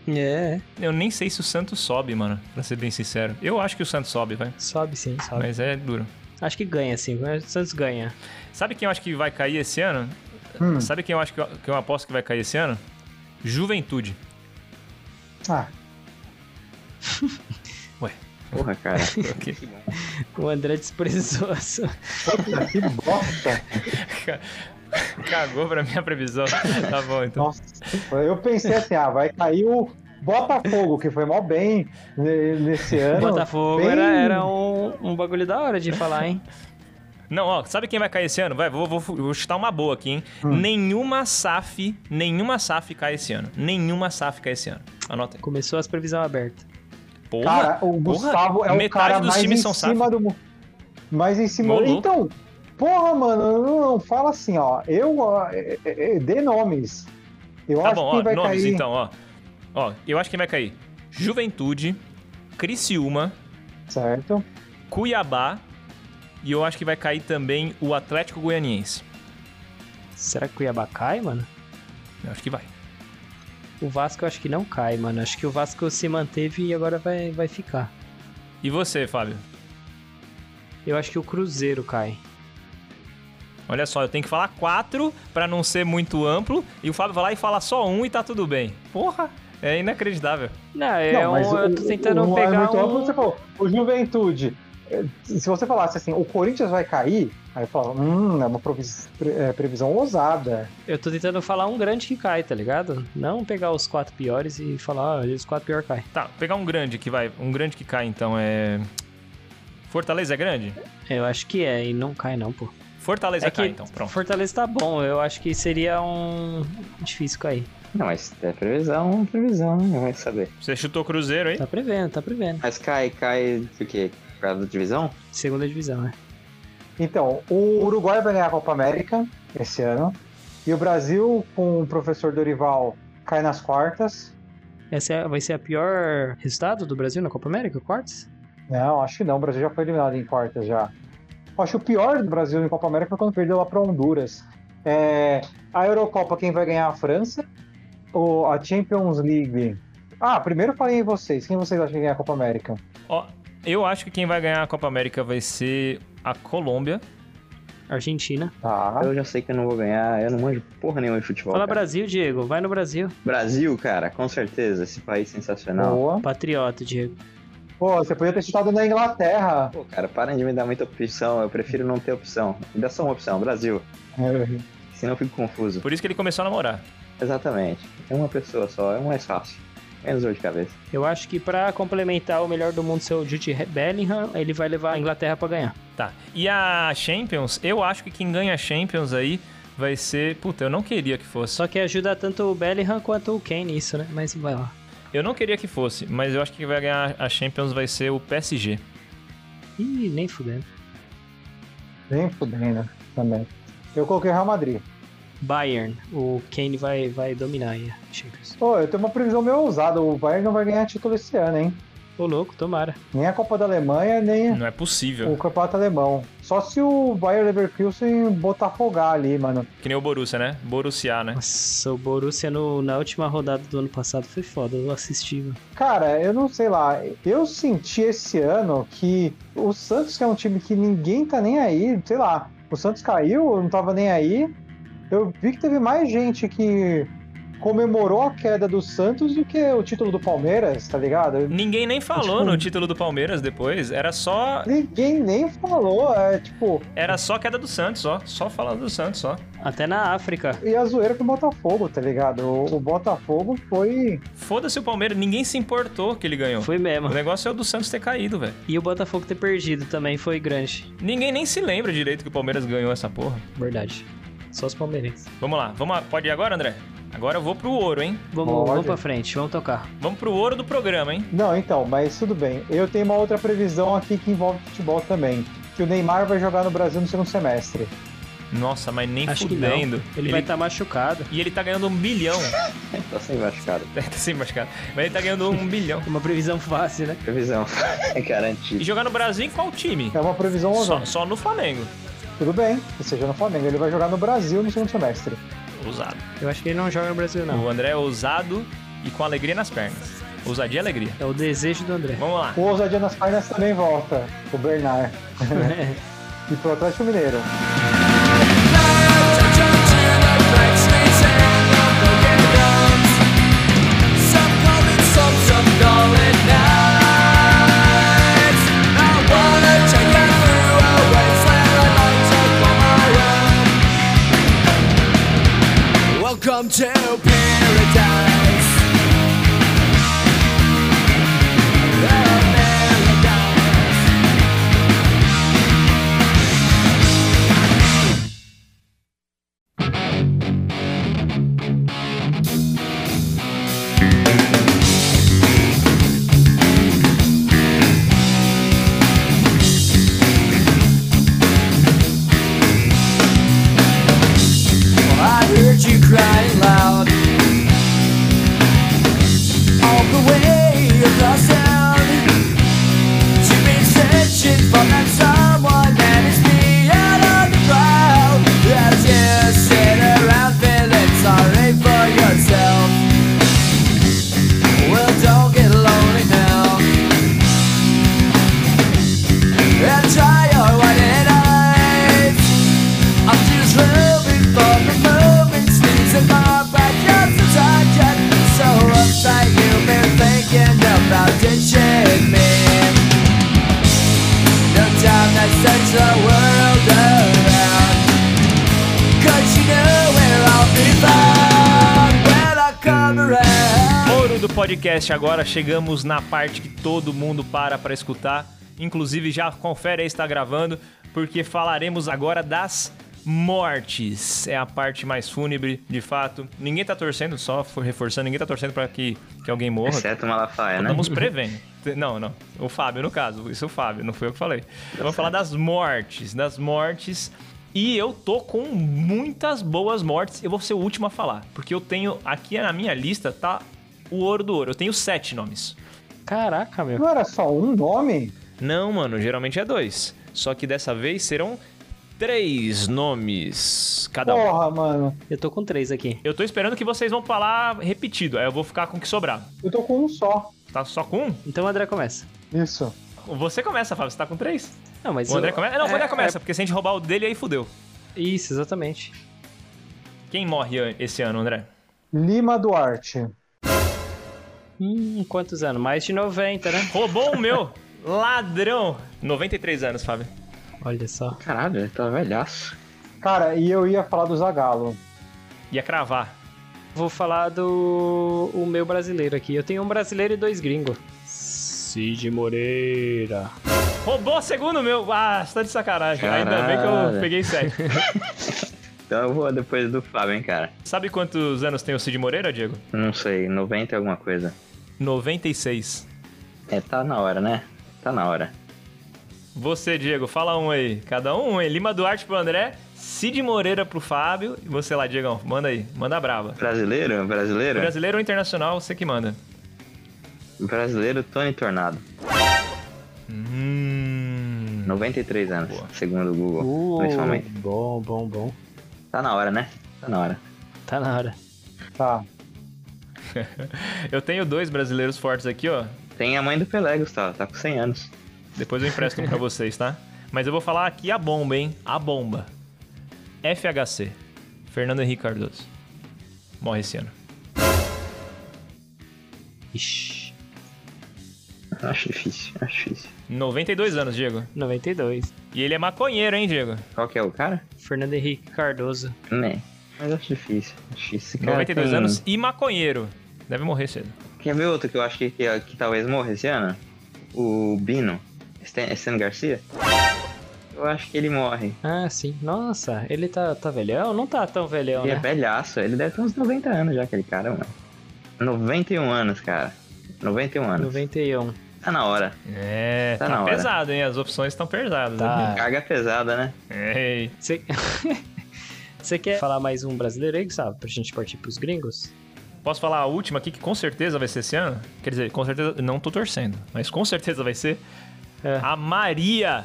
Speaker 4: É,
Speaker 1: Eu nem sei se o Santos sobe, mano. Pra ser bem sincero. Eu acho que o Santos sobe, vai.
Speaker 4: sobe sim, sobe.
Speaker 1: Mas é duro.
Speaker 4: Acho que ganha, sim. O Santos ganha.
Speaker 1: Sabe quem eu acho que vai cair esse ano?
Speaker 6: hum.
Speaker 1: Sabe quem eu acho que eu, que eu aposto que vai cair esse ano? Juventude.
Speaker 6: Ah,
Speaker 5: Porra,
Speaker 6: <laughs>
Speaker 5: cara.
Speaker 4: O André desprezou a sua-
Speaker 6: puta, que bosta.
Speaker 1: Cagou pra minha previsão. <laughs> Tá bom, então.
Speaker 6: Nossa, eu pensei assim, ah, vai cair o Botafogo, que foi mal bem ne- nesse ano.
Speaker 4: Botafogo
Speaker 6: Bem-
Speaker 4: era, era um, um bagulho da hora de falar, hein?
Speaker 1: Não, ó, sabe quem vai cair esse ano? Vai, vou, vou, vou chutar uma boa aqui, hein?
Speaker 6: Hum.
Speaker 1: Nenhuma SAF, nenhuma SAF cai esse ano. Nenhuma SAF cai esse ano. Anota aí.
Speaker 4: Começou as previsões abertas.
Speaker 1: Porra,
Speaker 6: Cara, o
Speaker 1: porra,
Speaker 6: Gustavo é o
Speaker 1: metade
Speaker 6: cara
Speaker 1: dos
Speaker 6: mais
Speaker 1: times
Speaker 6: em
Speaker 1: são
Speaker 6: cima
Speaker 1: SAF.
Speaker 6: do mundo. Mais em cima.
Speaker 1: Maluco.
Speaker 6: Então, Porra, mano, não, não, fala assim, ó. Eu. ó, é, é, é, dê nomes. Eu
Speaker 1: tá
Speaker 6: acho
Speaker 1: bom,
Speaker 6: que
Speaker 1: ó,
Speaker 6: vai
Speaker 1: nomes
Speaker 6: cair.
Speaker 1: então, ó. Ó, eu acho que vai cair. Juventude, Criciúma,
Speaker 6: Certo.
Speaker 1: Cuiabá e eu acho que vai cair também o Atlético Goianiense.
Speaker 4: Será que o Cuiabá cai, mano?
Speaker 1: Eu acho que vai.
Speaker 4: O Vasco eu acho que não cai, mano. Acho que o Vasco se manteve e agora vai, vai ficar.
Speaker 1: E você, Fábio?
Speaker 4: Eu acho que o Cruzeiro cai.
Speaker 1: Olha só, eu tenho que falar quatro pra não ser muito amplo e o Fábio vai lá e fala só um e tá tudo bem. Porra, é inacreditável.
Speaker 4: Não, é
Speaker 6: Não,
Speaker 4: um,
Speaker 6: mas
Speaker 4: eu
Speaker 6: o-
Speaker 4: tô tentando
Speaker 6: o- o- é
Speaker 4: pegar
Speaker 6: muito amplo,
Speaker 4: um...
Speaker 6: você falou, o Juventude. eh, Se você falasse assim, o Corinthians vai cair, aí eu falava, hum, é uma provis- pre- eh, previsão ousada.
Speaker 4: Eu tô tentando falar um grande que cai, tá ligado? Não pegar os quatro piores e falar, ah, os quatro piores caem.
Speaker 1: Tá, pegar um grande que vai, um grande que cai então é Fortaleza é grande?
Speaker 4: Eu acho que é, e não cai não, pô.
Speaker 1: Fortaleza
Speaker 4: é
Speaker 1: cai então, pronto.
Speaker 4: Fortaleza tá bom, eu acho que seria um... Difícil cair.
Speaker 5: Não, mas é previsão, previsão, né? Vai saber.
Speaker 1: Você chutou Cruzeiro, hein?
Speaker 4: Tá prevendo, tá prevendo.
Speaker 5: Mas cai, cai do quê? Por causa da divisão?
Speaker 4: Segunda divisão, né?
Speaker 6: Então, o Uruguai vai ganhar a Copa América esse ano. E o Brasil, com o professor Dorival, cai nas quartas.
Speaker 4: Essa é- vai ser a pior resultado do Brasil na Copa América, quartos?
Speaker 6: Não, acho que não. O Brasil já foi eliminado em quartas já. Eu Acho que o pior do Brasil em Copa América foi quando perdeu lá para Honduras. É, a Eurocopa, quem vai ganhar é a França. Ou a Champions League. Ah, primeiro eu falei em vocês. Quem vocês acham que ganha a Copa América?
Speaker 1: Ó, eu acho que quem vai ganhar a Copa América vai ser a Colômbia.
Speaker 4: Argentina.
Speaker 6: Tá.
Speaker 5: Eu já sei que eu não vou ganhar, eu não manjo porra nenhuma de futebol.
Speaker 4: Fala
Speaker 5: cara.
Speaker 4: Brasil, Diego. Vai no Brasil.
Speaker 5: Brasil, cara, com certeza, esse país sensacional.
Speaker 6: Boa.
Speaker 4: Patriota, Diego.
Speaker 6: Pô, você podia ter chutado na Inglaterra.
Speaker 5: Pô, cara, parem de me dar muita opção, eu prefiro não ter opção. Me dá só uma opção, Brasil.
Speaker 6: É,
Speaker 5: Senão eu fico confuso.
Speaker 1: Por isso que ele começou a namorar.
Speaker 5: Exatamente. É uma pessoa só, é um mais fácil. Menos dor de cabeça.
Speaker 4: Eu acho que pra complementar o melhor do mundo ser o Jude Bellingham, ele vai levar a Inglaterra pra ganhar.
Speaker 1: Tá. E a Champions, eu acho que quem ganha a Champions aí vai ser. Puta, eu não queria que fosse.
Speaker 4: Só que ajuda tanto o Bellingham quanto o Kane nisso, né? Mas vai lá.
Speaker 1: Eu não queria que fosse, mas eu acho que quem vai ganhar a Champions vai ser o PSG.
Speaker 4: Ih, nem fudendo.
Speaker 6: Nem fudendo também. Eu coloquei Real Madrid.
Speaker 4: Bayern, o Kane vai, vai dominar aí. a Champions.
Speaker 6: Pô, eu tenho uma previsão meio ousada. O Bayern não vai ganhar título esse ano, hein?
Speaker 4: Ô louco, tomara.
Speaker 6: Nem a Copa da Alemanha, nem
Speaker 1: Não é possível.
Speaker 6: o Campeonato Alemão. Só se o Bayern Leverkusen botafogar ali, mano.
Speaker 1: Que nem o Borussia, né? Borussia, né?
Speaker 4: Nossa, o Borussia no- na última rodada do ano passado foi foda. Eu assisti, mano.
Speaker 6: Cara, eu não sei lá. Eu senti esse ano que o Santos, que é um time que ninguém tá nem aí, sei lá. O Santos caiu, eu não tava nem aí. Eu vi que teve mais gente que comemorou a queda do Santos do que o título do Palmeiras, tá ligado?
Speaker 1: Ninguém nem falou
Speaker 4: Tipo-
Speaker 1: no título do Palmeiras depois. Era só.
Speaker 6: Ninguém nem falou, é tipo,
Speaker 1: Era só queda do Santos, ó. Só falando do Santos, ó.
Speaker 4: Até na África.
Speaker 6: e a zoeira pro Botafogo, tá ligado? O, o Botafogo foi.
Speaker 1: Foda-se o Palmeiras, ninguém se importou que ele ganhou.
Speaker 4: Foi mesmo.
Speaker 1: O negócio é o do Santos ter caído, velho.
Speaker 4: E o Botafogo ter perdido também foi grande.
Speaker 1: Ninguém nem se lembra direito que o Palmeiras ganhou essa porra.
Speaker 4: Verdade. Só os palmeirenses.
Speaker 1: Vamos lá, vamos lá. Pode ir agora, André? Agora eu vou pro ouro, hein?
Speaker 4: Vamos,
Speaker 6: Olha.
Speaker 4: vamos pra frente, vamos tocar.
Speaker 1: Vamos pro ouro do programa, hein?
Speaker 6: Não, então, mas tudo bem. Eu tenho uma outra previsão aqui que envolve futebol também. Que o Neymar vai jogar no Brasil no segundo semestre.
Speaker 1: Nossa, mas nem
Speaker 4: Acho que não.
Speaker 1: fudendo.
Speaker 4: Ele, vai tá- estar machucado.
Speaker 1: E ele tá ganhando um
Speaker 4: <laughs>
Speaker 1: bilhão. <laughs>
Speaker 5: Tá sem machucado.
Speaker 1: tá sem machucado. Mas ele tá ganhando um bilhão.
Speaker 4: Uma previsão fácil, né?
Speaker 5: Previsão. <laughs> É
Speaker 1: E
Speaker 5: garantido.
Speaker 1: jogar no Brasil em qual time?
Speaker 6: É uma previsão ousada.
Speaker 1: Só, só no Flamengo.
Speaker 6: Tudo bem, que seja no Flamengo. Ele vai jogar no Brasil no segundo semestre.
Speaker 1: Ousado.
Speaker 4: Eu acho que ele não joga no Brasil, não.
Speaker 1: O André é ousado e com alegria nas pernas. Ousadia e alegria.
Speaker 4: É o desejo do
Speaker 1: <laughs>
Speaker 4: André. <laughs>
Speaker 1: Vamos lá.
Speaker 6: O Ousadia nas Pernas também volta. O Bernard. e pro Atlético Mineiro.
Speaker 11: Welcome to paradise. Oh, paradise.
Speaker 1: podcast agora, chegamos na parte que todo mundo para para escutar. Inclusive, já confere aí, está gravando, porque falaremos agora das mortes. É a parte mais fúnebre, de fato. Ninguém tá torcendo, só for- reforçando, ninguém tá torcendo para que, que alguém morra.
Speaker 5: Exceto o Malafaia, né?
Speaker 1: Estamos prevendo. Não, não. O Fábio, no caso. Isso é o Fábio, não foi eu que falei. Vamos falar das mortes, das mortes. E eu tô com muitas boas mortes. Eu vou ser o último a falar. Porque eu tenho. Aqui na minha lista tá o ouro do ouro. Eu tenho sete nomes.
Speaker 4: Caraca, meu.
Speaker 6: Não era só um nome?
Speaker 1: Não, mano, geralmente é dois. Só que dessa vez serão três nomes. Cada um.
Speaker 6: Porra, mano.
Speaker 4: Eu tô com três aqui.
Speaker 1: Eu tô esperando que vocês vão falar repetido. Aí eu vou ficar com o que sobrar.
Speaker 6: Eu tô com um só.
Speaker 1: Tá só com um?
Speaker 4: Então o André começa.
Speaker 6: Isso.
Speaker 1: Você começa, Fábio. Você tá com três?
Speaker 4: Não, mas
Speaker 1: O André
Speaker 4: eu-
Speaker 1: começa? Não, o
Speaker 4: é-
Speaker 1: André começa, porque se a gente roubar o dele, aí fudeu.
Speaker 4: é- Isso, exatamente.
Speaker 1: Quem morre an- esse ano, André?
Speaker 6: Lima Duarte.
Speaker 4: Hum, quantos anos? Mais de 90, né?
Speaker 1: Roubou o
Speaker 4: <laughs>
Speaker 1: meu! Ladrão! 93 anos, Fábio.
Speaker 4: Olha só.
Speaker 5: Caralho, ele tá velhaço.
Speaker 6: Cara, e eu ia falar do Zagalo.
Speaker 1: Ia cravar.
Speaker 4: Vou falar do o meu brasileiro aqui. Eu tenho um brasileiro e dois gringos. Cid Moreira.
Speaker 1: Roubou o segundo meu! Ah, você tá de sacanagem. Ainda bem que eu
Speaker 5: Caralho.
Speaker 1: peguei sete.
Speaker 5: Então eu vou depois do Fábio, hein, cara.
Speaker 1: Sabe quantos anos tem o Cid Moreira, Diego?
Speaker 5: Não sei, 90 e alguma coisa.
Speaker 1: 96.
Speaker 5: É, tá na hora, né? Tá na hora.
Speaker 1: Você, Diego, fala um aí. Cada um, hein? Lima Duarte pro André, Cid Moreira pro Fábio. E você lá, Diegão, manda aí. Manda brava.
Speaker 5: Brasileiro?
Speaker 4: É.
Speaker 5: Brasileiro?
Speaker 1: Brasileiro ou internacional, você que manda.
Speaker 5: Brasileiro Tony Tornado.
Speaker 1: Hum. <laughs>
Speaker 5: 93 anos, segundo o Google, principalmente.
Speaker 4: Bom, bom, bom.
Speaker 5: Tá na hora, né? Tá na hora.
Speaker 4: Tá na hora.
Speaker 6: Tá.
Speaker 1: Eu tenho dois brasileiros fortes aqui, ó.
Speaker 5: Tem a mãe do Pelé, Gustavo, tá com 100 anos.
Speaker 1: Depois eu empresto um pra vocês, tá? Mas eu vou falar aqui a bomba, hein? A bomba. FHC. Fernando Henrique Cardoso. Morre esse ano.
Speaker 4: Ixi.
Speaker 5: Acho difícil, acho difícil.
Speaker 1: 92 anos, Diego.
Speaker 4: 92.
Speaker 1: E ele é maconheiro, hein, Diego?
Speaker 5: Qual que é o cara?
Speaker 4: Fernando Henrique Cardoso.
Speaker 5: Né. Mas acho difícil, acho difícil. Esse cara
Speaker 1: 92
Speaker 5: tem-
Speaker 1: anos e maconheiro. Deve morrer cedo.
Speaker 5: Quer ver outro que eu acho que, que, que talvez morra esse ano? O Bino. Stan, Stan Garcia? Eu acho que ele morre.
Speaker 4: Ah, sim. Nossa, ele tá, tá velhão? Não tá tão velhão,
Speaker 5: Ele é
Speaker 4: né?
Speaker 5: velhaço, ele deve ter uns 90 anos já, aquele cara, mano. 91 anos, cara. 91 anos.
Speaker 4: 91.
Speaker 5: Tá na hora.
Speaker 1: É, tá,
Speaker 5: Tá na hora.
Speaker 1: pesado, hein? As opções estão pesadas.
Speaker 4: Tá.
Speaker 5: Carga pesada, né?
Speaker 1: Né? Ei.
Speaker 4: <laughs> Você... Você quer falar mais um brasileiro aí, Gustavo? Pra gente partir pros gringos?
Speaker 1: Posso falar a última aqui, que com certeza vai ser esse ano? Quer dizer, com certeza, não tô torcendo, mas com certeza vai ser.
Speaker 4: É.
Speaker 1: A Maria,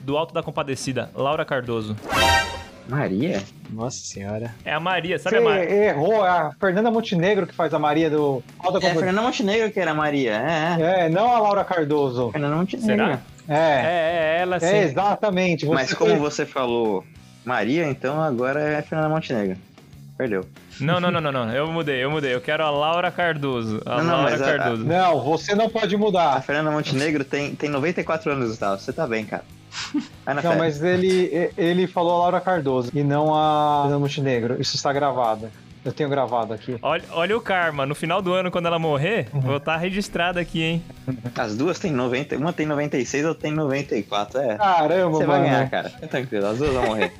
Speaker 1: do Alto da Compadecida, Laura Cardoso.
Speaker 5: Maria?
Speaker 4: Nossa senhora.
Speaker 1: É a Maria, sabe
Speaker 6: Você
Speaker 1: a Maria?
Speaker 6: errou, é a Fernanda Montenegro que faz a Maria do. Alta
Speaker 5: É,
Speaker 6: Compa-
Speaker 5: Fernanda Montenegro que era Maria, é, é.
Speaker 6: É, não a Laura Cardoso.
Speaker 5: Fernanda Montenegro.
Speaker 1: Será?
Speaker 4: É,
Speaker 6: É, é,
Speaker 4: é ela sim.
Speaker 6: exatamente. Você
Speaker 5: Mas como você falou Maria, então agora é Fernanda Montenegro. Perdeu.
Speaker 1: Não, não, não, não, não. Eu mudei, eu mudei. Eu quero a Laura Cardoso. A
Speaker 5: Não, não,
Speaker 1: Laura
Speaker 5: mas a-
Speaker 1: Cardoso.
Speaker 6: Não, você não pode
Speaker 5: A
Speaker 6: mudar.
Speaker 5: Fernanda Montenegro tem, tem 94 anos, Gustavo. Você tá bem, cara. Vai na
Speaker 6: Não,
Speaker 5: fé.
Speaker 6: mas ele, ele falou a Laura Cardoso e não a Fernanda Montenegro. Isso está gravado. Eu tenho gravado aqui.
Speaker 1: Olha, olha o karma. No final do ano, quando ela morrer,
Speaker 5: Uhum.
Speaker 1: vou estar registrada aqui, hein?
Speaker 5: As duas tem 90, uma tem 96, outra tem 94, é.
Speaker 6: Ah, Caramba,
Speaker 5: Você vai
Speaker 6: mano.
Speaker 5: ganhar, cara. Fica tranquilo, as duas vão
Speaker 6: <laughs>
Speaker 5: morrer.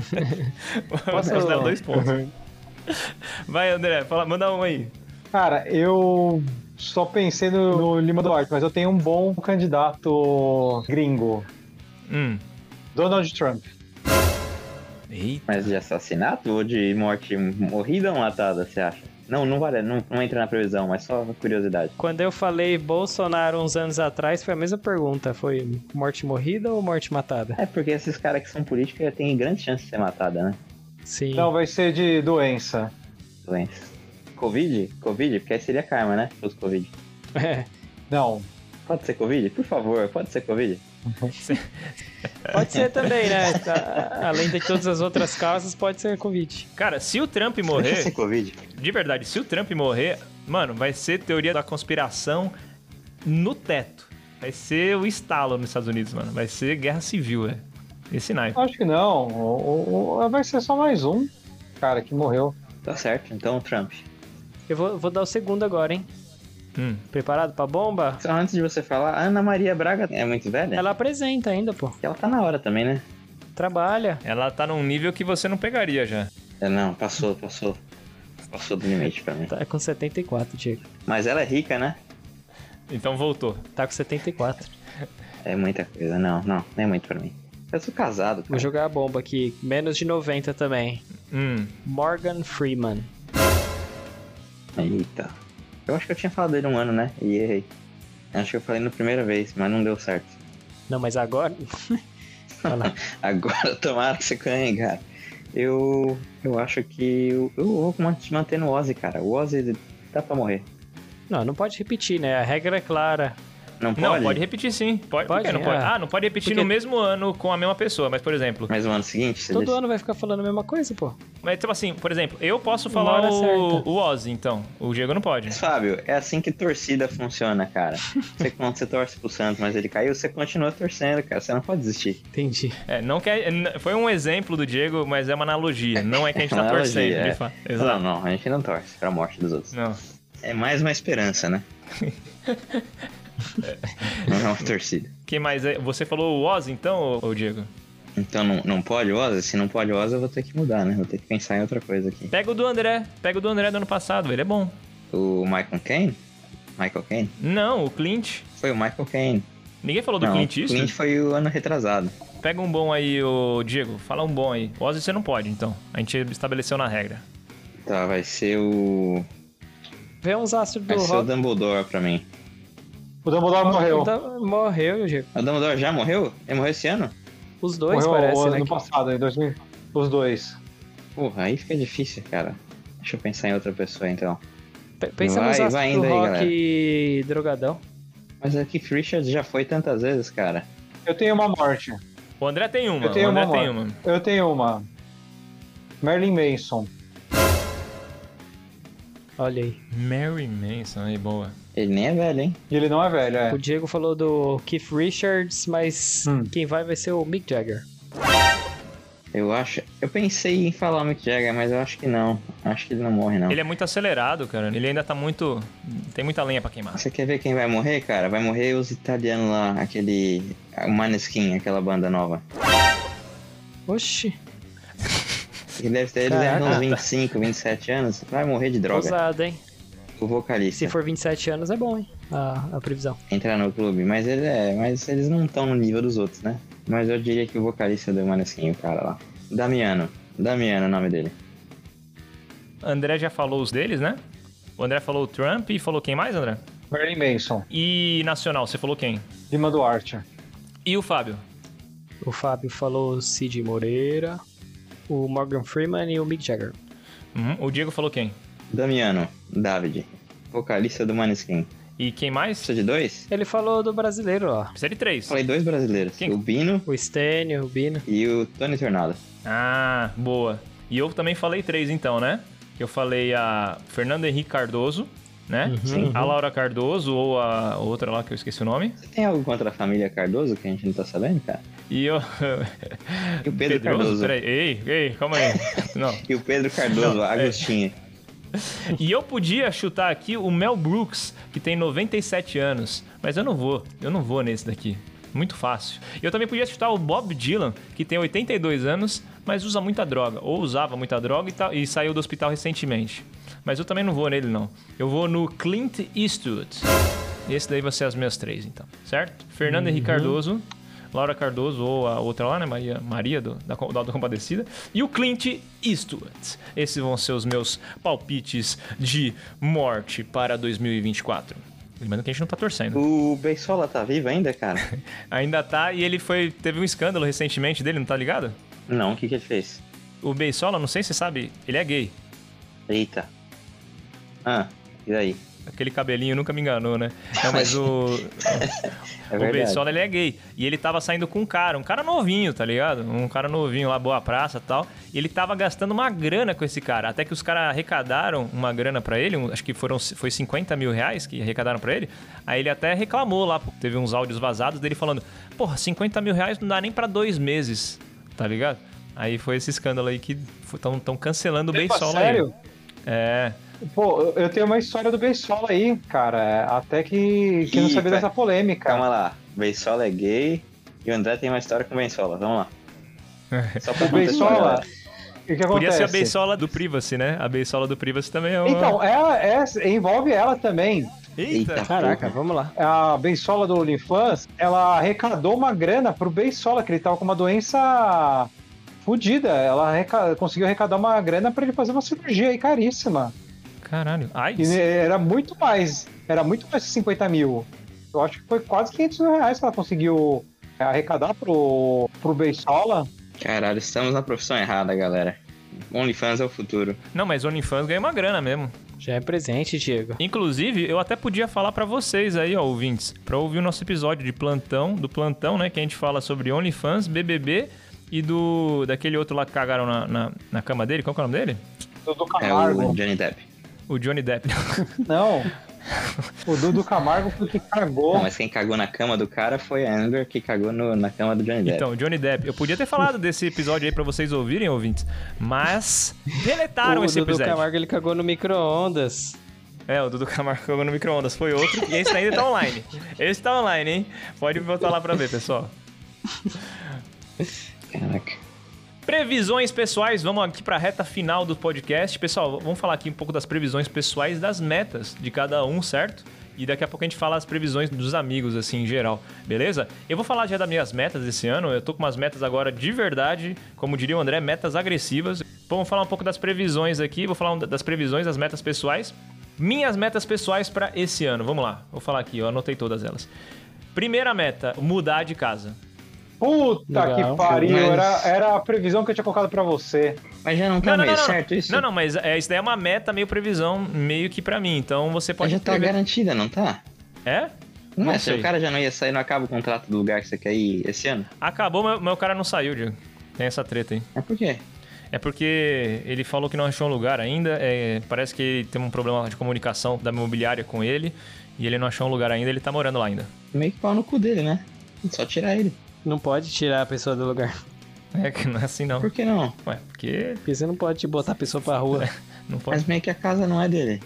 Speaker 1: Você considera dois pontos.
Speaker 5: Uhum.
Speaker 1: Vai, André, fala, manda um aí.
Speaker 6: <laughs> Cara, eu só pensei no, no Lima Duarte, mas eu tenho um bom candidato gringo.
Speaker 1: Hum.
Speaker 6: Donald Trump.
Speaker 1: Eita.
Speaker 5: Mas de assassinato ou de morte morrida ou matada, você acha? Não, não vale, não, não entra na previsão, mas só curiosidade.
Speaker 4: Quando eu falei Bolsonaro uns anos atrás, foi a mesma pergunta. Foi morte morrida ou morte matada?
Speaker 5: É porque esses caras que são políticos já têm grande chance de ser matada, né?
Speaker 4: Sim.
Speaker 6: Não, vai ser de doença.
Speaker 5: Doença. Covid? Covid? Porque aí seria karma, né? Se fosse Covid.
Speaker 4: É.
Speaker 6: Não.
Speaker 5: Pode ser Covid? Por favor, pode ser Covid?
Speaker 4: Pode <laughs> ser também, né? Tá- Além de todas as outras causas, pode ser Covid.
Speaker 1: Cara, se o Trump
Speaker 5: Pode ser
Speaker 1: morrer,
Speaker 5: Covid.
Speaker 1: de verdade, se o Trump morrer, mano, vai ser teoria da conspiração no teto. Vai ser o estalo nos Estados Unidos, mano. Vai ser guerra civil, é. Esse naipe.
Speaker 6: Acho que não. O- o- o- vai ser só mais um cara que morreu.
Speaker 5: Tá certo, então Trump.
Speaker 4: Eu vou, vou dar o segundo agora, hein?
Speaker 1: Hum.
Speaker 4: Preparado pra bomba?
Speaker 5: Só antes de você falar, a Ana Maria Braga é muito velha?
Speaker 4: Ela apresenta ainda, pô.
Speaker 5: Ela tá na hora também, né?
Speaker 4: Trabalha.
Speaker 1: Ela tá num nível que você não pegaria já.
Speaker 5: É, não, passou, passou. Passou do limite pra mim.
Speaker 4: Tá com 74, Diego.
Speaker 5: Mas ela é rica, né?
Speaker 1: Então voltou.
Speaker 4: Tá com 74.
Speaker 5: É muita coisa, não, não, não é muito pra mim. Eu sou casado, cara.
Speaker 4: Vou jogar a bomba aqui. Menos de 90 também.
Speaker 1: Hum.
Speaker 4: Morgan Freeman.
Speaker 5: Eita. Eu acho que eu tinha falado dele um ano, né? E errei. Acho que eu falei na primeira vez, mas não deu certo. <laughs>
Speaker 4: Não, mas agora.
Speaker 5: Agora tomara que você ganhe, cara. Eu, eu acho que eu, eu vou mant- manter no Ozzy, cara. O Ozzy dá pra morrer.
Speaker 4: Não, não pode repetir, né? A regra é clara.
Speaker 5: Não pode?
Speaker 1: Não, pode repetir sim. Pode, por
Speaker 4: Pode?
Speaker 1: que não pode?
Speaker 4: Ah.
Speaker 1: Ah, não pode repetir
Speaker 4: Porque-
Speaker 1: no mesmo ano com a mesma pessoa, mas por exemplo.
Speaker 5: Mas no ano seguinte, você
Speaker 4: Todo
Speaker 5: disse?
Speaker 4: ano vai ficar falando a mesma coisa, pô.
Speaker 1: Mas tipo assim, por exemplo, eu posso
Speaker 4: Uma
Speaker 1: falar
Speaker 4: hora
Speaker 1: o,
Speaker 4: certa.
Speaker 1: o Ozzy, então. O Diego não pode.
Speaker 5: Mas, Fábio, é assim que torcida funciona, cara.
Speaker 1: <laughs>
Speaker 5: Você, quando você torce pro Santos, mas ele caiu, você continua torcendo, cara. Você não pode desistir.
Speaker 4: Entendi.
Speaker 1: É, não quer, n- foi um exemplo do Diego, mas é uma analogia. Não é que a gente
Speaker 5: É
Speaker 1: tá
Speaker 5: uma
Speaker 1: torcendo.
Speaker 5: analogia,
Speaker 1: de
Speaker 5: é.
Speaker 1: fato.
Speaker 5: Não,
Speaker 1: Exato.
Speaker 5: não, a gente não torce pra morte dos outros.
Speaker 1: Não.
Speaker 5: É mais uma
Speaker 1: <laughs>
Speaker 5: esperança, né? não é uma torcida.
Speaker 1: Quem mais? é? Você falou o Ozzy, então, ô, ô Diego?
Speaker 5: Então não, não pode Oza? Se não pode Oza, eu vou ter que mudar, né? Vou ter que pensar em outra coisa aqui.
Speaker 1: Pega o do André. Pega o do André do ano passado, ele é bom.
Speaker 5: O Michael Caine? Michael Caine?
Speaker 1: Não, o Clint.
Speaker 5: Foi o Michael Caine.
Speaker 1: Ninguém falou do
Speaker 5: não,
Speaker 1: Clint Eastwood?
Speaker 5: Clint foi o ano retrasado.
Speaker 1: Pega um bom aí, ô Diego. Fala um bom aí. O Ozzy você não pode, então. A gente estabeleceu na regra.
Speaker 5: Tá, vai ser o.
Speaker 4: Vê uns astros do
Speaker 5: Vai ser o
Speaker 4: rock.
Speaker 5: Dumbledore pra mim.
Speaker 6: O Dumbledore morreu.
Speaker 4: Da- Morreu, Diego.
Speaker 5: O Dumbledore já morreu? Ele morreu esse ano?
Speaker 4: Os dois,
Speaker 6: morreu
Speaker 4: parece,
Speaker 6: ano
Speaker 4: né? que-
Speaker 6: passado, em 2000. Os dois.
Speaker 5: Porra, aí fica difícil, cara. Deixa eu pensar em outra pessoa então.
Speaker 4: P- Pensa nos
Speaker 5: Vai-
Speaker 4: astros
Speaker 5: vai
Speaker 4: do
Speaker 5: indo aí,
Speaker 4: rock
Speaker 5: galera.
Speaker 4: drogadão.
Speaker 5: Mas é que Richards já foi tantas vezes, cara.
Speaker 6: Eu tenho uma morte.
Speaker 1: O André tem uma.
Speaker 6: Eu tenho
Speaker 1: o André
Speaker 6: uma
Speaker 1: tem
Speaker 6: morte.
Speaker 1: uma.
Speaker 6: Eu tenho uma. Merlin Mason.
Speaker 4: Olha aí.
Speaker 1: Mary Manson, aí, boa.
Speaker 5: Ele nem é velho, hein?
Speaker 6: E ele não é velho, é.
Speaker 4: O Diego falou do Keith Richards, mas
Speaker 6: Hum.
Speaker 4: quem vai vai ser o Mick Jagger.
Speaker 5: Eu acho. Eu pensei em falar o Mick Jagger, mas eu acho que não. Acho que ele não morre, não.
Speaker 1: Ele é muito acelerado, cara. Ele ainda tá muito. Tem muita lenha pra queimar.
Speaker 5: Você quer ver quem vai morrer, cara? Vai morrer os italianos lá, aquele. O Maneskin, aquela banda nova.
Speaker 4: Oxi,
Speaker 5: Ele deve ter, eles devem ter uns
Speaker 4: Caraca.
Speaker 5: 25, 27 anos. Vai morrer de droga.
Speaker 4: ousado, hein?
Speaker 5: O vocalista.
Speaker 4: Se for 27 anos é bom, hein? A, a previsão.
Speaker 5: Entrar no clube. Mas ele é. Mas eles não estão no nível dos outros, né? Mas eu diria que o vocalista do Maneskin, o cara lá. Damiano. Damiano é o nome dele.
Speaker 1: André já falou os deles, né? O André falou o Trump e falou quem mais, André?
Speaker 6: Merlin Mason.
Speaker 1: E nacional, você falou quem?
Speaker 6: Lima Duarte.
Speaker 1: E o Fábio?
Speaker 4: O Fábio falou o Cid Moreira, o Morgan Freeman e o Mick Jagger.
Speaker 1: Uhum. O Diego falou quem?
Speaker 5: Damiano. David. Vocalista do Maneskin.
Speaker 1: E quem mais?
Speaker 5: Precisa de dois?
Speaker 4: Ele falou do brasileiro, ó.
Speaker 1: Precisa de três.
Speaker 5: Falei dois brasileiros.
Speaker 1: Quem?
Speaker 5: O Bino
Speaker 4: O Stênio, o Bino.
Speaker 5: e o Tony Tornado.
Speaker 1: Ah, boa. E eu também falei três, então, né? Eu falei a Fernanda Henrique Cardoso, né?
Speaker 5: Sim.
Speaker 1: A Laura Cardoso ou a outra lá que eu esqueci o nome.
Speaker 5: Você tem algo contra a família Cardoso que a gente não tá sabendo, cara?
Speaker 1: E eu.
Speaker 5: E o
Speaker 1: <laughs> Pedroso?
Speaker 5: Pedro Cardoso.
Speaker 1: Peraí. Ei, ei, calma
Speaker 5: <laughs>
Speaker 1: aí. Não.
Speaker 5: E o Pedro Cardoso, Agostinho.
Speaker 1: E eu podia chutar aqui o Mel Brooks, que tem 97 anos, mas eu não vou, eu não vou nesse daqui. Muito fácil. E Eu também podia chutar o Bob Dylan, que tem 82 anos, mas usa muita droga, ou usava muita droga e, tal- e saiu do hospital recentemente. Mas eu também não vou nele, não. Eu vou no Clint Eastwood. Esse daí vai ser as minhas três, então. Certo? Fernando Henrique Cardoso, Laura Cardoso ou a outra lá, né? Maria, Maria do, da, Co- da Auto Compadecida. E o Clint Eastwood. Esses vão ser os meus palpites de morte para 2024. Lembrando que a gente não tá torcendo.
Speaker 5: O Beisola tá vivo ainda, cara?
Speaker 1: Ainda tá, e ele foi. Teve um escândalo recentemente dele, não tá ligado?
Speaker 5: Não, o que que ele fez?
Speaker 1: O Beisola, não sei se você sabe, ele é gay.
Speaker 5: Eita. Ah, e daí?
Speaker 1: Aquele cabelinho nunca me enganou, né? Não, mas o.
Speaker 5: É
Speaker 1: o
Speaker 5: verdade.
Speaker 1: Beisola, ele é gay. E ele tava saindo com um cara, um cara novinho, tá ligado? Um cara novinho lá, boa praça e tal. E ele tava gastando uma grana com esse cara. Até que os caras arrecadaram uma grana pra ele, um- acho que foram, foi 50 mil reais que arrecadaram pra ele. Aí ele até reclamou lá, pô. teve uns áudios vazados dele falando: Porra, 50 mil reais não dá nem pra dois meses, tá ligado? Aí foi esse escândalo aí que estão cancelando o
Speaker 6: Epa,
Speaker 1: Beisola aí.
Speaker 6: sério?
Speaker 1: É.
Speaker 6: Pô, eu- eu tenho uma história do beisola aí, cara. Até que, que eu não
Speaker 5: Ih, Tá
Speaker 6: sabia
Speaker 5: pera-
Speaker 6: dessa polêmica.
Speaker 5: Calma lá. Beisola é gay e o André tem uma história com o Bensola. Vamos lá.
Speaker 1: É.
Speaker 5: Só pra
Speaker 6: O Beisola.
Speaker 5: contextualizar.
Speaker 6: O que, que
Speaker 1: Podia
Speaker 6: acontece?
Speaker 1: ser a beisola do Privacy, né? A beisola do Privacy também é uma...
Speaker 6: Então, é, é- envolve ela também.
Speaker 1: Eita!
Speaker 4: Caraca, vamos lá.
Speaker 6: A Bensola do OnlyFans, ela arrecadou uma grana pro Bensola, que ele tava com uma doença fudida. Ela arreca- conseguiu arrecadar uma grana pra ele fazer uma cirurgia aí caríssima.
Speaker 1: Caralho. Ai,
Speaker 6: E era muito mais. Era muito mais de 50 mil. Eu acho que foi quase 500 mil reais que ela conseguiu é, arrecadar pro, pro Bensola.
Speaker 5: Caralho, estamos na profissão errada, galera. OnlyFans é o futuro.
Speaker 1: Não, mas OnlyFans ganha uma grana mesmo.
Speaker 4: Já é presente, Diego.
Speaker 1: Inclusive, eu até podia falar pra vocês aí, ó, ouvintes, pra ouvir o nosso episódio de plantão, do plantão, né, que a gente fala sobre OnlyFans, BBB e do daquele outro lá que cagaram na, na, na cama dele. Qual que é o nome dele?
Speaker 5: É
Speaker 6: Dudu
Speaker 5: o
Speaker 6: Camargo.
Speaker 5: Johnny Depp.
Speaker 1: O Johnny Depp. <laughs>
Speaker 6: Não. O Dudu Camargo foi o que cagou.
Speaker 5: Não, mas quem cagou na cama do cara foi a Amber que cagou no- na cama do Johnny Depp.
Speaker 1: Então, Johnny Depp. Eu podia ter falado desse episódio aí pra vocês ouvirem, ouvintes, mas deletaram
Speaker 4: o
Speaker 1: esse
Speaker 4: Dudu
Speaker 1: episódio.
Speaker 4: Camargo ele cagou no micro-ondas.
Speaker 1: É, o Dudu Camargo cagou no micro-ondas, foi outro, e esse ainda tá online. Esse tá online, hein? Pode botar lá pra ver, pessoal.
Speaker 5: Caraca.
Speaker 1: Previsões pessoais, vamos aqui para a reta final do podcast. Pessoal, vamos falar aqui um pouco das previsões pessoais das metas de cada um, certo? E daqui a pouco a gente fala as previsões dos amigos, assim, em geral, beleza? Eu vou falar já das minhas metas desse ano. Eu tô com umas metas agora de verdade, como diria o André, metas agressivas. Bom, Vamos falar um pouco das previsões aqui, vou falar um da- das previsões, das metas pessoais. Minhas metas pessoais para esse ano, vamos lá, vou falar aqui, eu anotei todas elas. Primeira meta, mudar de casa.
Speaker 6: Puta
Speaker 4: Legal.
Speaker 6: que pariu,
Speaker 5: Mas-
Speaker 6: era, era a previsão que eu tinha colocado pra você.
Speaker 5: Mas já não tá
Speaker 1: Não, não,
Speaker 5: meio
Speaker 1: não, não.
Speaker 5: certo isso?
Speaker 1: Não, não, mas é, isso daí é uma meta meio previsão, meio que pra mim. Então você
Speaker 5: Mas
Speaker 1: pode.
Speaker 5: já tá
Speaker 1: prever-
Speaker 5: garantida, não tá?
Speaker 1: É?
Speaker 5: Não,
Speaker 1: Não
Speaker 5: é? Se
Speaker 1: sei.
Speaker 5: o cara já não ia sair, não acaba o contrato do lugar que você quer ir esse ano?
Speaker 1: Acabou, mas mas o cara não saiu, Diego. Tem essa treta aí.
Speaker 5: Mas por quê?
Speaker 1: É porque ele falou que não achou um lugar ainda. é, parece que ele tem um problema de comunicação da imobiliária com ele. E ele não achou um lugar ainda, ele tá morando lá ainda. <laughs>
Speaker 5: Meio que pau no cu dele, né? Só tirar ele.
Speaker 4: Não pode tirar a pessoa do lugar.
Speaker 1: É que não é assim não.
Speaker 5: Por que não?
Speaker 1: Ué, porque
Speaker 4: Porque você não pode botar a pessoa pra rua.
Speaker 1: não pode.
Speaker 5: Mas meio que a casa não é dele.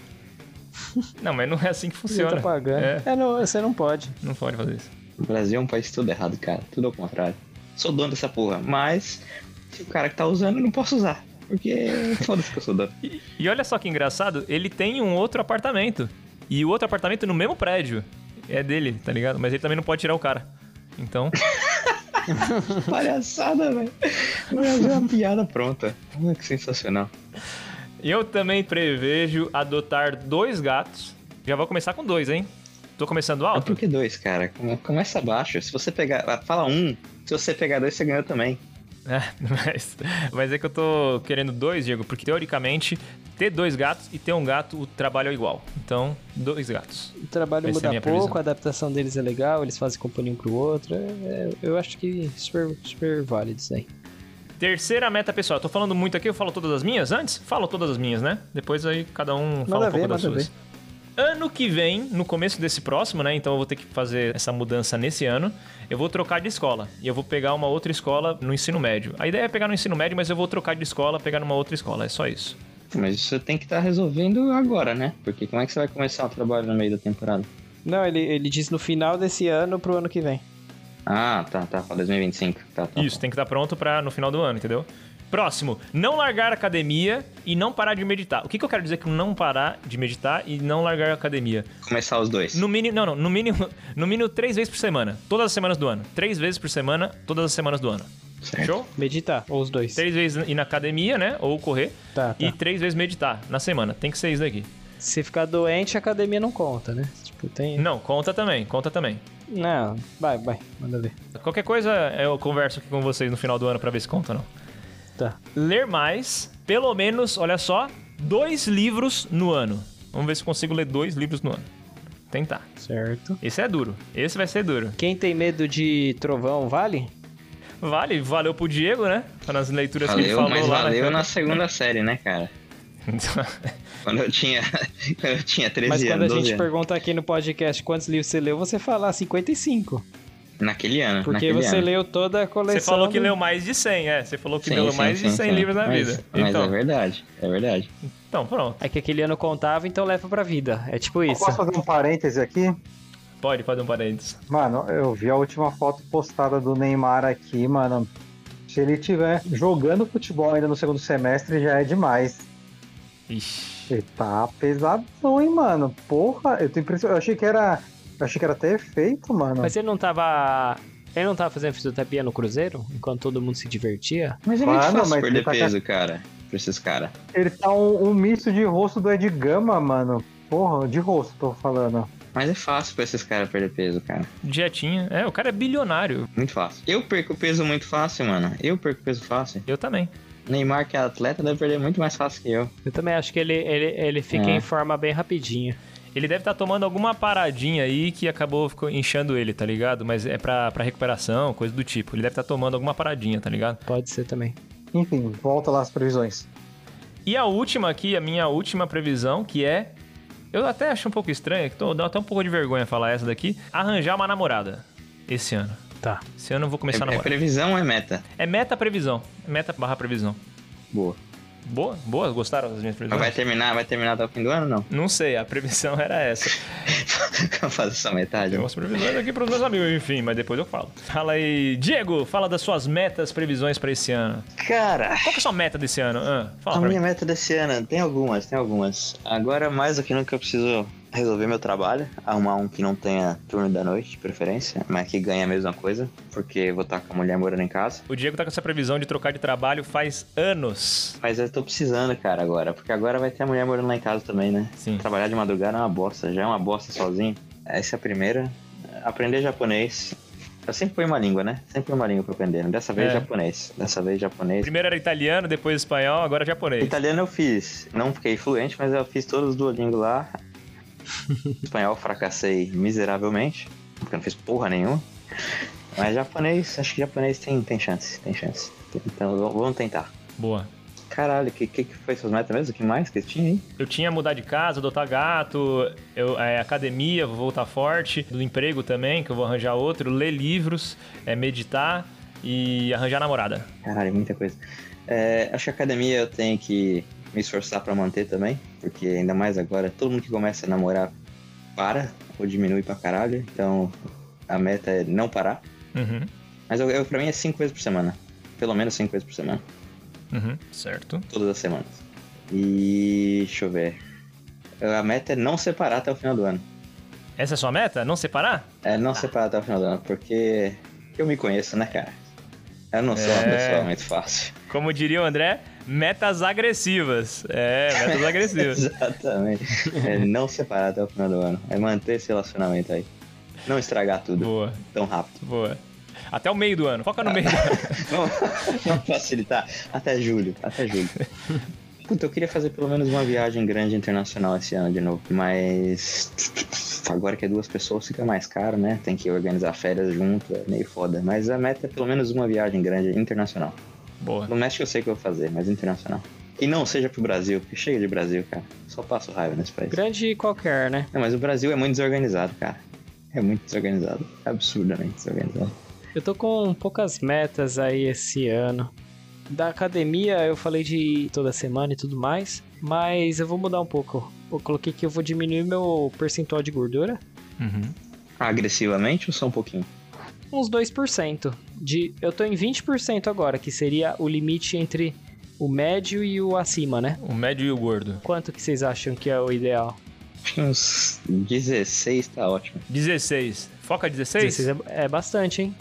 Speaker 1: Não, mas não é assim que
Speaker 4: Você
Speaker 1: funciona.
Speaker 4: tá pagando.
Speaker 1: É,
Speaker 4: É, não, você não pode.
Speaker 1: não pode fazer isso.
Speaker 5: O Brasil é um país tudo errado, cara. Tudo ao contrário. Sou dono dessa porra, mas se o cara que tá usando, eu não posso usar. Porque foda-se que eu sou dono.
Speaker 1: E, e olha só que engraçado, ele tem um outro apartamento. E o outro apartamento no mesmo prédio. É dele, tá ligado? Mas ele também não pode tirar o cara. Então, <laughs>
Speaker 5: Palhaçada, velho. O Brasil é uma piada pronta. Ah, Que sensacional.
Speaker 1: eu também prevejo adotar dois gatos. Já vou começar com dois, hein? Tô começando
Speaker 5: Ah,
Speaker 1: alto?
Speaker 5: por que dois, cara? Come- Começa abaixo. Se você pegar. ah, Fala um. Se você pegar dois, você ganhou também.
Speaker 1: É, <laughs> mas, mas é que eu tô querendo dois, Diego, porque teoricamente ter dois gatos e ter um gato, o trabalho é igual. Então, dois gatos.
Speaker 4: O
Speaker 1: Essa
Speaker 4: trabalho
Speaker 1: é a
Speaker 4: muda
Speaker 1: minha
Speaker 4: pouco,
Speaker 1: previsão.
Speaker 4: a adaptação deles é legal, eles fazem companhia um pro outro. é- é- eu acho que super, super válido isso aí.
Speaker 1: Terceira meta, pessoal. Eu tô falando muito aqui, eu falo todas as minhas antes? Falo todas as minhas, né? Depois aí cada um fala
Speaker 4: Manda
Speaker 1: um pouco
Speaker 4: ver,
Speaker 1: das
Speaker 4: manda
Speaker 1: suas. Ano que vem, no começo desse próximo, né? Então eu vou ter que fazer essa mudança nesse ano. Eu vou trocar de escola. E eu vou pegar uma outra escola no ensino médio. A ideia é pegar no ensino médio, mas eu vou trocar de escola, pegar numa outra escola. É só isso.
Speaker 5: Mas isso tem que estar resolvendo agora, né? Porque como é que você vai começar o trabalho no meio da temporada?
Speaker 4: Não, ele, ele diz no final desse ano pro ano que vem.
Speaker 5: Ah, tá, tá. Pra 2025. Tá, tá.
Speaker 1: Isso, tem que estar pronto para no final do ano, entendeu? Próximo, não largar a academia e não parar de meditar. O que, que eu quero dizer com não parar de meditar e não largar a academia?
Speaker 5: Começar os dois.
Speaker 1: No mínimo, não, não, no mínimo, <laughs> no mínimo três vezes por semana. Todas as semanas do ano. Três vezes por semana, todas as semanas do ano.
Speaker 5: Certo.
Speaker 1: Show?
Speaker 4: Meditar, ou os dois.
Speaker 1: Três vezes ir na academia, né? Ou correr.
Speaker 4: Tá, tá.
Speaker 1: E três vezes meditar na semana. Tem que ser isso daqui.
Speaker 4: Se ficar doente, a academia não conta, né? Tipo, tem.
Speaker 1: Não, conta também, conta também.
Speaker 4: Não, vai, vai, manda ver.
Speaker 1: Qualquer coisa é, eu converso aqui com vocês no final do ano pra ver se conta ou não.
Speaker 4: Tá.
Speaker 1: Ler mais, pelo menos, olha só, dois livros no ano. Vamos ver se eu consigo ler dois livros no ano. Tentar.
Speaker 4: Certo.
Speaker 1: Esse é duro. Esse vai ser duro.
Speaker 4: Quem tem medo de trovão, vale?
Speaker 1: Vale, valeu pro Diego, né? Nas leituras que ele
Speaker 5: Valeu,
Speaker 1: falou lá.
Speaker 5: mas
Speaker 1: Então,
Speaker 5: valeu
Speaker 1: <laughs> né?
Speaker 5: na segunda série, né, cara? Quando eu tinha, <laughs> quando eu tinha 13
Speaker 4: Mas quando a
Speaker 5: anos,
Speaker 4: gente
Speaker 5: 12 anos.
Speaker 4: pergunta aqui no podcast quantos livros você leu, você fala 55.
Speaker 5: Naquele ano.
Speaker 4: Porque
Speaker 5: naquele
Speaker 4: você
Speaker 5: ano.
Speaker 4: leu toda a coleção.
Speaker 1: Você falou que
Speaker 4: do-
Speaker 1: leu mais de 100, é. Você falou que
Speaker 5: Sim,
Speaker 1: leu
Speaker 5: sim,
Speaker 1: mais
Speaker 5: sim,
Speaker 1: de 100
Speaker 5: sim.
Speaker 1: livros na
Speaker 5: Mas-
Speaker 1: vida.
Speaker 5: Mas
Speaker 1: então,
Speaker 5: é verdade, é verdade.
Speaker 1: então, pronto.
Speaker 4: É que aquele ano contava, então leva pra vida. É tipo
Speaker 6: Eu
Speaker 4: isso.
Speaker 6: Posso fazer um parêntese aqui?
Speaker 1: Pode fazer um parênteses.
Speaker 6: Mano, eu vi a última foto postada do Neymar aqui, mano. Se ele tiver jogando futebol ainda no segundo semestre, já é demais.
Speaker 1: Ixi.
Speaker 6: Ele tá pesadão, hein, mano. Porra, eu tô impressionado. Eu achei que era. Eu achei que era até efeito, mano.
Speaker 4: Mas ele não tava. Ele não tava fazendo fisioterapia no Cruzeiro? Enquanto todo mundo se divertia?
Speaker 5: Mas é
Speaker 6: Mano,
Speaker 5: muito fácil
Speaker 6: mas
Speaker 5: perder
Speaker 6: ele tá com-
Speaker 5: peso, cara, pra esses caras.
Speaker 6: Ele tá um, um misto de rosto do Ed Gama, mano. Porra, de rosto, tô falando.
Speaker 5: Mas é fácil pra esses caras perder peso, cara.
Speaker 1: Dietinha. É, o cara é bilionário.
Speaker 5: Muito fácil. Eu perco peso muito fácil, mano. Eu perco peso fácil.
Speaker 1: Eu também.
Speaker 5: Neymar, que é atleta, deve perder muito mais fácil que eu.
Speaker 4: Eu também acho que ele, ele, ele fica
Speaker 5: É.
Speaker 4: em forma bem rapidinho.
Speaker 1: Ele deve estar tomando alguma paradinha aí que acabou ficou inchando ele, tá ligado? Mas é pra, pra recuperação, coisa do tipo. Ele deve estar tomando alguma paradinha, tá ligado?
Speaker 4: Pode ser também.
Speaker 6: Enfim, volta lá as previsões.
Speaker 1: E a última aqui, a minha última previsão, que é. Eu até acho um pouco estranho, que tô, dá até um pouco de vergonha falar essa daqui. Arranjar uma namorada esse ano.
Speaker 4: Tá.
Speaker 1: Esse ano eu vou
Speaker 5: É,
Speaker 1: começar a
Speaker 5: é
Speaker 1: namorar.
Speaker 5: previsão ou é meta?
Speaker 1: É meta previsão. Meta barra previsão.
Speaker 5: Boa.
Speaker 1: Boa? Boa? Gostaram das minhas
Speaker 5: Mas
Speaker 1: previsões?
Speaker 5: vai terminar, vai terminar até o fim do ano ou não? <laughs>
Speaker 1: Não sei, a previsão era essa.
Speaker 5: Vou fazer só metade.
Speaker 1: Tem umas previsões aqui pros meus amigos, enfim, mas depois eu falo. Fala aí, Diego, fala das suas metas, previsões pra esse ano.
Speaker 5: Cara,
Speaker 1: Qual que é a sua meta desse ano? Ah, fala
Speaker 5: a
Speaker 1: pra
Speaker 5: minha
Speaker 1: mim.
Speaker 5: meta desse ano, tem algumas, tem algumas. Agora, mais do que nunca, eu preciso resolver meu trabalho. Arrumar um que não tenha turno da noite, de preferência, mas que ganhe a mesma coisa, porque vou estar com a mulher morando em casa.
Speaker 1: O Diego tá com essa previsão de trocar de trabalho faz anos.
Speaker 5: Mas eu tô precisando, cara, agora. Porque agora vai ter a mulher morando lá em casa também, né?
Speaker 1: Sim.
Speaker 5: Trabalhar de madrugada é uma bosta. Já é uma bosta sozinho. Essa é a primeira. Aprender japonês. Eu sempre ponho uma língua, né? Sempre ponho uma língua pra aprender. Dessa vez
Speaker 1: É.
Speaker 5: japonês. Dessa vez japonês.
Speaker 1: Primeiro era italiano, depois espanhol, agora é japonês.
Speaker 5: Italiano eu fiz. Não fiquei fluente, mas eu fiz todos os Duolingo lá. Espanhol fracassei miseravelmente. Porque eu não fiz porra nenhuma. Mas japonês, acho que japonês tem, tem chance. Tem chance. Então v- vamos tentar.
Speaker 1: Boa.
Speaker 5: Caralho, o que, que, que foi suas metas mesmo? O que mais que tinha aí?
Speaker 1: Eu tinha mudar de casa, adotar gato, eu, é, academia, vou voltar forte, do emprego também, que eu vou arranjar outro, ler livros, é, meditar e arranjar namorada.
Speaker 5: Caralho, muita coisa. É, acho que a academia eu tenho que me esforçar pra manter também, porque ainda mais agora, todo mundo que começa a namorar para ou diminui pra caralho, então a meta é não parar.
Speaker 1: Uhum,
Speaker 5: Mas eu, eu, pra mim é cinco vezes por semana, pelo menos cinco vezes por semana,
Speaker 1: uhum, certo.
Speaker 5: todas as semanas. E deixa eu ver. A meta é não separar até o final do ano.
Speaker 1: Essa é a sua meta? Não separar?
Speaker 5: É não separar até o final do ano, porque eu me conheço, né, cara? Eu não sou uma
Speaker 1: É.
Speaker 5: pessoa muito
Speaker 1: <laughs>
Speaker 5: fácil.
Speaker 1: Como diria o André, metas agressivas. É,
Speaker 4: <laughs>
Speaker 1: metas agressivas.
Speaker 5: Exatamente. É não separar até o final do ano. É manter esse relacionamento aí. Não estragar tudo
Speaker 1: boa,
Speaker 5: tão rápido.
Speaker 1: boa. Até o meio do ano. Foca no meio
Speaker 4: <laughs>
Speaker 1: do ano.
Speaker 5: Vamos, vamos facilitar. Até julho. Até julho. Puta, eu queria fazer pelo menos uma viagem grande internacional esse ano de novo. Mas. Agora que é duas pessoas fica mais caro, né? Tem que organizar férias junto, é meio foda. Mas a meta é pelo menos uma viagem grande internacional.
Speaker 1: Boa.
Speaker 5: No México eu sei que eu vou fazer, mas internacional. E não seja pro Brasil, porque chega de Brasil, cara. Só passo raiva nesse país.
Speaker 4: Grande qualquer, né?
Speaker 5: Não, mas o Brasil é muito desorganizado, cara. É muito desorganizado. Absurdamente desorganizado.
Speaker 4: Eu tô com poucas metas aí esse ano. Da academia eu falei de toda semana e tudo mais, mas eu vou mudar um pouco. Eu coloquei que eu vou diminuir meu percentual de gordura
Speaker 1: Uhum.
Speaker 5: Agressivamente ou só um pouquinho?
Speaker 4: uns 2%. De eu tô em 20% agora, que seria o limite entre o médio e o acima, né?
Speaker 1: O médio e o gordo.
Speaker 4: Quanto que vocês acham que é o ideal?
Speaker 5: Acho que uns 16 tá ótimo.
Speaker 1: 16. Foca 16?
Speaker 4: 16 é, é bastante, hein?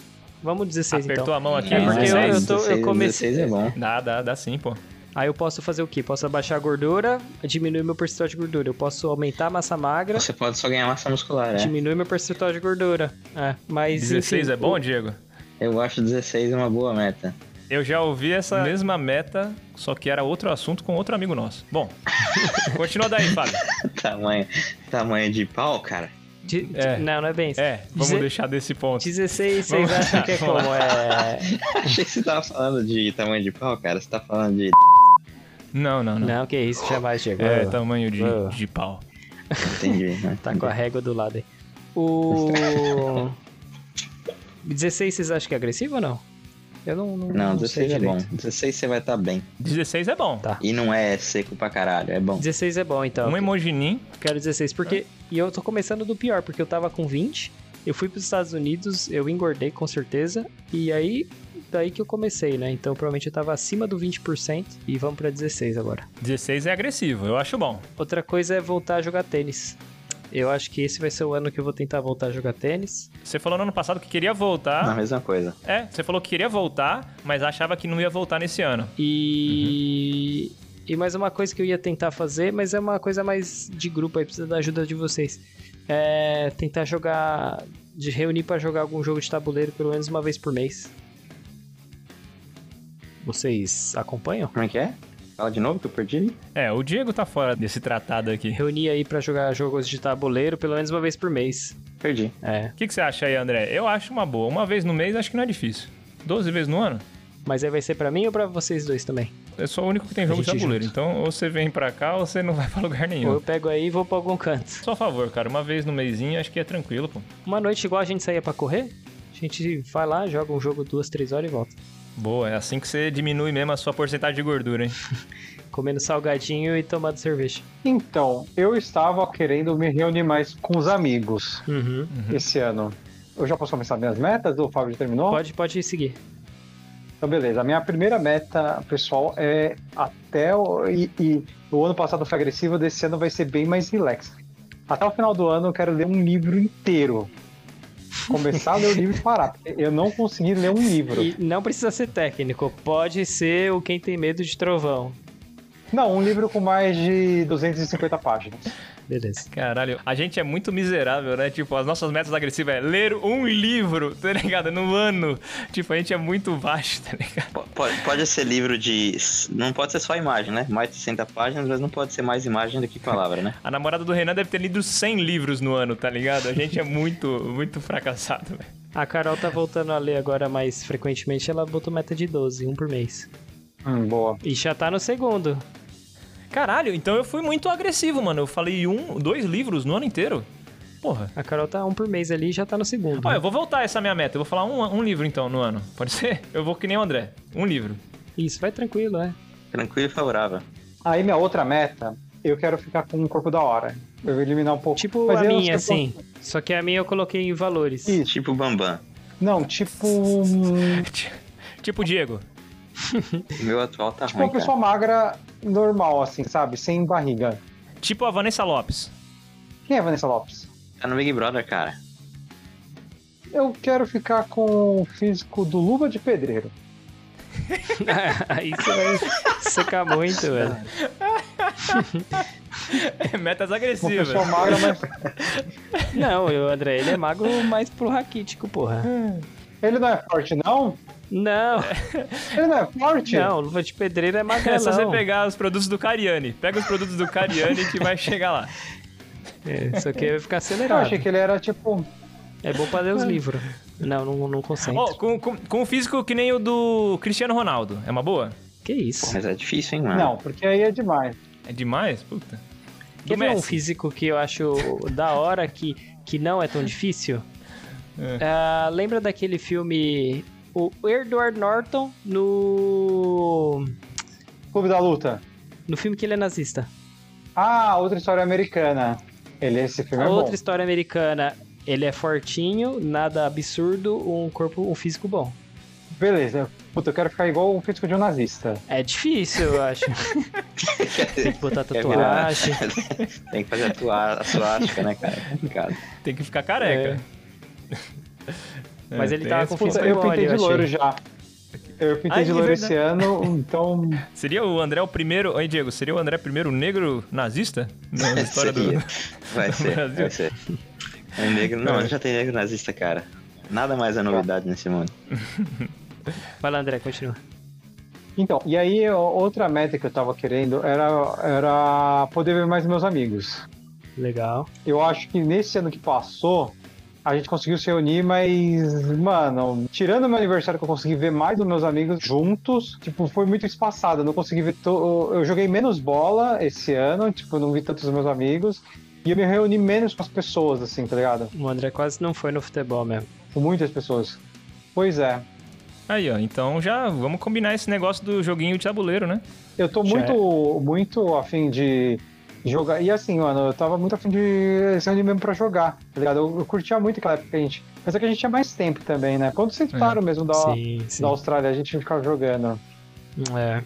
Speaker 4: Vamos 16
Speaker 1: Apertou
Speaker 4: então.
Speaker 1: a mão aqui,
Speaker 4: É, porque eu-
Speaker 1: 16?
Speaker 4: eu tô- eu
Speaker 5: 16,
Speaker 4: comecei-
Speaker 5: 16 é bom.
Speaker 1: Dá, dá, dá sim, pô.
Speaker 4: Aí eu posso fazer o quê? Posso abaixar a gordura, diminuir meu percentual de gordura. Eu posso aumentar a massa magra,
Speaker 5: Você pode só ganhar massa muscular, é.
Speaker 4: Diminui meu percentual de gordura. É, mas.
Speaker 1: 16
Speaker 4: enfim,
Speaker 1: é bom, Diego?
Speaker 5: Eu acho 16 uma boa meta. <laughs>
Speaker 1: Eu já ouvi essa mesma meta, só que era outro assunto com outro amigo nosso.
Speaker 4: <laughs>
Speaker 1: Bom, continua daí, Fábio.
Speaker 5: Tamanho, tamanho de pau, cara. <laughs>
Speaker 4: de- de-
Speaker 1: É.
Speaker 4: Não, não é bem isso.
Speaker 1: É, vamos
Speaker 4: Deze-
Speaker 1: deixar desse ponto.
Speaker 4: 16, vocês
Speaker 1: Vamos-
Speaker 4: acham que é
Speaker 1: <laughs>
Speaker 4: como?
Speaker 1: vamos
Speaker 4: É...
Speaker 5: Achei que você tava falando de tamanho de pau, cara. Você tá falando de.
Speaker 1: Não, não, não.
Speaker 4: Não, Ah. que isso, jamais chegou.
Speaker 1: É, tamanho de,
Speaker 4: Boa.
Speaker 1: de pau.
Speaker 4: <laughs>
Speaker 5: Entendi. né? <laughs>
Speaker 4: Tá com a régua do lado aí. O. 16 vocês acham que é agressivo ou não? Eu não. Não,
Speaker 5: Não,
Speaker 4: sei
Speaker 5: 16 é bom.
Speaker 4: direito.
Speaker 5: 16 você vai estar bem.
Speaker 1: 16 é bom.
Speaker 4: Tá.
Speaker 5: E não é seco pra caralho, é bom.
Speaker 4: 16 é bom, então.
Speaker 1: Um emojinim.
Speaker 4: Quero 16, porque. E eu tô começando do pior, porque eu tava com 20, eu fui pros Estados Unidos, eu engordei com certeza, e aí. Daí que eu comecei, né? Então provavelmente eu tava acima do 20% e vamos pra 16 agora.
Speaker 1: 16 é agressivo, eu acho bom.
Speaker 4: Outra coisa é voltar a jogar tênis. Eu acho que esse vai ser o ano que eu vou tentar voltar a jogar tênis.
Speaker 1: Você falou no ano passado que queria
Speaker 4: Ah?
Speaker 1: voltar.
Speaker 5: Na mesma coisa.
Speaker 1: É, você falou que queria voltar, mas achava que não ia voltar nesse ano.
Speaker 4: E. E mais uma coisa que eu ia tentar fazer, mas é uma coisa mais de grupo aí, precisa da ajuda de vocês. É tentar jogar. De reunir pra jogar algum jogo de tabuleiro pelo menos uma vez por mês. Vocês acompanham?
Speaker 5: Como é que é? Fala de novo que eu perdi.
Speaker 1: É, o Diego tá fora desse tratado aqui.
Speaker 4: Reunir aí pra jogar jogos de tabuleiro pelo menos uma vez por mês.
Speaker 5: Perdi.
Speaker 4: É.
Speaker 1: O que, que você acha aí, André? Eu acho uma boa. Uma vez no mês acho que não é difícil. 12 vezes no ano?
Speaker 4: Mas aí vai ser pra mim ou pra vocês dois também?
Speaker 1: Eu sou o único que tem jogo de
Speaker 4: gente
Speaker 1: tabuleiro. Então, ou você vem pra cá ou você não <laughs> vai pra lugar nenhum.
Speaker 4: Ou eu pego aí e vou pra algum canto.
Speaker 1: Só a favor, cara. Uma vez no mêsinho acho que é tranquilo, pô.
Speaker 4: Uma noite igual a gente saía pra correr, a gente vai lá, joga um jogo duas, três horas e volta.
Speaker 1: Boa, é assim que você diminui mesmo a sua porcentagem de gordura, hein?
Speaker 4: Comendo salgadinho e tomando cerveja.
Speaker 6: Então, eu estava querendo me reunir mais com os amigos
Speaker 4: Uhum.
Speaker 6: esse ano. Eu já posso começar minhas metas? O Fábio já terminou?
Speaker 4: Pode, pode seguir.
Speaker 6: Então, beleza. A minha primeira meta, pessoal, é até o. E, e o ano passado foi agressivo, desse ano vai ser bem mais relax. Até o final do ano eu quero ler um livro inteiro. Começar a ler o livro e parar. porque Eu não consegui ler um livro.
Speaker 4: E não precisa ser técnico, pode ser o Quem Tem Medo de Trovão.
Speaker 6: Não, um livro com mais de 250 páginas.
Speaker 4: Beleza.
Speaker 1: Caralho, a gente é muito miserável, né? Tipo, as nossas metas agressivas é ler um livro, <laughs> tá ligado? No ano. Tipo, a gente é muito baixo, tá ligado?
Speaker 5: Po- Pode, pode ser livro de. Não pode ser só imagem, né? Mais de 60 páginas, mas não pode ser mais imagem do que palavra, né?
Speaker 1: A namorada do Renan deve ter lido 100 livros no ano, tá ligado? A gente é muito, muito fracassado, velho.
Speaker 4: A Carol tá voltando a ler agora mais frequentemente, ela botou meta de 12, um por mês.
Speaker 6: Hum, boa.
Speaker 4: E já tá no segundo.
Speaker 1: Caralho, então eu fui muito agressivo, mano. Eu falei um, dois livros no ano inteiro. Porra.
Speaker 4: A Carol tá um por mês ali e já tá no segundo.
Speaker 1: Ó, eu vou voltar essa minha meta. Eu vou falar um, um livro, então, no ano. Pode ser? Eu vou que nem o André. Um livro. <laughs>
Speaker 4: Isso, vai tranquilo, é.
Speaker 5: Tranquilo e favorável.
Speaker 6: Aí minha outra meta, eu quero ficar com um corpo da hora. Eu vou eliminar um pouco.
Speaker 4: Tipo
Speaker 6: Mas
Speaker 4: a
Speaker 6: eu acho
Speaker 4: minha,
Speaker 6: que eu
Speaker 4: assim. Só que a minha eu coloquei em valores.
Speaker 6: Isso.
Speaker 5: Tipo Bambam.
Speaker 6: posso- Não, tipo. hum,
Speaker 1: Tipo o Diego.
Speaker 5: O meu atual tá
Speaker 6: Tipo
Speaker 5: ruim.
Speaker 6: uma pessoa magra normal, assim, sabe? Sem barriga.
Speaker 1: Tipo a Vanessa Lopes.
Speaker 6: Quem é a Vanessa Lopes?
Speaker 5: Cara. Tá no Big Brother, cara.
Speaker 6: Eu quero ficar com o físico do Luva de Pedreiro.
Speaker 4: <laughs> Aí você vai secar muito, velho.
Speaker 1: <laughs> Metas
Speaker 6: Uma
Speaker 1: agressivas.
Speaker 6: pessoa magra, mas.
Speaker 4: Não, o André, ele é magro mais pro raquítico, porra.
Speaker 6: Hum. Ele não é forte, não?
Speaker 4: Não, <laughs>
Speaker 6: Ele não é forte?
Speaker 4: não, luva de pedreiro é magrelão.
Speaker 1: É só você pegar os produtos do Cariani. Pega os produtos do Cariani que vai chegar
Speaker 4: <laughs>
Speaker 1: lá.
Speaker 4: É, só que vai ficar
Speaker 6: Eu
Speaker 4: acelerado.
Speaker 6: achei que ele era tipo.
Speaker 4: É bom pra ler os livros. Não, não, não concentro.
Speaker 1: Ó, com, com, com um físico que nem o do Cristiano Ronaldo. É uma boa?
Speaker 4: que isso?
Speaker 5: Mas é difícil, hein, mano?
Speaker 6: Não, porque aí é demais.
Speaker 1: É demais? Puta.
Speaker 4: Quer
Speaker 1: Do
Speaker 4: ver um
Speaker 1: Messi.
Speaker 4: físico que eu acho da hora, que, que não é tão difícil? Ah, lembra daquele filme... O Edward Norton no...
Speaker 6: Clube da Luta.
Speaker 4: No filme que ele é nazista.
Speaker 6: Ah, outra história americana. Ele, esse filme é
Speaker 4: Outra
Speaker 6: bom.
Speaker 4: história americana. Ele é fortinho, nada absurdo, um corpo, um físico bom.
Speaker 6: Beleza. Puta, eu quero ficar igual o físico de um nazista.
Speaker 4: É difícil, eu acho. Tem que botar
Speaker 5: Quer virar- <laughs>
Speaker 4: tatuagem.
Speaker 5: Tem que fazer a, tua, a suástica, né, cara? É complicado.
Speaker 1: Tem que ficar careca. <laughs>
Speaker 4: Mas
Speaker 1: É,
Speaker 4: ele tá
Speaker 1: tem
Speaker 4: tava
Speaker 1: esse
Speaker 4: com
Speaker 1: ponto.
Speaker 4: físico
Speaker 6: Puta, eu
Speaker 4: bom ali,
Speaker 6: pintei de
Speaker 4: achei.
Speaker 6: loiro já. Eu pintei
Speaker 1: Ai,
Speaker 6: de
Speaker 1: de
Speaker 6: loiro
Speaker 1: verdade.
Speaker 6: esse ano, então.
Speaker 1: Seria o André o primeiro. Oi, Diego, seria o André primeiro negro
Speaker 4: <laughs>
Speaker 1: nazista? Na história do.
Speaker 5: Seria. Vai ser,
Speaker 1: Brasil.
Speaker 5: vai ser. É negro. Não, já tem negro nazista, cara. Nada mais é novidade nesse mundo.
Speaker 4: Vai lá, André, continua.
Speaker 6: Então, e aí ó, outra meta que eu tava querendo era, era poder ver mais meus amigos.
Speaker 4: Legal.
Speaker 6: Eu acho que nesse ano que passou, a gente conseguiu se reunir, mas, mano, tirando meu aniversário que eu consegui ver mais dos meus amigos juntos, tipo, foi muito espaçado. Eu não consegui ver. to- Eu joguei menos bola esse ano, tipo, eu não vi tantos meus amigos. E eu me reuni menos com as pessoas, assim, tá ligado?
Speaker 4: O André quase não foi no futebol mesmo.
Speaker 6: Com muitas pessoas. Pois é.
Speaker 1: Aí, ó, então já vamos combinar esse negócio do joguinho de tabuleiro, né?
Speaker 6: Eu tô
Speaker 4: é.
Speaker 1: Já
Speaker 6: muito, muito afim de jogar. E assim, mano, eu tava muito afim de esse anime mesmo pra jogar, tá ligado? Eu, eu curtia muito aquela época que a gente. Mas é que a gente tinha mais tempo também, né? Quando vocês param mesmo da,
Speaker 4: É. Sim, sim.
Speaker 6: da Austrália, a gente ficava jogando.
Speaker 4: É.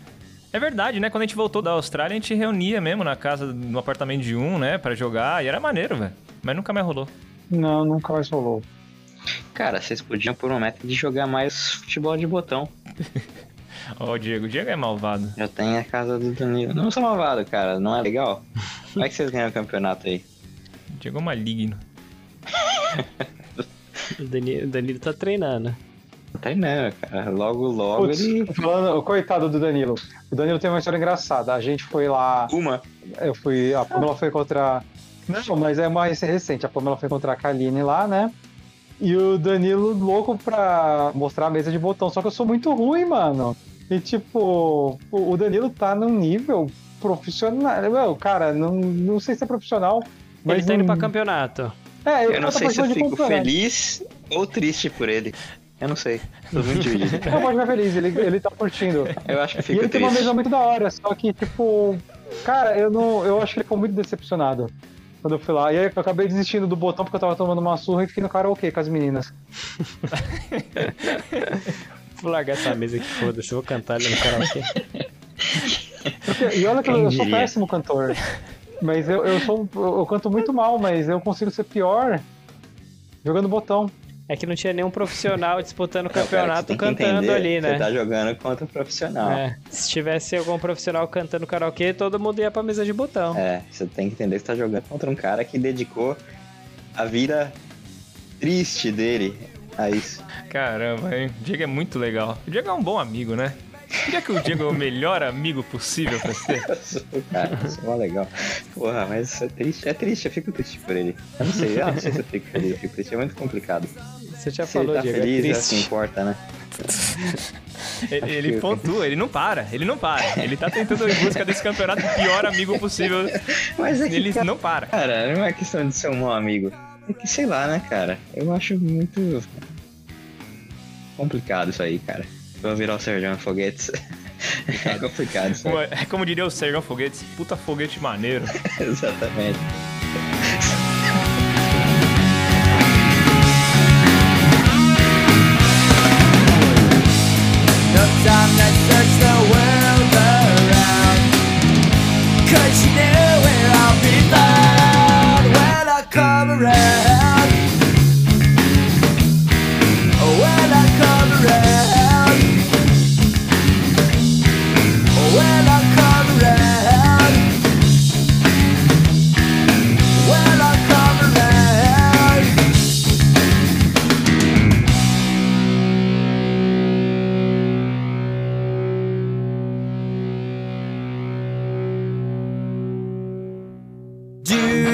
Speaker 1: É verdade, né? Quando a gente voltou da Austrália, a gente reunia mesmo na casa, no apartamento de um, né? Pra jogar, e era maneiro, velho. Mas nunca mais rolou.
Speaker 6: Não, nunca mais rolou.
Speaker 5: Cara, vocês podiam pôr um método de jogar mais futebol de botão.
Speaker 1: Ó, o Diego, o Diego é malvado.
Speaker 5: Eu tenho a casa do Danilo. Não sou malvado, cara. Não é legal? Como é que vocês ganham o campeonato aí?
Speaker 1: O Diego é maligno.
Speaker 4: O Danilo, o Danilo tá treinando.
Speaker 5: Tá aí não, cara. Logo, logo
Speaker 6: Putz,
Speaker 5: ele.
Speaker 6: falando, coitado do Danilo. O Danilo tem uma história engraçada. A gente foi lá.
Speaker 5: Uma.
Speaker 6: Eu fui. A Pamela foi contra. Não, mas é mais recente. A Pamela foi contra a Kaline lá, né? E o Danilo louco pra mostrar a mesa de botão. Só que eu sou muito ruim, mano. E tipo, o o Danilo tá num nível profissional. Meu, cara, não, não sei se é profissional. Mas
Speaker 4: Ele tá indo
Speaker 6: não-
Speaker 4: pra campeonato.
Speaker 6: É,
Speaker 5: Eu não sei se eu fico
Speaker 6: feliz.
Speaker 5: feliz ou triste por ele. Eu não sei. Tô
Speaker 4: <laughs>
Speaker 5: muito dividido.
Speaker 6: Não, pode ficar feliz, ele, ele tá curtindo.
Speaker 5: Eu acho que
Speaker 6: e
Speaker 5: fico
Speaker 6: ele tem uma
Speaker 5: triste.
Speaker 6: mesa muito da hora, só que, tipo, cara, eu não. Eu acho que ele ficou muito decepcionado quando eu fui lá. E aí eu acabei desistindo do botão porque eu tava tomando uma surra e fiquei no karaokê com as meninas.
Speaker 4: Vou largar essa mesa aqui, foda-se, eu vou cantar ali no karaokê.
Speaker 6: Porque- e olha que eu,
Speaker 5: Quem
Speaker 6: eu sou
Speaker 5: diria?
Speaker 6: péssimo cantor. Mas eu, eu sou. Eu canto muito mal, mas eu consigo ser pior jogando botão.
Speaker 4: É que não tinha nenhum profissional disputando o
Speaker 5: Não, É, cara, você
Speaker 4: campeonato
Speaker 5: tem que
Speaker 4: cantando
Speaker 5: entender,
Speaker 4: ali, né?
Speaker 5: Você tá jogando contra o profissional. É.
Speaker 4: É, se tivesse algum profissional cantando karaokê, todo mundo ia pra mesa de
Speaker 5: É,
Speaker 4: botão.
Speaker 5: você tem que entender que você tá jogando contra um cara que dedicou a vida triste dele a isso. <laughs>
Speaker 1: Caramba, hein? O Diego é muito legal. O Diego é um bom amigo, né? Diria que o Diego é o melhor amigo possível pra você?
Speaker 5: Cara, isso é mó legal. Porra, mas isso é triste, é triste, eu fico triste por ele. Eu não sei, eu não sei se eu fico feliz, eu fico triste, é muito complicado.
Speaker 4: Você já
Speaker 5: Se ele
Speaker 4: falou,
Speaker 5: tá
Speaker 4: Diego, é
Speaker 5: feliz, é o que
Speaker 4: triste.
Speaker 5: importa, né?
Speaker 1: Ele, ele
Speaker 5: que-
Speaker 1: pontua, ele não para, ele não para. Ele tá tentando ir em busca desse campeonato do pior amigo possível.
Speaker 5: Mas é que,
Speaker 1: ele
Speaker 5: cara-
Speaker 1: não para.
Speaker 5: Cara, não é questão de ser um mau amigo. É que sei lá, né, cara? Eu acho muito complicado isso aí, cara. Vou virar o Sérgio Foguetes. <laughs> é complicado isso aí.
Speaker 1: Como, é como diria o Sérgio Foguetes, puta foguete maneiro.
Speaker 5: <laughs> Exatamente.
Speaker 3: The time that turns the world around. Cause you know where I'll be found when I come around. Oh, when I come around. Oh, when I come around. When I come around. Do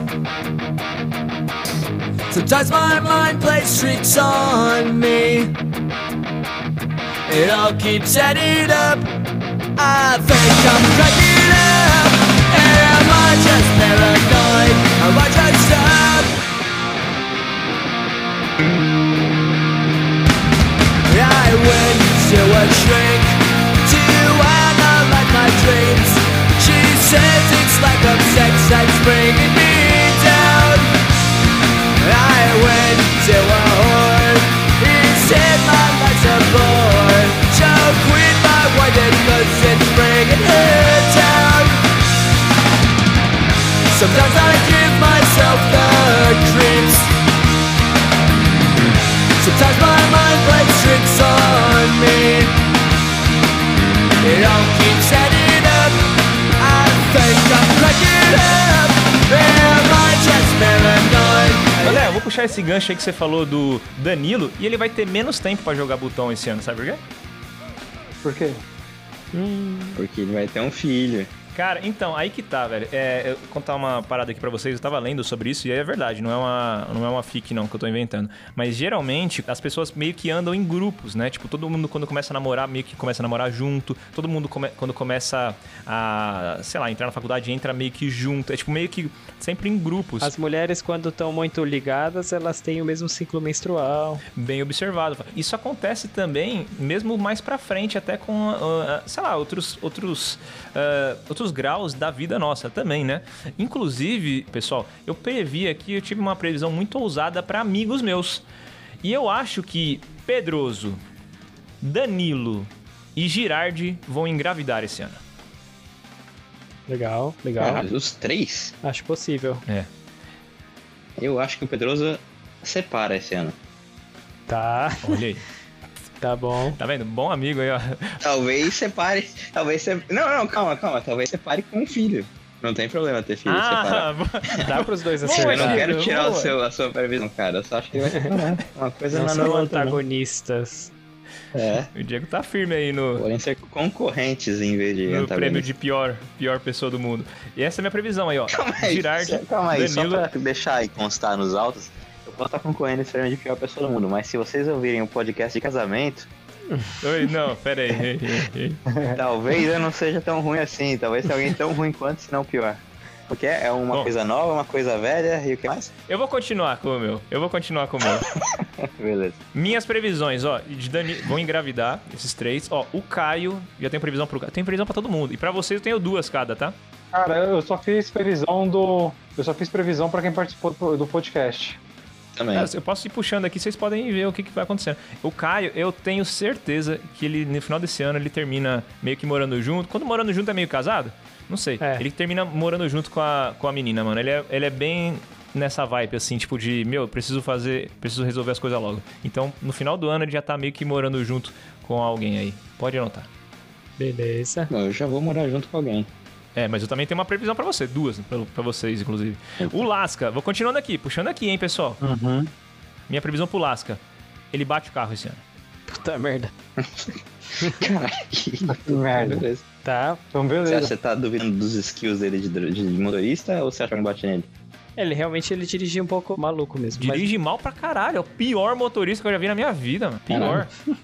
Speaker 3: Sometimes my mind plays tricks on me. It all keeps adding up. I think I'm cracking up. Am I just paranoid? Am I just up? I went to a shrink to analyze my dreams. She says it's like i sex that's bringing me down. I went to a whore. He said my life's a bore. Choke with my white emotions, bringing her down. Sometimes I give myself the creeps. Sometimes my mind plays tricks on me. It all keeps adding up. I think I'm cracking up. Am I just paranoid?
Speaker 1: André, eu vou puxar esse gancho aí que você falou do Danilo e ele vai ter menos tempo pra jogar botão esse ano, sabe por quê?
Speaker 6: Por quê?
Speaker 5: Porque ele vai ter um filho.
Speaker 1: Cara, então, aí que tá, velho. É, eu vou contar uma parada aqui pra vocês. Eu tava lendo sobre isso e é verdade, não é uma, não é uma fic, não, que eu tô inventando. Mas geralmente as pessoas meio que andam em grupos, né? Tipo, todo mundo quando começa a namorar, meio que começa a namorar junto. Todo mundo come- quando começa a, sei lá, entrar na faculdade, entra meio que junto. É tipo, meio que sempre em grupos.
Speaker 4: As mulheres, quando estão muito ligadas, elas têm o mesmo ciclo menstrual.
Speaker 1: Bem observado. Isso acontece também, mesmo mais pra frente, até com, ah, ah, sei lá, outros, outros, ah, outros graus da vida nossa também, né? Inclusive, pessoal, eu previ aqui, eu tive uma previsão muito ousada pra amigos meus. E eu acho que Pedroso, Danilo e Girardi vão engravidar esse ano.
Speaker 4: Legal, legal.
Speaker 5: Cara, Ah, os três?
Speaker 4: Acho possível.
Speaker 1: É.
Speaker 5: Eu acho que o Pedroso separa esse ano.
Speaker 4: Tá,
Speaker 1: Olha aí.
Speaker 4: tá bom.
Speaker 1: Tá vendo? Bom amigo aí, ó.
Speaker 5: Talvez separe. Talvez se... Não, não, calma, calma. Talvez separe com um filho. Não tem problema ter filho separado.
Speaker 1: <laughs> Ah,
Speaker 4: Dá pros dois
Speaker 1: Boa,
Speaker 5: Eu não
Speaker 4: acertar.
Speaker 1: Fernando.
Speaker 5: quero tirar o
Speaker 1: boa.
Speaker 5: seu, a sua previsão, cara. Eu só acho que vai separar. Uma coisa
Speaker 4: Não tá
Speaker 5: não,
Speaker 4: são
Speaker 5: não,
Speaker 4: antagonistas.
Speaker 5: É.
Speaker 1: o Diego tá firme aí no,
Speaker 5: Podem ser concorrentes em vez de
Speaker 1: no
Speaker 5: antagonistas.
Speaker 1: prêmio de pior, pior pessoa do mundo. E essa é a minha previsão aí, ó.
Speaker 5: Calma aí, é
Speaker 1: Girardi,
Speaker 5: só- calma aí,
Speaker 1: Danilo.
Speaker 5: só pra deixar aí constar nos autos, eu posso estar concorrendo esse prêmio de pior pessoa do mundo, mas se vocês ouvirem o podcast de casamento,
Speaker 1: Oi, não, pera aí. <laughs> Ei, ei, ei.
Speaker 5: talvez eu não seja tão ruim assim, talvez tenha alguém tão ruim quanto, se não pior. Porque é uma
Speaker 1: Bom.
Speaker 5: coisa nova, uma coisa velha e o que mais? <laughs>
Speaker 1: Eu vou continuar com o meu. Eu vou continuar com o meu.
Speaker 5: Beleza.
Speaker 1: Minhas previsões, ó. De Dani... Vão engravidar esses três. Ó, o Caio. Já tenho previsão pro Caio. Tenho previsão pra todo mundo. E pra vocês eu tenho duas cada, tá?
Speaker 6: Cara, eu só fiz previsão do. Eu só fiz previsão pra quem participou do do podcast.
Speaker 5: Também.
Speaker 1: Cara, É, eu posso ir puxando aqui, vocês podem ver o que, que vai acontecendo. O Caio, eu tenho certeza que ele, no final desse ano, ele termina meio que morando junto. Quando morando junto é meio casado? Não sei.
Speaker 4: É.
Speaker 1: Ele termina morando junto com a, com a menina, mano. Ele é, ele é bem nessa vibe, assim, tipo de, meu, preciso fazer, preciso resolver as coisas logo. Então, no final do ano, ele já tá meio que morando junto com alguém aí. Pode anotar.
Speaker 4: Beleza.
Speaker 5: Não, eu já vou morar junto com alguém.
Speaker 1: É, mas eu também tenho uma previsão pra você, duas pra pra vocês, inclusive. O Lasca, vou continuando aqui, puxando aqui, hein, pessoal. Minha previsão pro Lasca. Ele bate o carro esse ano.
Speaker 4: Puta merda.
Speaker 5: Caralho.
Speaker 6: Que merda.
Speaker 5: Beleza.
Speaker 4: Tá.
Speaker 6: Então,
Speaker 5: Você, acha,
Speaker 6: beleza.
Speaker 5: que você tá duvidando dos skills dele de, dr- de motorista ou você acha que não bate nele?
Speaker 4: Ele realmente ele dirigia um pouco maluco mesmo. mas-
Speaker 1: Dirige mal pra caralho. É o pior motorista que eu já vi na minha vida, mano. Pior. <laughs>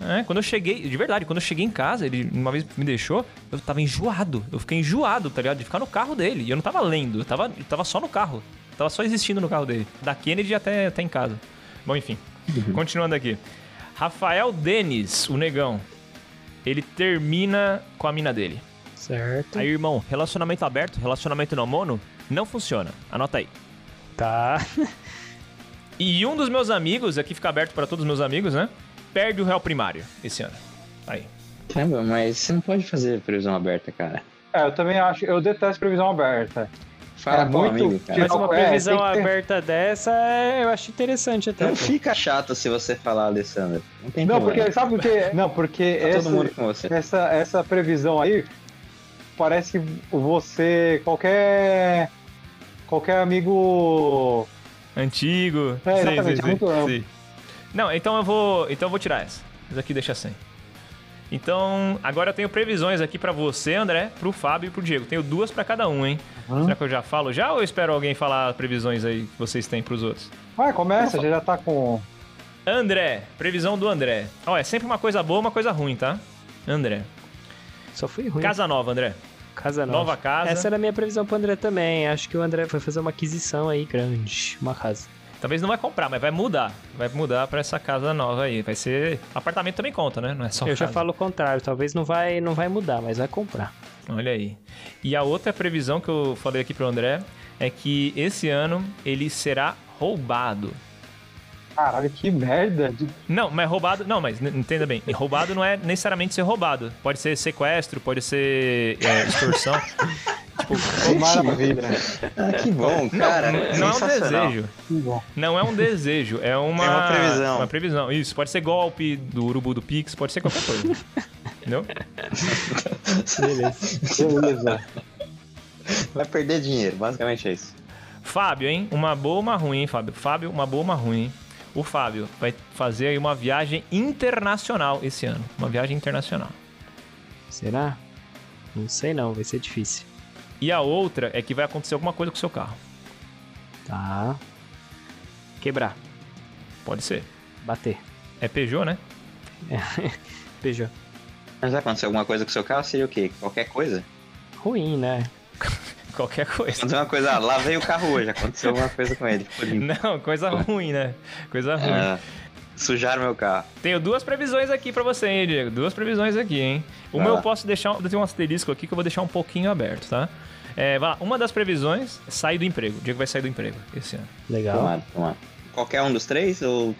Speaker 1: É, quando eu cheguei, de verdade, quando eu cheguei em casa, ele uma vez me deixou, eu tava enjoado. Eu fiquei enjoado, tá ligado? De ficar no carro dele. E eu não tava lendo, eu tava, eu tava só no carro. Eu tava só existindo no carro dele. Da Kennedy até, até em casa. Bom, enfim. Continuando aqui. Rafael Denis, o negão. Ele termina com a mina dele.
Speaker 4: Certo.
Speaker 1: Aí, irmão, relacionamento aberto, relacionamento não mono, não funciona. Anota aí.
Speaker 4: Tá.
Speaker 1: E um dos meus amigos, aqui fica aberto para todos os meus amigos, né? Perde o réu primário esse ano. Aí.
Speaker 5: Caramba, mas você não pode fazer previsão aberta, cara.
Speaker 6: É, eu também acho. Eu detesto previsão aberta.
Speaker 5: Fala
Speaker 6: É
Speaker 5: com o
Speaker 6: muito
Speaker 5: amigo, cara.
Speaker 6: que-
Speaker 4: Mas uma
Speaker 6: É, tem
Speaker 4: previsão
Speaker 6: que ter-
Speaker 4: aberta dessa é- eu acho interessante
Speaker 1: Então
Speaker 4: até.
Speaker 5: Não
Speaker 4: pô.
Speaker 5: fica chato se você falar, Alessandro. Não tem
Speaker 6: Não,
Speaker 5: problema.
Speaker 6: porque sabe o que? Não, porque
Speaker 5: Tá
Speaker 6: essa,
Speaker 5: todo mundo com
Speaker 1: é
Speaker 5: você.
Speaker 6: essa, essa previsão aí parece que você. qualquer. qualquer amigo.
Speaker 1: Antigo.
Speaker 6: É, exatamente, é muito amplo.
Speaker 1: Não, então eu vou, então eu vou tirar essa. Isso aqui deixa sem. Então, agora eu tenho previsões aqui para você, André, pro Fábio e pro Diego. Tenho duas para cada um, hein? Será que eu já falo já ou eu espero alguém falar as previsões aí que vocês têm pros outros?
Speaker 6: Vai, começa, já já tá com.
Speaker 1: André, previsão do André. Ó, é sempre uma coisa boa, uma coisa ruim, tá? André.
Speaker 4: Só fui ruim.
Speaker 1: Casa nova, André.
Speaker 4: Casa nova.
Speaker 1: Nova casa.
Speaker 4: Essa era a minha previsão pro André também. Acho que o André vai fazer uma aquisição aí grande. Uma casa.
Speaker 1: Talvez não vai comprar, mas vai mudar. Vai mudar pra essa casa nova aí. Vai ser. Apartamento também conta, né? Não é só
Speaker 4: eu já
Speaker 1: casa.
Speaker 4: falo o contrário. Talvez não vai, não vai mudar, mas vai comprar.
Speaker 1: Olha aí. E a outra previsão que eu falei aqui pro André é que esse ano ele será roubado.
Speaker 6: Caralho, que merda. de-
Speaker 1: Não, mas roubado. Não, mas n- entenda bem. Roubado não é necessariamente ser roubado. Pode ser sequestro, pode ser é,
Speaker 5: <laughs>
Speaker 1: extorsão. tipo,
Speaker 6: Tomara pra vida.
Speaker 5: Ah, que bom, cara.
Speaker 1: não é um
Speaker 5: Sensacional.
Speaker 1: desejo.
Speaker 6: Que bom.
Speaker 1: Não é um desejo, é uma,
Speaker 5: É uma previsão.
Speaker 1: uma previsão. Isso, pode ser golpe do urubu do Pix, pode ser qualquer coisa.
Speaker 5: <laughs>
Speaker 1: Entendeu?
Speaker 6: Beleza.
Speaker 5: Vai perder dinheiro, basicamente é isso.
Speaker 1: Fábio, hein? Uma boa ou uma ruim, hein, Fábio? Fábio, uma boa ou uma ruim, hein? O Fábio vai fazer aí uma viagem internacional esse ano. Uma viagem internacional.
Speaker 4: Será? Não sei não, vai ser difícil.
Speaker 1: E a outra é que vai acontecer alguma coisa com o seu carro.
Speaker 4: Tá. Quebrar.
Speaker 1: Pode ser.
Speaker 4: Bater.
Speaker 1: É Peugeot, né?
Speaker 4: Peugeot.
Speaker 5: Mas vai acontecer alguma coisa com o seu carro, seria o quê? Qualquer coisa?
Speaker 4: Ruim, né?
Speaker 1: Qualquer
Speaker 5: <laughs>
Speaker 1: coisa.
Speaker 5: Aconteceu uma coisa, ah, lá veio o carro hoje, aconteceu alguma coisa com ele. Ficou limpo.
Speaker 1: Não, coisa ruim, né? Coisa ruim.
Speaker 5: Ah, sujaram meu carro.
Speaker 1: Tenho duas previsões aqui pra você, hein, Diego? Duas previsões aqui, hein? Uma
Speaker 5: Vai
Speaker 1: eu
Speaker 5: lá.
Speaker 1: posso deixar. Eu tenho um asterisco aqui que eu vou deixar um pouquinho aberto, tá? É, vai lá. Uma das previsões é sair do emprego. O Diego vai sair do emprego esse ano.
Speaker 4: Legal.
Speaker 5: Tomara, tomara. Qualquer um dos três ou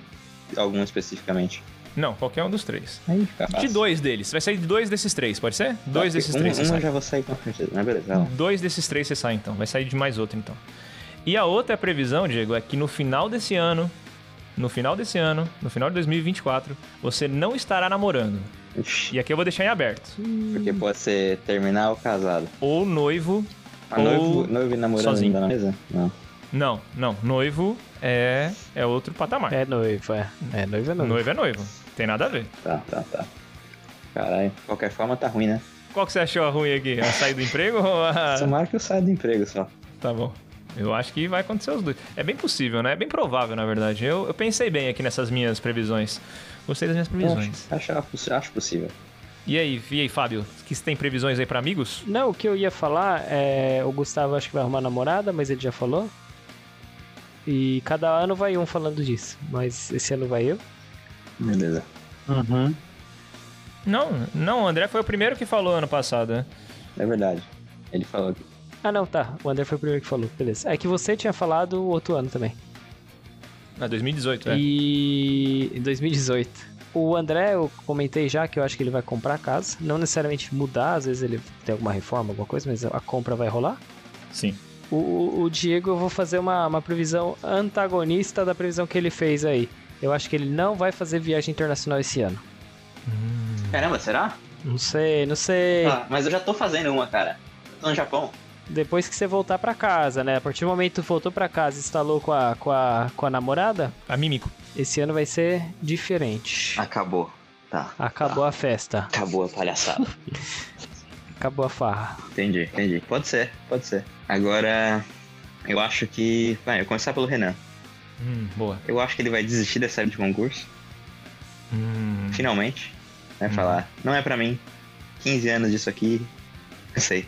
Speaker 5: algum especificamente?
Speaker 1: Não, qualquer um dos três.
Speaker 4: Aí,
Speaker 5: Capaz.
Speaker 1: De dois deles. Você vai sair de dois desses três, pode ser?
Speaker 5: Tá,
Speaker 1: Dois desses
Speaker 5: um,
Speaker 1: três você
Speaker 5: Um
Speaker 1: sai.
Speaker 5: eu já vou sair com certeza, mas beleza, vai lá.
Speaker 1: Dois desses três você sai então. Vai sair de mais outro então. E a outra previsão, Diego, é que no final desse ano, no final desse ano, no final de 2024, você não estará namorando.
Speaker 5: Ixi,
Speaker 1: E aqui eu vou deixar em aberto.
Speaker 5: Porque pode ser terminar ou casado.
Speaker 1: Ou noivo.
Speaker 5: Ah,
Speaker 1: ou...
Speaker 5: noivo, noivo e namorando
Speaker 1: sozinho.
Speaker 5: ainda na mesa? Não.
Speaker 1: Não, não. Noivo é, é outro patamar.
Speaker 4: É noivo, é. É noivo, é noivo.
Speaker 1: Noivo é noivo. Tem nada a ver.
Speaker 5: Tá, tá, tá. Caralho, de qualquer forma tá ruim, né?
Speaker 1: Qual que você achou a ruim aqui? A sair do emprego ou a...
Speaker 5: Tomara que eu saia do emprego só.
Speaker 1: Tá bom. Eu acho que vai acontecer os dois. É bem possível, né? É bem provável, na verdade. Eu, eu pensei bem aqui nessas minhas previsões. Gostei das minhas previsões.
Speaker 5: Acho, acho, acho possível.
Speaker 1: E aí, e aí, Fábio? Que você tem previsões aí pra amigos?
Speaker 4: Não, o que eu ia falar é. O Gustavo acho que vai arrumar namorada, mas ele já falou. E cada ano vai um falando disso. Mas esse ano vai eu.
Speaker 5: Beleza.
Speaker 6: Uhum.
Speaker 1: Não, não, o André foi o primeiro que falou ano passado, né?
Speaker 5: É verdade. Ele falou que.
Speaker 4: Ah não, tá. O André foi o primeiro que falou. Beleza. É que você tinha falado o outro ano também.
Speaker 1: Na 2018, é.
Speaker 4: E em 2018. O André, eu comentei já que eu acho que ele vai comprar a casa. Não necessariamente mudar, às vezes ele tem alguma reforma, alguma coisa, mas a compra vai rolar.
Speaker 1: Sim.
Speaker 4: O- O, o Diego, eu vou fazer uma, uma previsão antagonista da previsão que ele fez aí. Eu acho que ele não vai fazer viagem internacional esse ano.
Speaker 1: Hum.
Speaker 5: Caramba, será?
Speaker 4: Não sei, não
Speaker 1: É.
Speaker 4: sei.
Speaker 5: Ah, mas eu já tô fazendo uma, cara. Eu tô no Japão.
Speaker 4: Depois que você voltar pra casa, né? A partir do momento que tu voltou pra casa e instalou com a, com, a, com a namorada,
Speaker 1: A Mímico.
Speaker 4: esse ano vai ser diferente.
Speaker 5: Acabou. Tá.
Speaker 4: Acabou a festa,
Speaker 5: Acabou a palhaçada.
Speaker 4: acabou a farra.
Speaker 5: <laughs> entendi, entendi. Pode ser, pode ser. Agora, eu acho que. Vai, eu vou começar pelo Renan.
Speaker 1: Hum, boa.
Speaker 5: Eu acho que ele vai desistir dessa série de concurso.
Speaker 1: Hum,
Speaker 5: Finalmente. Vai
Speaker 1: Uhum.
Speaker 5: falar, não é pra mim. 15 anos disso aqui. Eu sei.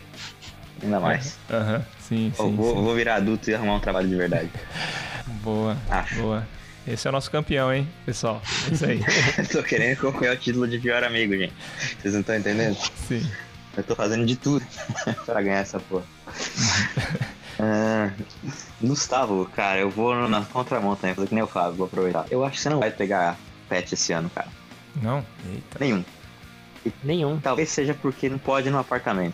Speaker 5: Ainda mais.
Speaker 1: Aham, É, sim,
Speaker 5: Eu
Speaker 1: sim,
Speaker 5: vou,
Speaker 1: sim.
Speaker 5: vou virar adulto e arrumar um trabalho de verdade. <laughs>
Speaker 1: Boa,
Speaker 5: Acho.
Speaker 1: boa. Esse é o nosso campeão, hein, pessoal? É isso
Speaker 5: <laughs>
Speaker 1: aí.
Speaker 5: Eu tô querendo concorrer o título de pior amigo, gente. Vocês não estão entendendo?
Speaker 1: sim.
Speaker 5: Eu tô fazendo de tudo <laughs> pra ganhar essa
Speaker 1: <laughs>
Speaker 5: porra. Ah, Gustavo, cara, eu vou na contramão também, fazer que nem o Fábio, vou aproveitar. Eu acho que você não vai pegar pet esse ano, cara.
Speaker 1: Não? Eita.
Speaker 5: Nenhum.
Speaker 4: Nenhum.
Speaker 5: Talvez seja porque não pode ir no apartamento.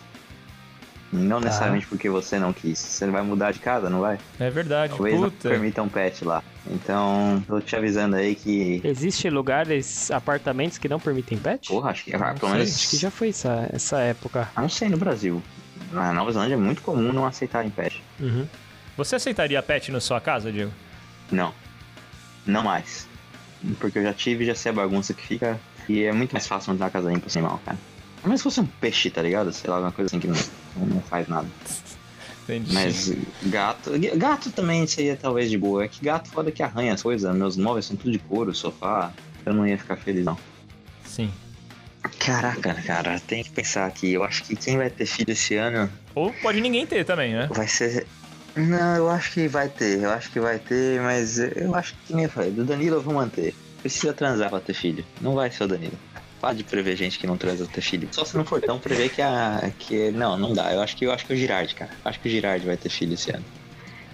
Speaker 5: Não
Speaker 1: Tá.
Speaker 5: necessariamente porque você não quis. Você vai mudar de casa, não vai?
Speaker 1: É verdade,
Speaker 5: Talvez não
Speaker 1: puta.
Speaker 5: permita um pet lá. Então, tô te avisando aí que.
Speaker 4: Existem lugares, apartamentos que não permitem pet?
Speaker 5: Porra, acho que. ah,
Speaker 1: Não
Speaker 5: pelo
Speaker 1: sei,
Speaker 5: menos.
Speaker 4: Acho que já foi essa, essa época.
Speaker 5: Ah, não sei, no Brasil. Na Nova Zelândia é muito comum não aceitarem pet.
Speaker 4: Uhum.
Speaker 1: Você aceitaria pet na sua casa, Diego?
Speaker 5: Não. Não mais. Porque eu já tive, já sei a bagunça que fica. E é muito mais fácil manter uma casa limpa sem mal, cara. Mas se fosse um peixe, tá ligado? Sei lá, alguma coisa assim que não, não faz nada.
Speaker 1: Entendi.
Speaker 5: Mas gato. Gato também seria talvez de boa. É que gato foda que arranha as coisas. né? Meus móveis são tudo de couro, sofá. Eu não ia ficar feliz, não.
Speaker 1: Sim.
Speaker 5: Caraca, cara, tem que pensar aqui. Eu acho que quem vai ter filho esse ano
Speaker 1: Ou pode ninguém ter também, né?
Speaker 5: Vai ser. Não, eu acho que vai ter, eu acho que vai ter, mas eu acho que nem eu falei, do Danilo eu vou manter. Precisa transar pra ter filho. Não vai ser o Danilo. Para de prever gente que não transa pra ter filho. Só se não for tão prever que a. que. Não, não dá. Eu acho que eu acho que o Girardi, cara. Acho que o Girardi vai ter filho esse ano.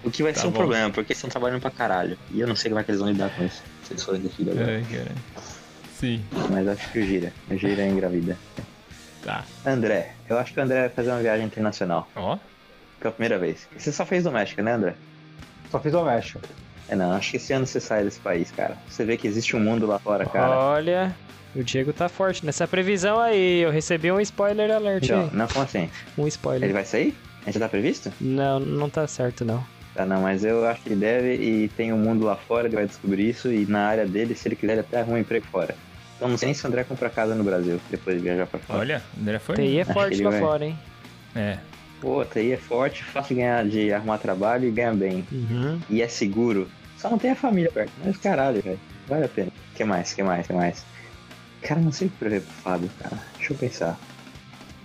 Speaker 5: O que vai
Speaker 1: Tá
Speaker 5: ser um
Speaker 1: bom.
Speaker 5: problema, porque eles estão trabalhando pra caralho. E eu não sei como é que eles vão lidar com isso. Se eles forem ter filho agora.
Speaker 1: Ai, É, cara. Sim,
Speaker 5: Mas acho que o Gira. O Gira é engravida.
Speaker 1: tá.
Speaker 5: André, eu acho que o André vai fazer uma viagem internacional.
Speaker 1: Ó,
Speaker 5: Pela primeira vez. Você só fez doméstica, né, André?
Speaker 6: Só fiz doméstico.
Speaker 5: É, não, acho que esse ano você sai desse país, cara. Você vê que existe um mundo lá fora, cara.
Speaker 4: Olha, o Diego tá forte nessa previsão aí. Eu recebi um spoiler alert
Speaker 5: Então,
Speaker 4: aí.
Speaker 5: não, como assim?
Speaker 4: Um
Speaker 5: Ele
Speaker 4: spoiler.
Speaker 5: vai sair? A gente já tá previsto?
Speaker 4: Não, não tá certo, não.
Speaker 5: Tá, não, mas eu acho que ele deve e tem um mundo lá fora, ele vai descobrir isso e na área dele, se ele quiser, ele até arruma um emprego fora. Eu não sei nem se o André compra casa no Brasil depois de viajar pra fora.
Speaker 1: Olha, André foi.
Speaker 4: TI é
Speaker 5: Acho que
Speaker 4: forte
Speaker 5: ele
Speaker 4: lá
Speaker 5: vai.
Speaker 4: fora, hein?
Speaker 1: É.
Speaker 5: Pô, TI é forte, fácil de ganhar de arrumar trabalho e ganha bem.
Speaker 1: Uhum.
Speaker 5: E é seguro. Só não tem a família perto. Mas caralho, velho. Vale a pena. que mais? que mais? que mais? Cara, não sei o que prever pro Fábio, cara. Deixa eu pensar.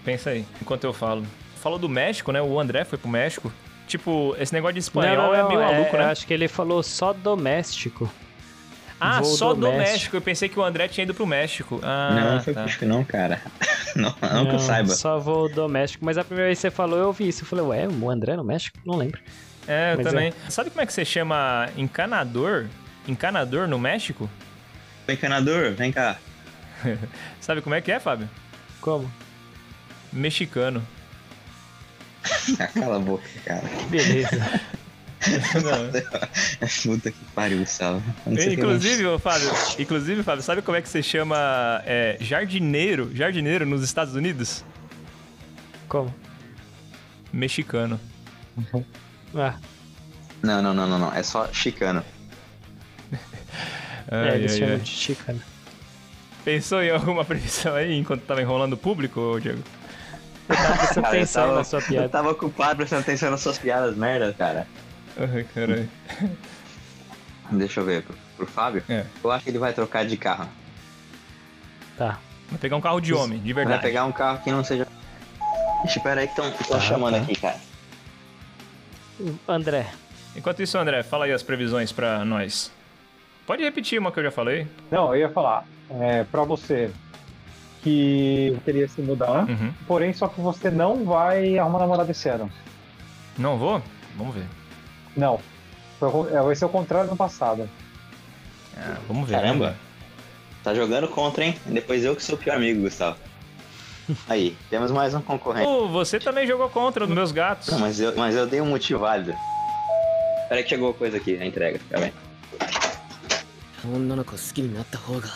Speaker 1: Pensa aí, enquanto eu falo. Falou do México, né? O André foi pro México. Tipo, esse negócio de espanhol
Speaker 4: não, não,
Speaker 1: é meio
Speaker 4: não,
Speaker 1: maluco,
Speaker 4: é-
Speaker 1: né?
Speaker 4: Acho que ele falou só doméstico.
Speaker 1: Ah,
Speaker 4: Voo
Speaker 1: só do
Speaker 4: doméstico.
Speaker 1: México. Eu pensei que o André tinha ido pro México. Ah,
Speaker 5: não, não foi
Speaker 1: tá.
Speaker 5: puxo que não, cara. <laughs> Não, não, que eu saiba.
Speaker 4: Só voo doméstico. Mas a primeira vez que você falou, eu ouvi isso. Eu falei, ué, o André no México? Não lembro.
Speaker 1: É, eu
Speaker 4: Mas
Speaker 1: também. Sabe como é que você chama encanador? Encanador no México?
Speaker 5: Ô, Encanador, vem cá.
Speaker 1: Sabe como é que é, Fábio?
Speaker 4: Como?
Speaker 1: Mexicano.
Speaker 5: Ah, Cala a boca, cara. <laughs>
Speaker 4: Beleza.
Speaker 1: <laughs> Não.
Speaker 5: Puta que pariu, Gustavo. Eu não sei o que é eu
Speaker 1: Inclusive, ô, Fábio, inclusive, Fábio, sabe como é que você chama é, jardineiro, jardineiro nos Estados Unidos?
Speaker 4: Como?
Speaker 1: Mexicano.
Speaker 4: Ah,
Speaker 5: Não, não, não, não, não. É só chicano.
Speaker 1: Ai,
Speaker 4: é, eles
Speaker 1: ai,
Speaker 4: chamam
Speaker 1: ai.
Speaker 4: de chicana.
Speaker 1: Pensou em alguma <laughs> previsão aí enquanto tava enrolando o público, ô, Diego?
Speaker 5: <laughs>
Speaker 4: Presta
Speaker 5: Cara, eu
Speaker 4: atenção
Speaker 5: tava-
Speaker 4: na sua
Speaker 5: Eu <laughs>
Speaker 4: piada.
Speaker 5: tava ocupado prestando atenção nas suas piadas, merda, cara.
Speaker 1: Ai, caralho.
Speaker 5: Deixa eu ver. Pro, pro Fábio,
Speaker 1: É.
Speaker 5: eu acho que ele vai trocar de carro.
Speaker 4: Tá.
Speaker 1: Vai pegar um carro de homem, de verdade.
Speaker 5: Vai pegar um carro que não seja. Ixi, pera aí que estão chamando aqui, cara.
Speaker 4: André.
Speaker 1: Enquanto isso, André, fala aí as previsões pra nós. Pode repetir uma que eu já falei.
Speaker 6: Não, eu ia falar é, para você que queria se mudar,
Speaker 1: Uhum.
Speaker 6: porém só que você não vai arrumar namorada esse ano.
Speaker 1: Não vou? Vamos ver.
Speaker 6: Não. Foi o con- é, Vai ser o contrário do passado.
Speaker 1: Ah, vamos ver.
Speaker 5: Caramba. Tá jogando contra, hein? Depois eu que sou o pior amigo, Gustavo. Aí, temos mais um concorrente.
Speaker 1: Ô, você também jogou contra os meus gatos.
Speaker 5: Não, mas eu, mas eu dei um motivo válido. Peraí que chegou a coisa aqui, a entrega. Tá bem.
Speaker 11: 女の子好きになった方が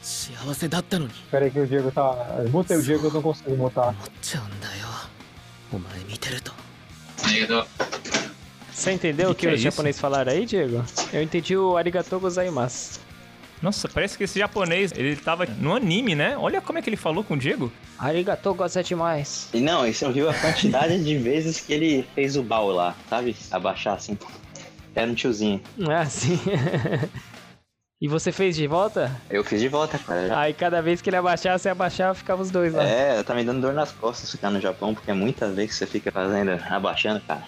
Speaker 11: 幸せだったのに
Speaker 6: Espera aí que o Diego tá. Mutei o Diego, eu não consigo mutar.
Speaker 11: 思っちゃうんだよお前見てると
Speaker 4: Você entendeu o
Speaker 1: Que
Speaker 4: que,
Speaker 1: que é
Speaker 4: os
Speaker 1: isso?
Speaker 4: japoneses falaram aí, Diego? Eu entendi o arigatou gozaimasu.
Speaker 1: Nossa, parece que esse japonês, ele tava no anime, né? Olha como é que ele falou com o Diego.
Speaker 4: Arigatou gozaimasu.
Speaker 5: E não, e você viu a quantidade de vezes que ele fez o bal lá, sabe? Abaixar assim. Era um tiozinho.
Speaker 4: Ah, sim. <laughs> e você fez de volta?
Speaker 5: Eu fiz de volta, cara.
Speaker 4: Aí cada vez que ele abaixava, você abaixava, ficava os dois lá.
Speaker 5: É, tá me dando dor nas costas ficar no Japão, porque é muita vez que você fica fazendo, abaixando, cara.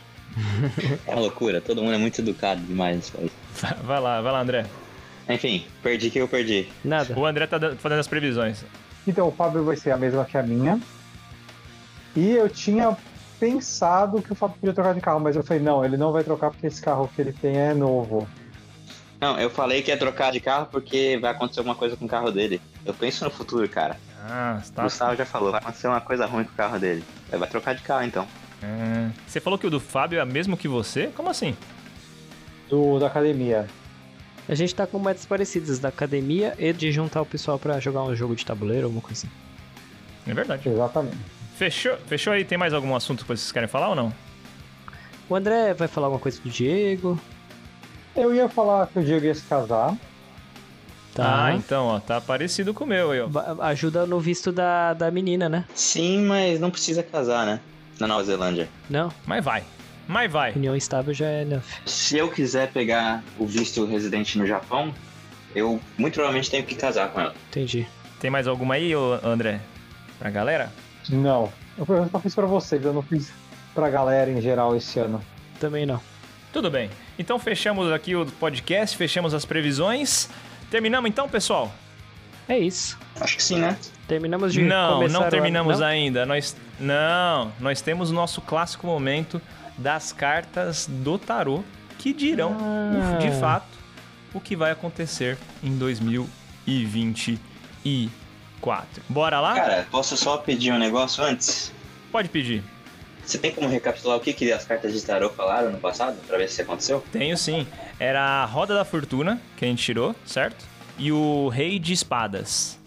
Speaker 5: é uma loucura, todo mundo é muito educado demais nesse país.
Speaker 1: Vai- Vai lá, vai lá, André.
Speaker 5: Enfim, perdi que eu perdi.
Speaker 4: Nada.
Speaker 1: O André tá dando- fazendo as previsões.
Speaker 6: Então o Fábio vai ser a mesma que a minha. E eu tinha pensado que o Fábio podia trocar de carro, mas eu falei, não, ele não vai trocar porque esse carro que ele tem é novo.
Speaker 5: Não, eu falei que ia trocar de carro porque vai acontecer alguma coisa com o carro dele. Eu penso no futuro, cara.
Speaker 1: Ah,
Speaker 5: O
Speaker 1: tá.
Speaker 5: Gustavo já falou, vai acontecer uma coisa ruim com o carro dele. Aí Vai trocar de carro então.
Speaker 1: Ah, Você falou que o do Fábio é mesmo que você? Como assim?
Speaker 6: Do, da academia.
Speaker 4: A gente tá com metas parecidas da academia e de juntar o pessoal pra jogar um jogo de tabuleiro, alguma coisa assim.
Speaker 1: É verdade.
Speaker 6: Exatamente.
Speaker 1: Fechou, fechou aí? Tem mais algum assunto que vocês querem falar ou não?
Speaker 4: O André vai falar alguma coisa do Diego.
Speaker 6: Eu ia falar que o Diego ia se casar.
Speaker 1: Ah, então, ó, tá parecido com o meu aí, ó.
Speaker 4: Ba- Ajuda no visto da, da menina, né?
Speaker 5: Sim, mas não precisa casar, né? Na Nova Zelândia.
Speaker 4: Não,
Speaker 1: Mas vai. Mas vai.
Speaker 4: união estável já é enough.
Speaker 5: Se eu quiser pegar o visto residente no Japão, eu muito provavelmente tenho que casar com ela.
Speaker 4: Entendi.
Speaker 1: Tem mais alguma aí, ô, André? Pra galera?
Speaker 6: Não. Eu só fiz pra vocês, eu não fiz pra galera em geral esse ano.
Speaker 4: Também não.
Speaker 1: Tudo bem. Então fechamos aqui o podcast, fechamos as previsões. Terminamos então, pessoal?
Speaker 4: É isso.
Speaker 5: Acho que sim, né?
Speaker 4: Terminamos de
Speaker 1: Não,
Speaker 4: começar
Speaker 1: não terminamos
Speaker 4: o... ano-
Speaker 1: ainda. Nós não, nós temos o nosso clássico momento das cartas do tarô que dirão
Speaker 4: Ah.
Speaker 1: o- de fato o que vai acontecer em 2024. Bora lá?
Speaker 5: Cara, posso só pedir um negócio antes?
Speaker 1: Pode pedir.
Speaker 5: Você tem como recapitular o que, que as cartas de tarô falaram no passado, pra ver se aconteceu?
Speaker 1: Tenho sim. Era a roda da fortuna que a gente tirou, certo? E o rei de espadas.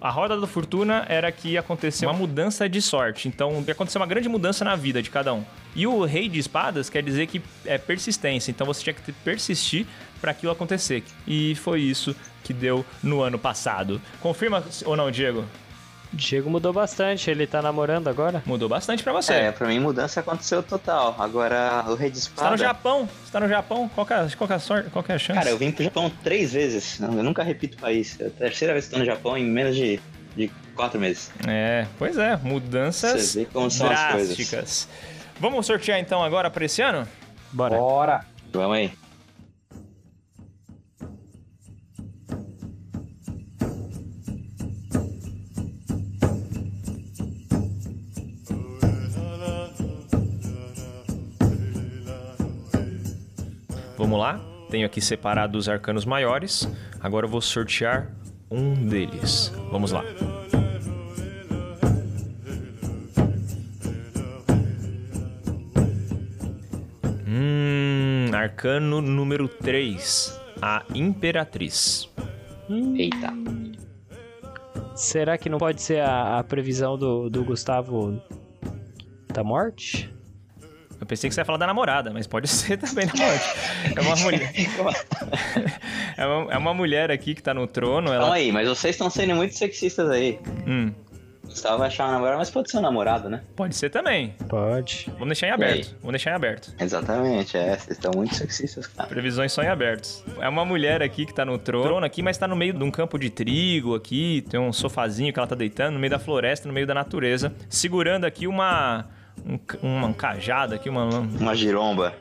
Speaker 1: A roda da fortuna era que ia acontecer uma mudança de sorte. Então, ia acontecer uma grande mudança na vida de cada um. E o rei de espadas quer dizer que é persistência. Então, você tinha que ter- persistir para aquilo acontecer. E foi isso que deu no ano passado. Confirma ou não, Diego?
Speaker 4: Diego mudou bastante, ele tá namorando agora?
Speaker 1: Mudou bastante pra você.
Speaker 5: É, pra mim mudança aconteceu total. Agora o Rei de
Speaker 1: Você tá no
Speaker 5: Espada.
Speaker 1: Japão? Você tá no Japão? Qual que é, qual que é a sorte? Qual que é a chance?
Speaker 5: Cara, eu vim pro Japão três vezes. Eu nunca repito o país. É a terceira vez que tô no Japão em menos de, de quatro meses.
Speaker 1: É, pois é, mudanças
Speaker 5: Você vê como Então são as coisas.
Speaker 1: drásticas. Vamos sortear então agora pra esse ano?
Speaker 4: Bora.
Speaker 6: Bora.
Speaker 5: Vamos aí.
Speaker 1: Vamos lá? Tenho aqui separado os arcanos maiores. Agora eu vou sortear um deles. Vamos lá. Hum, arcano número 3, a Imperatriz.
Speaker 5: Eita.
Speaker 4: Será que não pode ser a, a previsão do, do Gustavo da morte?
Speaker 1: Eu pensei que você ia falar da namorada, mas pode <laughs> ser também da morte. É uma mulher.
Speaker 5: <laughs>
Speaker 1: é, uma, é uma mulher aqui que tá no trono. Ela...
Speaker 5: Calma aí, mas vocês estão sendo muito sexistas aí.
Speaker 1: Hum,
Speaker 5: Gustavo vai achar uma namorada, mas pode ser um namorado, né?
Speaker 1: pode ser também.
Speaker 4: Pode.
Speaker 1: Vamos deixar em aberto. Vamos deixar em aberto.
Speaker 5: Exatamente, é. Vocês estão muito sexistas, cara.
Speaker 1: Previsões só em abertos. É uma mulher aqui que tá no trono, trono aqui, mas tá no meio de um campo de trigo aqui, tem um sofazinho que ela tá deitando no meio da floresta, no meio da natureza, segurando aqui uma um, ca- uma um cajado aqui, uma <laughs>
Speaker 5: Uma giromba.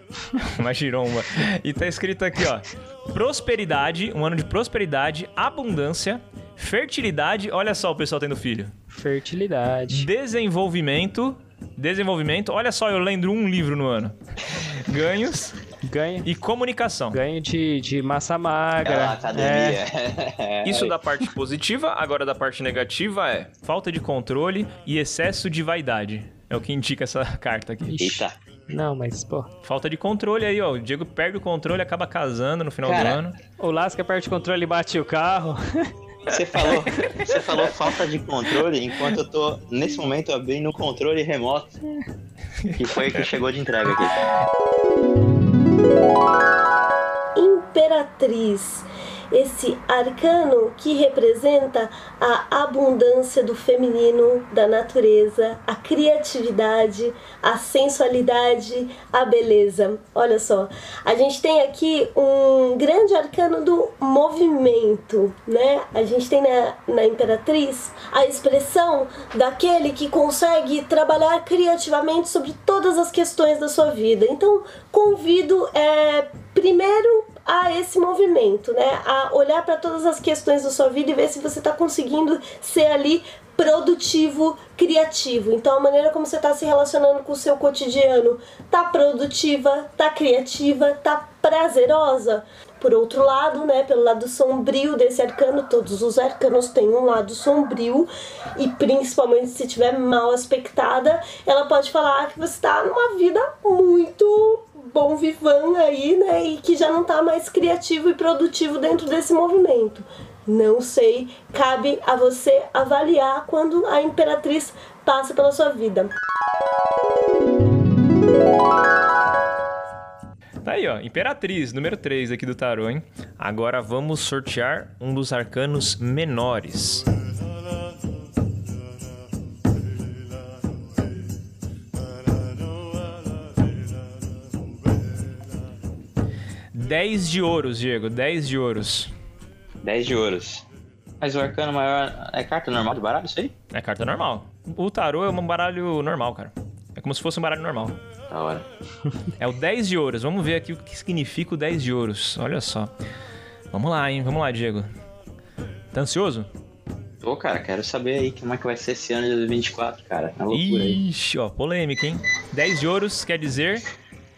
Speaker 1: uma giromba. E tá escrito aqui, ó: Prosperidade, um ano de prosperidade, abundância, fertilidade, olha só o pessoal tendo filho.
Speaker 4: Fertilidade.
Speaker 1: Desenvolvimento, desenvolvimento, olha só, eu lembro um livro no ano. Ganhos
Speaker 4: Ganho.
Speaker 1: e comunicação.
Speaker 4: Ganho de, de massa magra. É.
Speaker 5: Ela, É Ah, academia. É <laughs>
Speaker 1: Isso da parte positiva, agora da parte negativa é falta de controle e excesso de vaidade. É o que indica essa <laughs> carta
Speaker 5: um
Speaker 1: aqui.
Speaker 5: Eita.
Speaker 4: É. Não, mas, pô.
Speaker 1: Falta de controle aí, ó. O Diego perde o controle, acaba casando no final
Speaker 5: Cara,
Speaker 1: do ano.
Speaker 4: O Lasca perde o controle e bate o carro.
Speaker 5: Você falou, você falou falta de controle, enquanto eu tô, nesse momento, abrindo o controle remoto. Que foi o que chegou de entrega aqui.
Speaker 12: Imperatriz, esse arcano que representa a abundância do feminino, da natureza, a criatividade, a sensualidade, a beleza. Olha só, a gente tem aqui um grande arcano do movimento, né? A gente tem na, na Imperatriz a expressão daquele que consegue trabalhar criativamente sobre todas as questões da sua vida. Então, convido é, primeiro a esse movimento, né? A olhar para todas as questões da sua vida e ver se você está conseguindo ser ali produtivo, criativo. Então a maneira como você está se relacionando com o seu cotidiano tá produtiva, tá criativa, tá prazerosa. Por outro lado, né, pelo lado sombrio desse arcano, todos os arcanos têm um lado sombrio e principalmente se tiver mal aspectada, ela pode falar que você está numa vida muito bom vivan aí, né? E que já não tá mais criativo e produtivo dentro desse movimento. Não sei, cabe a você avaliar quando a imperatriz passa pela sua vida.
Speaker 1: Tá aí, ó. Imperatriz, número 3 aqui do tarô, hein? Agora vamos sortear um dos arcanos menores. Dez de ouros, Diego. 10 de ouros.
Speaker 5: 10 de ouros. Mas o arcano maior é carta normal de baralho, isso aí?
Speaker 1: É carta normal. O tarô é um baralho normal, cara. É como se fosse um baralho normal.
Speaker 5: Da hora.
Speaker 1: É o 10 de ouros. Vamos ver aqui o que significa o 10 de ouros. Olha só. Vamos lá, hein? Vamos lá, Diego. Tá ansioso?
Speaker 5: Ô, cara, quero saber aí como é que vai ser esse ano de 2024, cara. Tá loucura aí.
Speaker 1: Ixi, ó, polêmica, hein? 10 de ouros quer dizer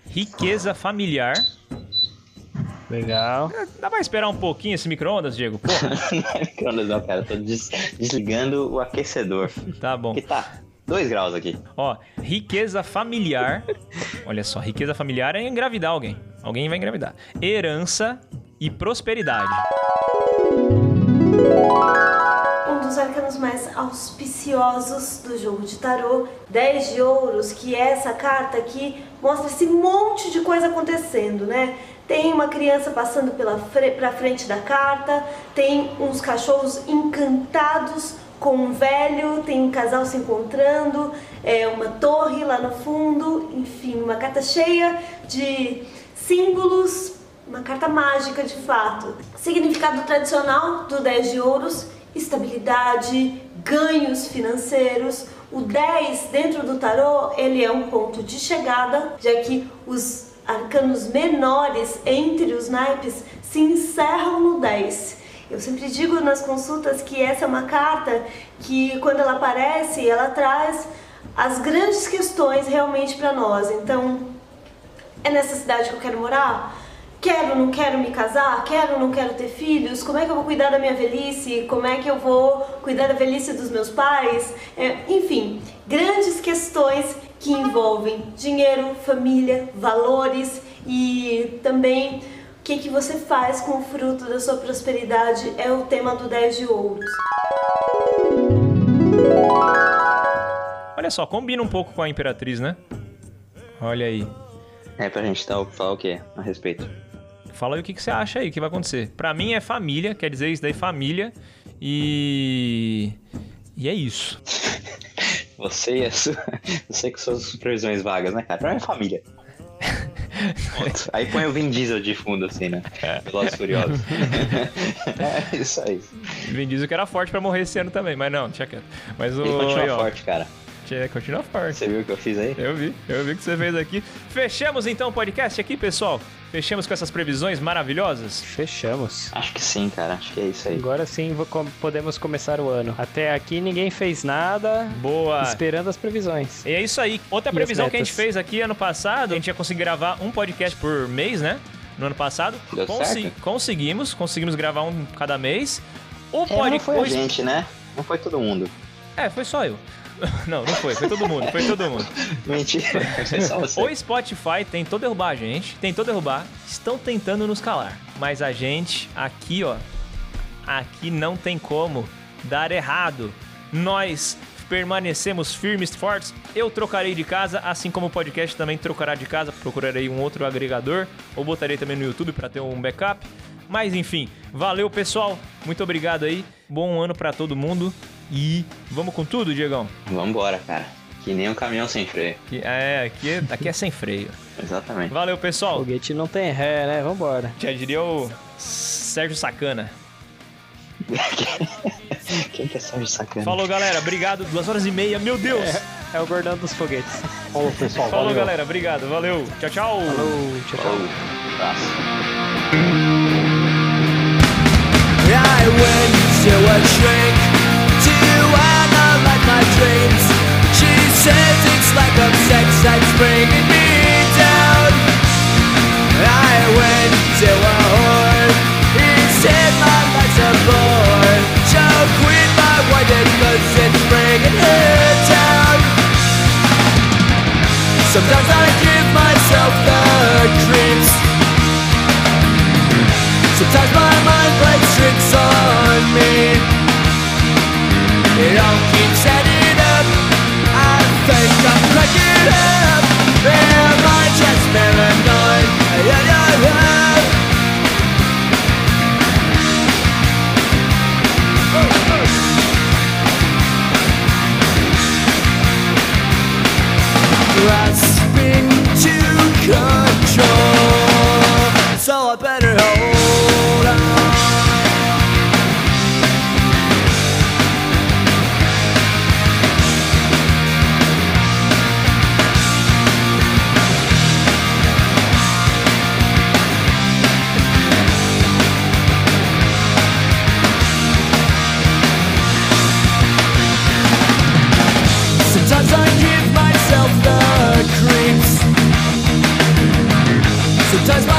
Speaker 1: riqueza familiar.
Speaker 4: Legal.
Speaker 1: Dá pra esperar um pouquinho esse micro-ondas, Diego? Pô,
Speaker 5: Não <laughs> é micro-ondas não, cara. Eu tô des- desligando o aquecedor.
Speaker 1: tá bom.
Speaker 5: Que tá 2 graus aqui.
Speaker 1: Ó, riqueza
Speaker 5: <laughs>
Speaker 1: familiar. Olha só, riqueza familiar é engravidar alguém. Alguém vai engravidar. Herança e prosperidade.
Speaker 12: Um dos os arcanos mais auspiciosos do jogo de tarô. 10 de ouros, que é essa carta aqui, mostra esse monte de coisa acontecendo, né? Tem uma criança passando pela fre pra frente da carta, tem uns cachorros encantados com um velho, tem um casal se encontrando, é uma torre lá no fundo, enfim, uma carta cheia de símbolos, uma carta mágica de fato. Significado tradicional do 10 de ouros: estabilidade, ganhos financeiros. O 10 dentro do tarô, ele é um ponto de chegada, já que os arcanos menores entre os naipes se encerram no 10. Eu sempre digo nas consultas que essa é uma carta que quando ela aparece, ela traz as grandes questões realmente para nós. Então, é nessa cidade que eu quero morar? Quero, não quero me casar? Quero, não quero ter filhos? Como é que eu vou cuidar da minha velhice? Como é que eu vou cuidar da velhice dos meus pais? É, enfim, grandes questões que envolvem dinheiro, família, valores e também o que, que você faz com o fruto da sua prosperidade é o tema do 10 de Ouros.
Speaker 1: Olha só, combina um pouco com a Imperatriz, né? Olha aí.
Speaker 5: É pra gente tá, falar o que a respeito?
Speaker 1: Fala aí o que, que você acha aí, o que vai acontecer. Pra mim é família, quer dizer isso daí, família. E. E é isso.
Speaker 5: Você e a sua. <laughs> Você com suas previsões vagas, né, cara? Pra
Speaker 1: <laughs>
Speaker 5: minha família. Ponto. Aí põe o Vin Diesel de fundo, assim, né? Velozes
Speaker 1: <laughs>
Speaker 5: e Furiosos. <laughs> é isso aí.
Speaker 1: Vin Diesel que era forte pra morrer esse ano também, mas não, tinha quieto. Mas o.
Speaker 5: Ele continua
Speaker 1: aí, ó,
Speaker 5: forte, cara.
Speaker 1: tinha- Continua forte.
Speaker 5: Você viu o que eu fiz aí?
Speaker 1: Eu vi, eu vi o que você fez aqui. Fechamos então o podcast aqui, pessoal. Fechamos com essas previsões maravilhosas.
Speaker 4: Fechamos.
Speaker 5: Acho que sim, cara. Acho que é isso aí.
Speaker 4: Agora sim vo- com- podemos começar o ano. Até aqui ninguém fez nada.
Speaker 1: Boa.
Speaker 4: Esperando as previsões.
Speaker 1: E é isso aí. Outra
Speaker 4: E
Speaker 1: previsão
Speaker 4: as
Speaker 1: que a gente
Speaker 4: metas?
Speaker 1: fez aqui ano passado, a gente ia conseguir gravar um podcast por mês, né? No ano passado.
Speaker 5: Deu certo?
Speaker 1: Conseguimos, conseguimos gravar um cada mês. O
Speaker 5: É, mas não
Speaker 1: podcast.
Speaker 5: foi a gente, né? Não foi todo mundo.
Speaker 1: É, foi só eu. <laughs> Não, não foi, foi todo mundo, foi todo mundo. <laughs>
Speaker 5: Mentira. Foi só você.
Speaker 1: O Spotify tentou derrubar a gente, tentou derrubar, estão tentando nos calar. Mas a gente, aqui ó, aqui não tem como dar errado. Nós permanecemos firmes, fortes. Eu trocarei de casa, assim como o podcast também trocará de casa. Procurarei um outro agregador ou botarei também no YouTube para ter um backup. Mas enfim, valeu pessoal, muito obrigado aí. Bom ano para todo mundo e vamos com tudo, Diegão.
Speaker 5: Vambora, cara. Que nem um caminhão sem freio.
Speaker 1: Que- É, aqui, é- aqui é sem freio.
Speaker 5: Exatamente.
Speaker 1: Valeu, pessoal.
Speaker 4: Foguete não tem ré, né? Vambora.
Speaker 1: Já diria o Sérgio Sacana.
Speaker 5: Quem que é Sérgio Sacana?
Speaker 1: Falou, galera. Obrigado. Duas horas e meia. Meu Deus.
Speaker 4: É, é o gordão dos foguetes.
Speaker 6: Falou, pessoal.
Speaker 1: Falou,
Speaker 6: valeu.
Speaker 1: galera. Obrigado. Valeu. Tchau, tchau.
Speaker 4: Falou, tchau, tchau.
Speaker 5: Falou. Abraço.
Speaker 3: I went to a shrink to analyze my dreams. She says it's like a sex that's bringing me down. I went to a whore. He said my life's a bore. So quit my wedding cause it's bringing her down. Sometimes I give myself the creeps. Sometimes my mind plays tricks on me. It all keeps adding up. I think I'm cracking up. Am I just paranoid? Yeah, yeah, yeah. Grasping to control, so I better hold on. Sometimes I give myself the creeps. Sometimes my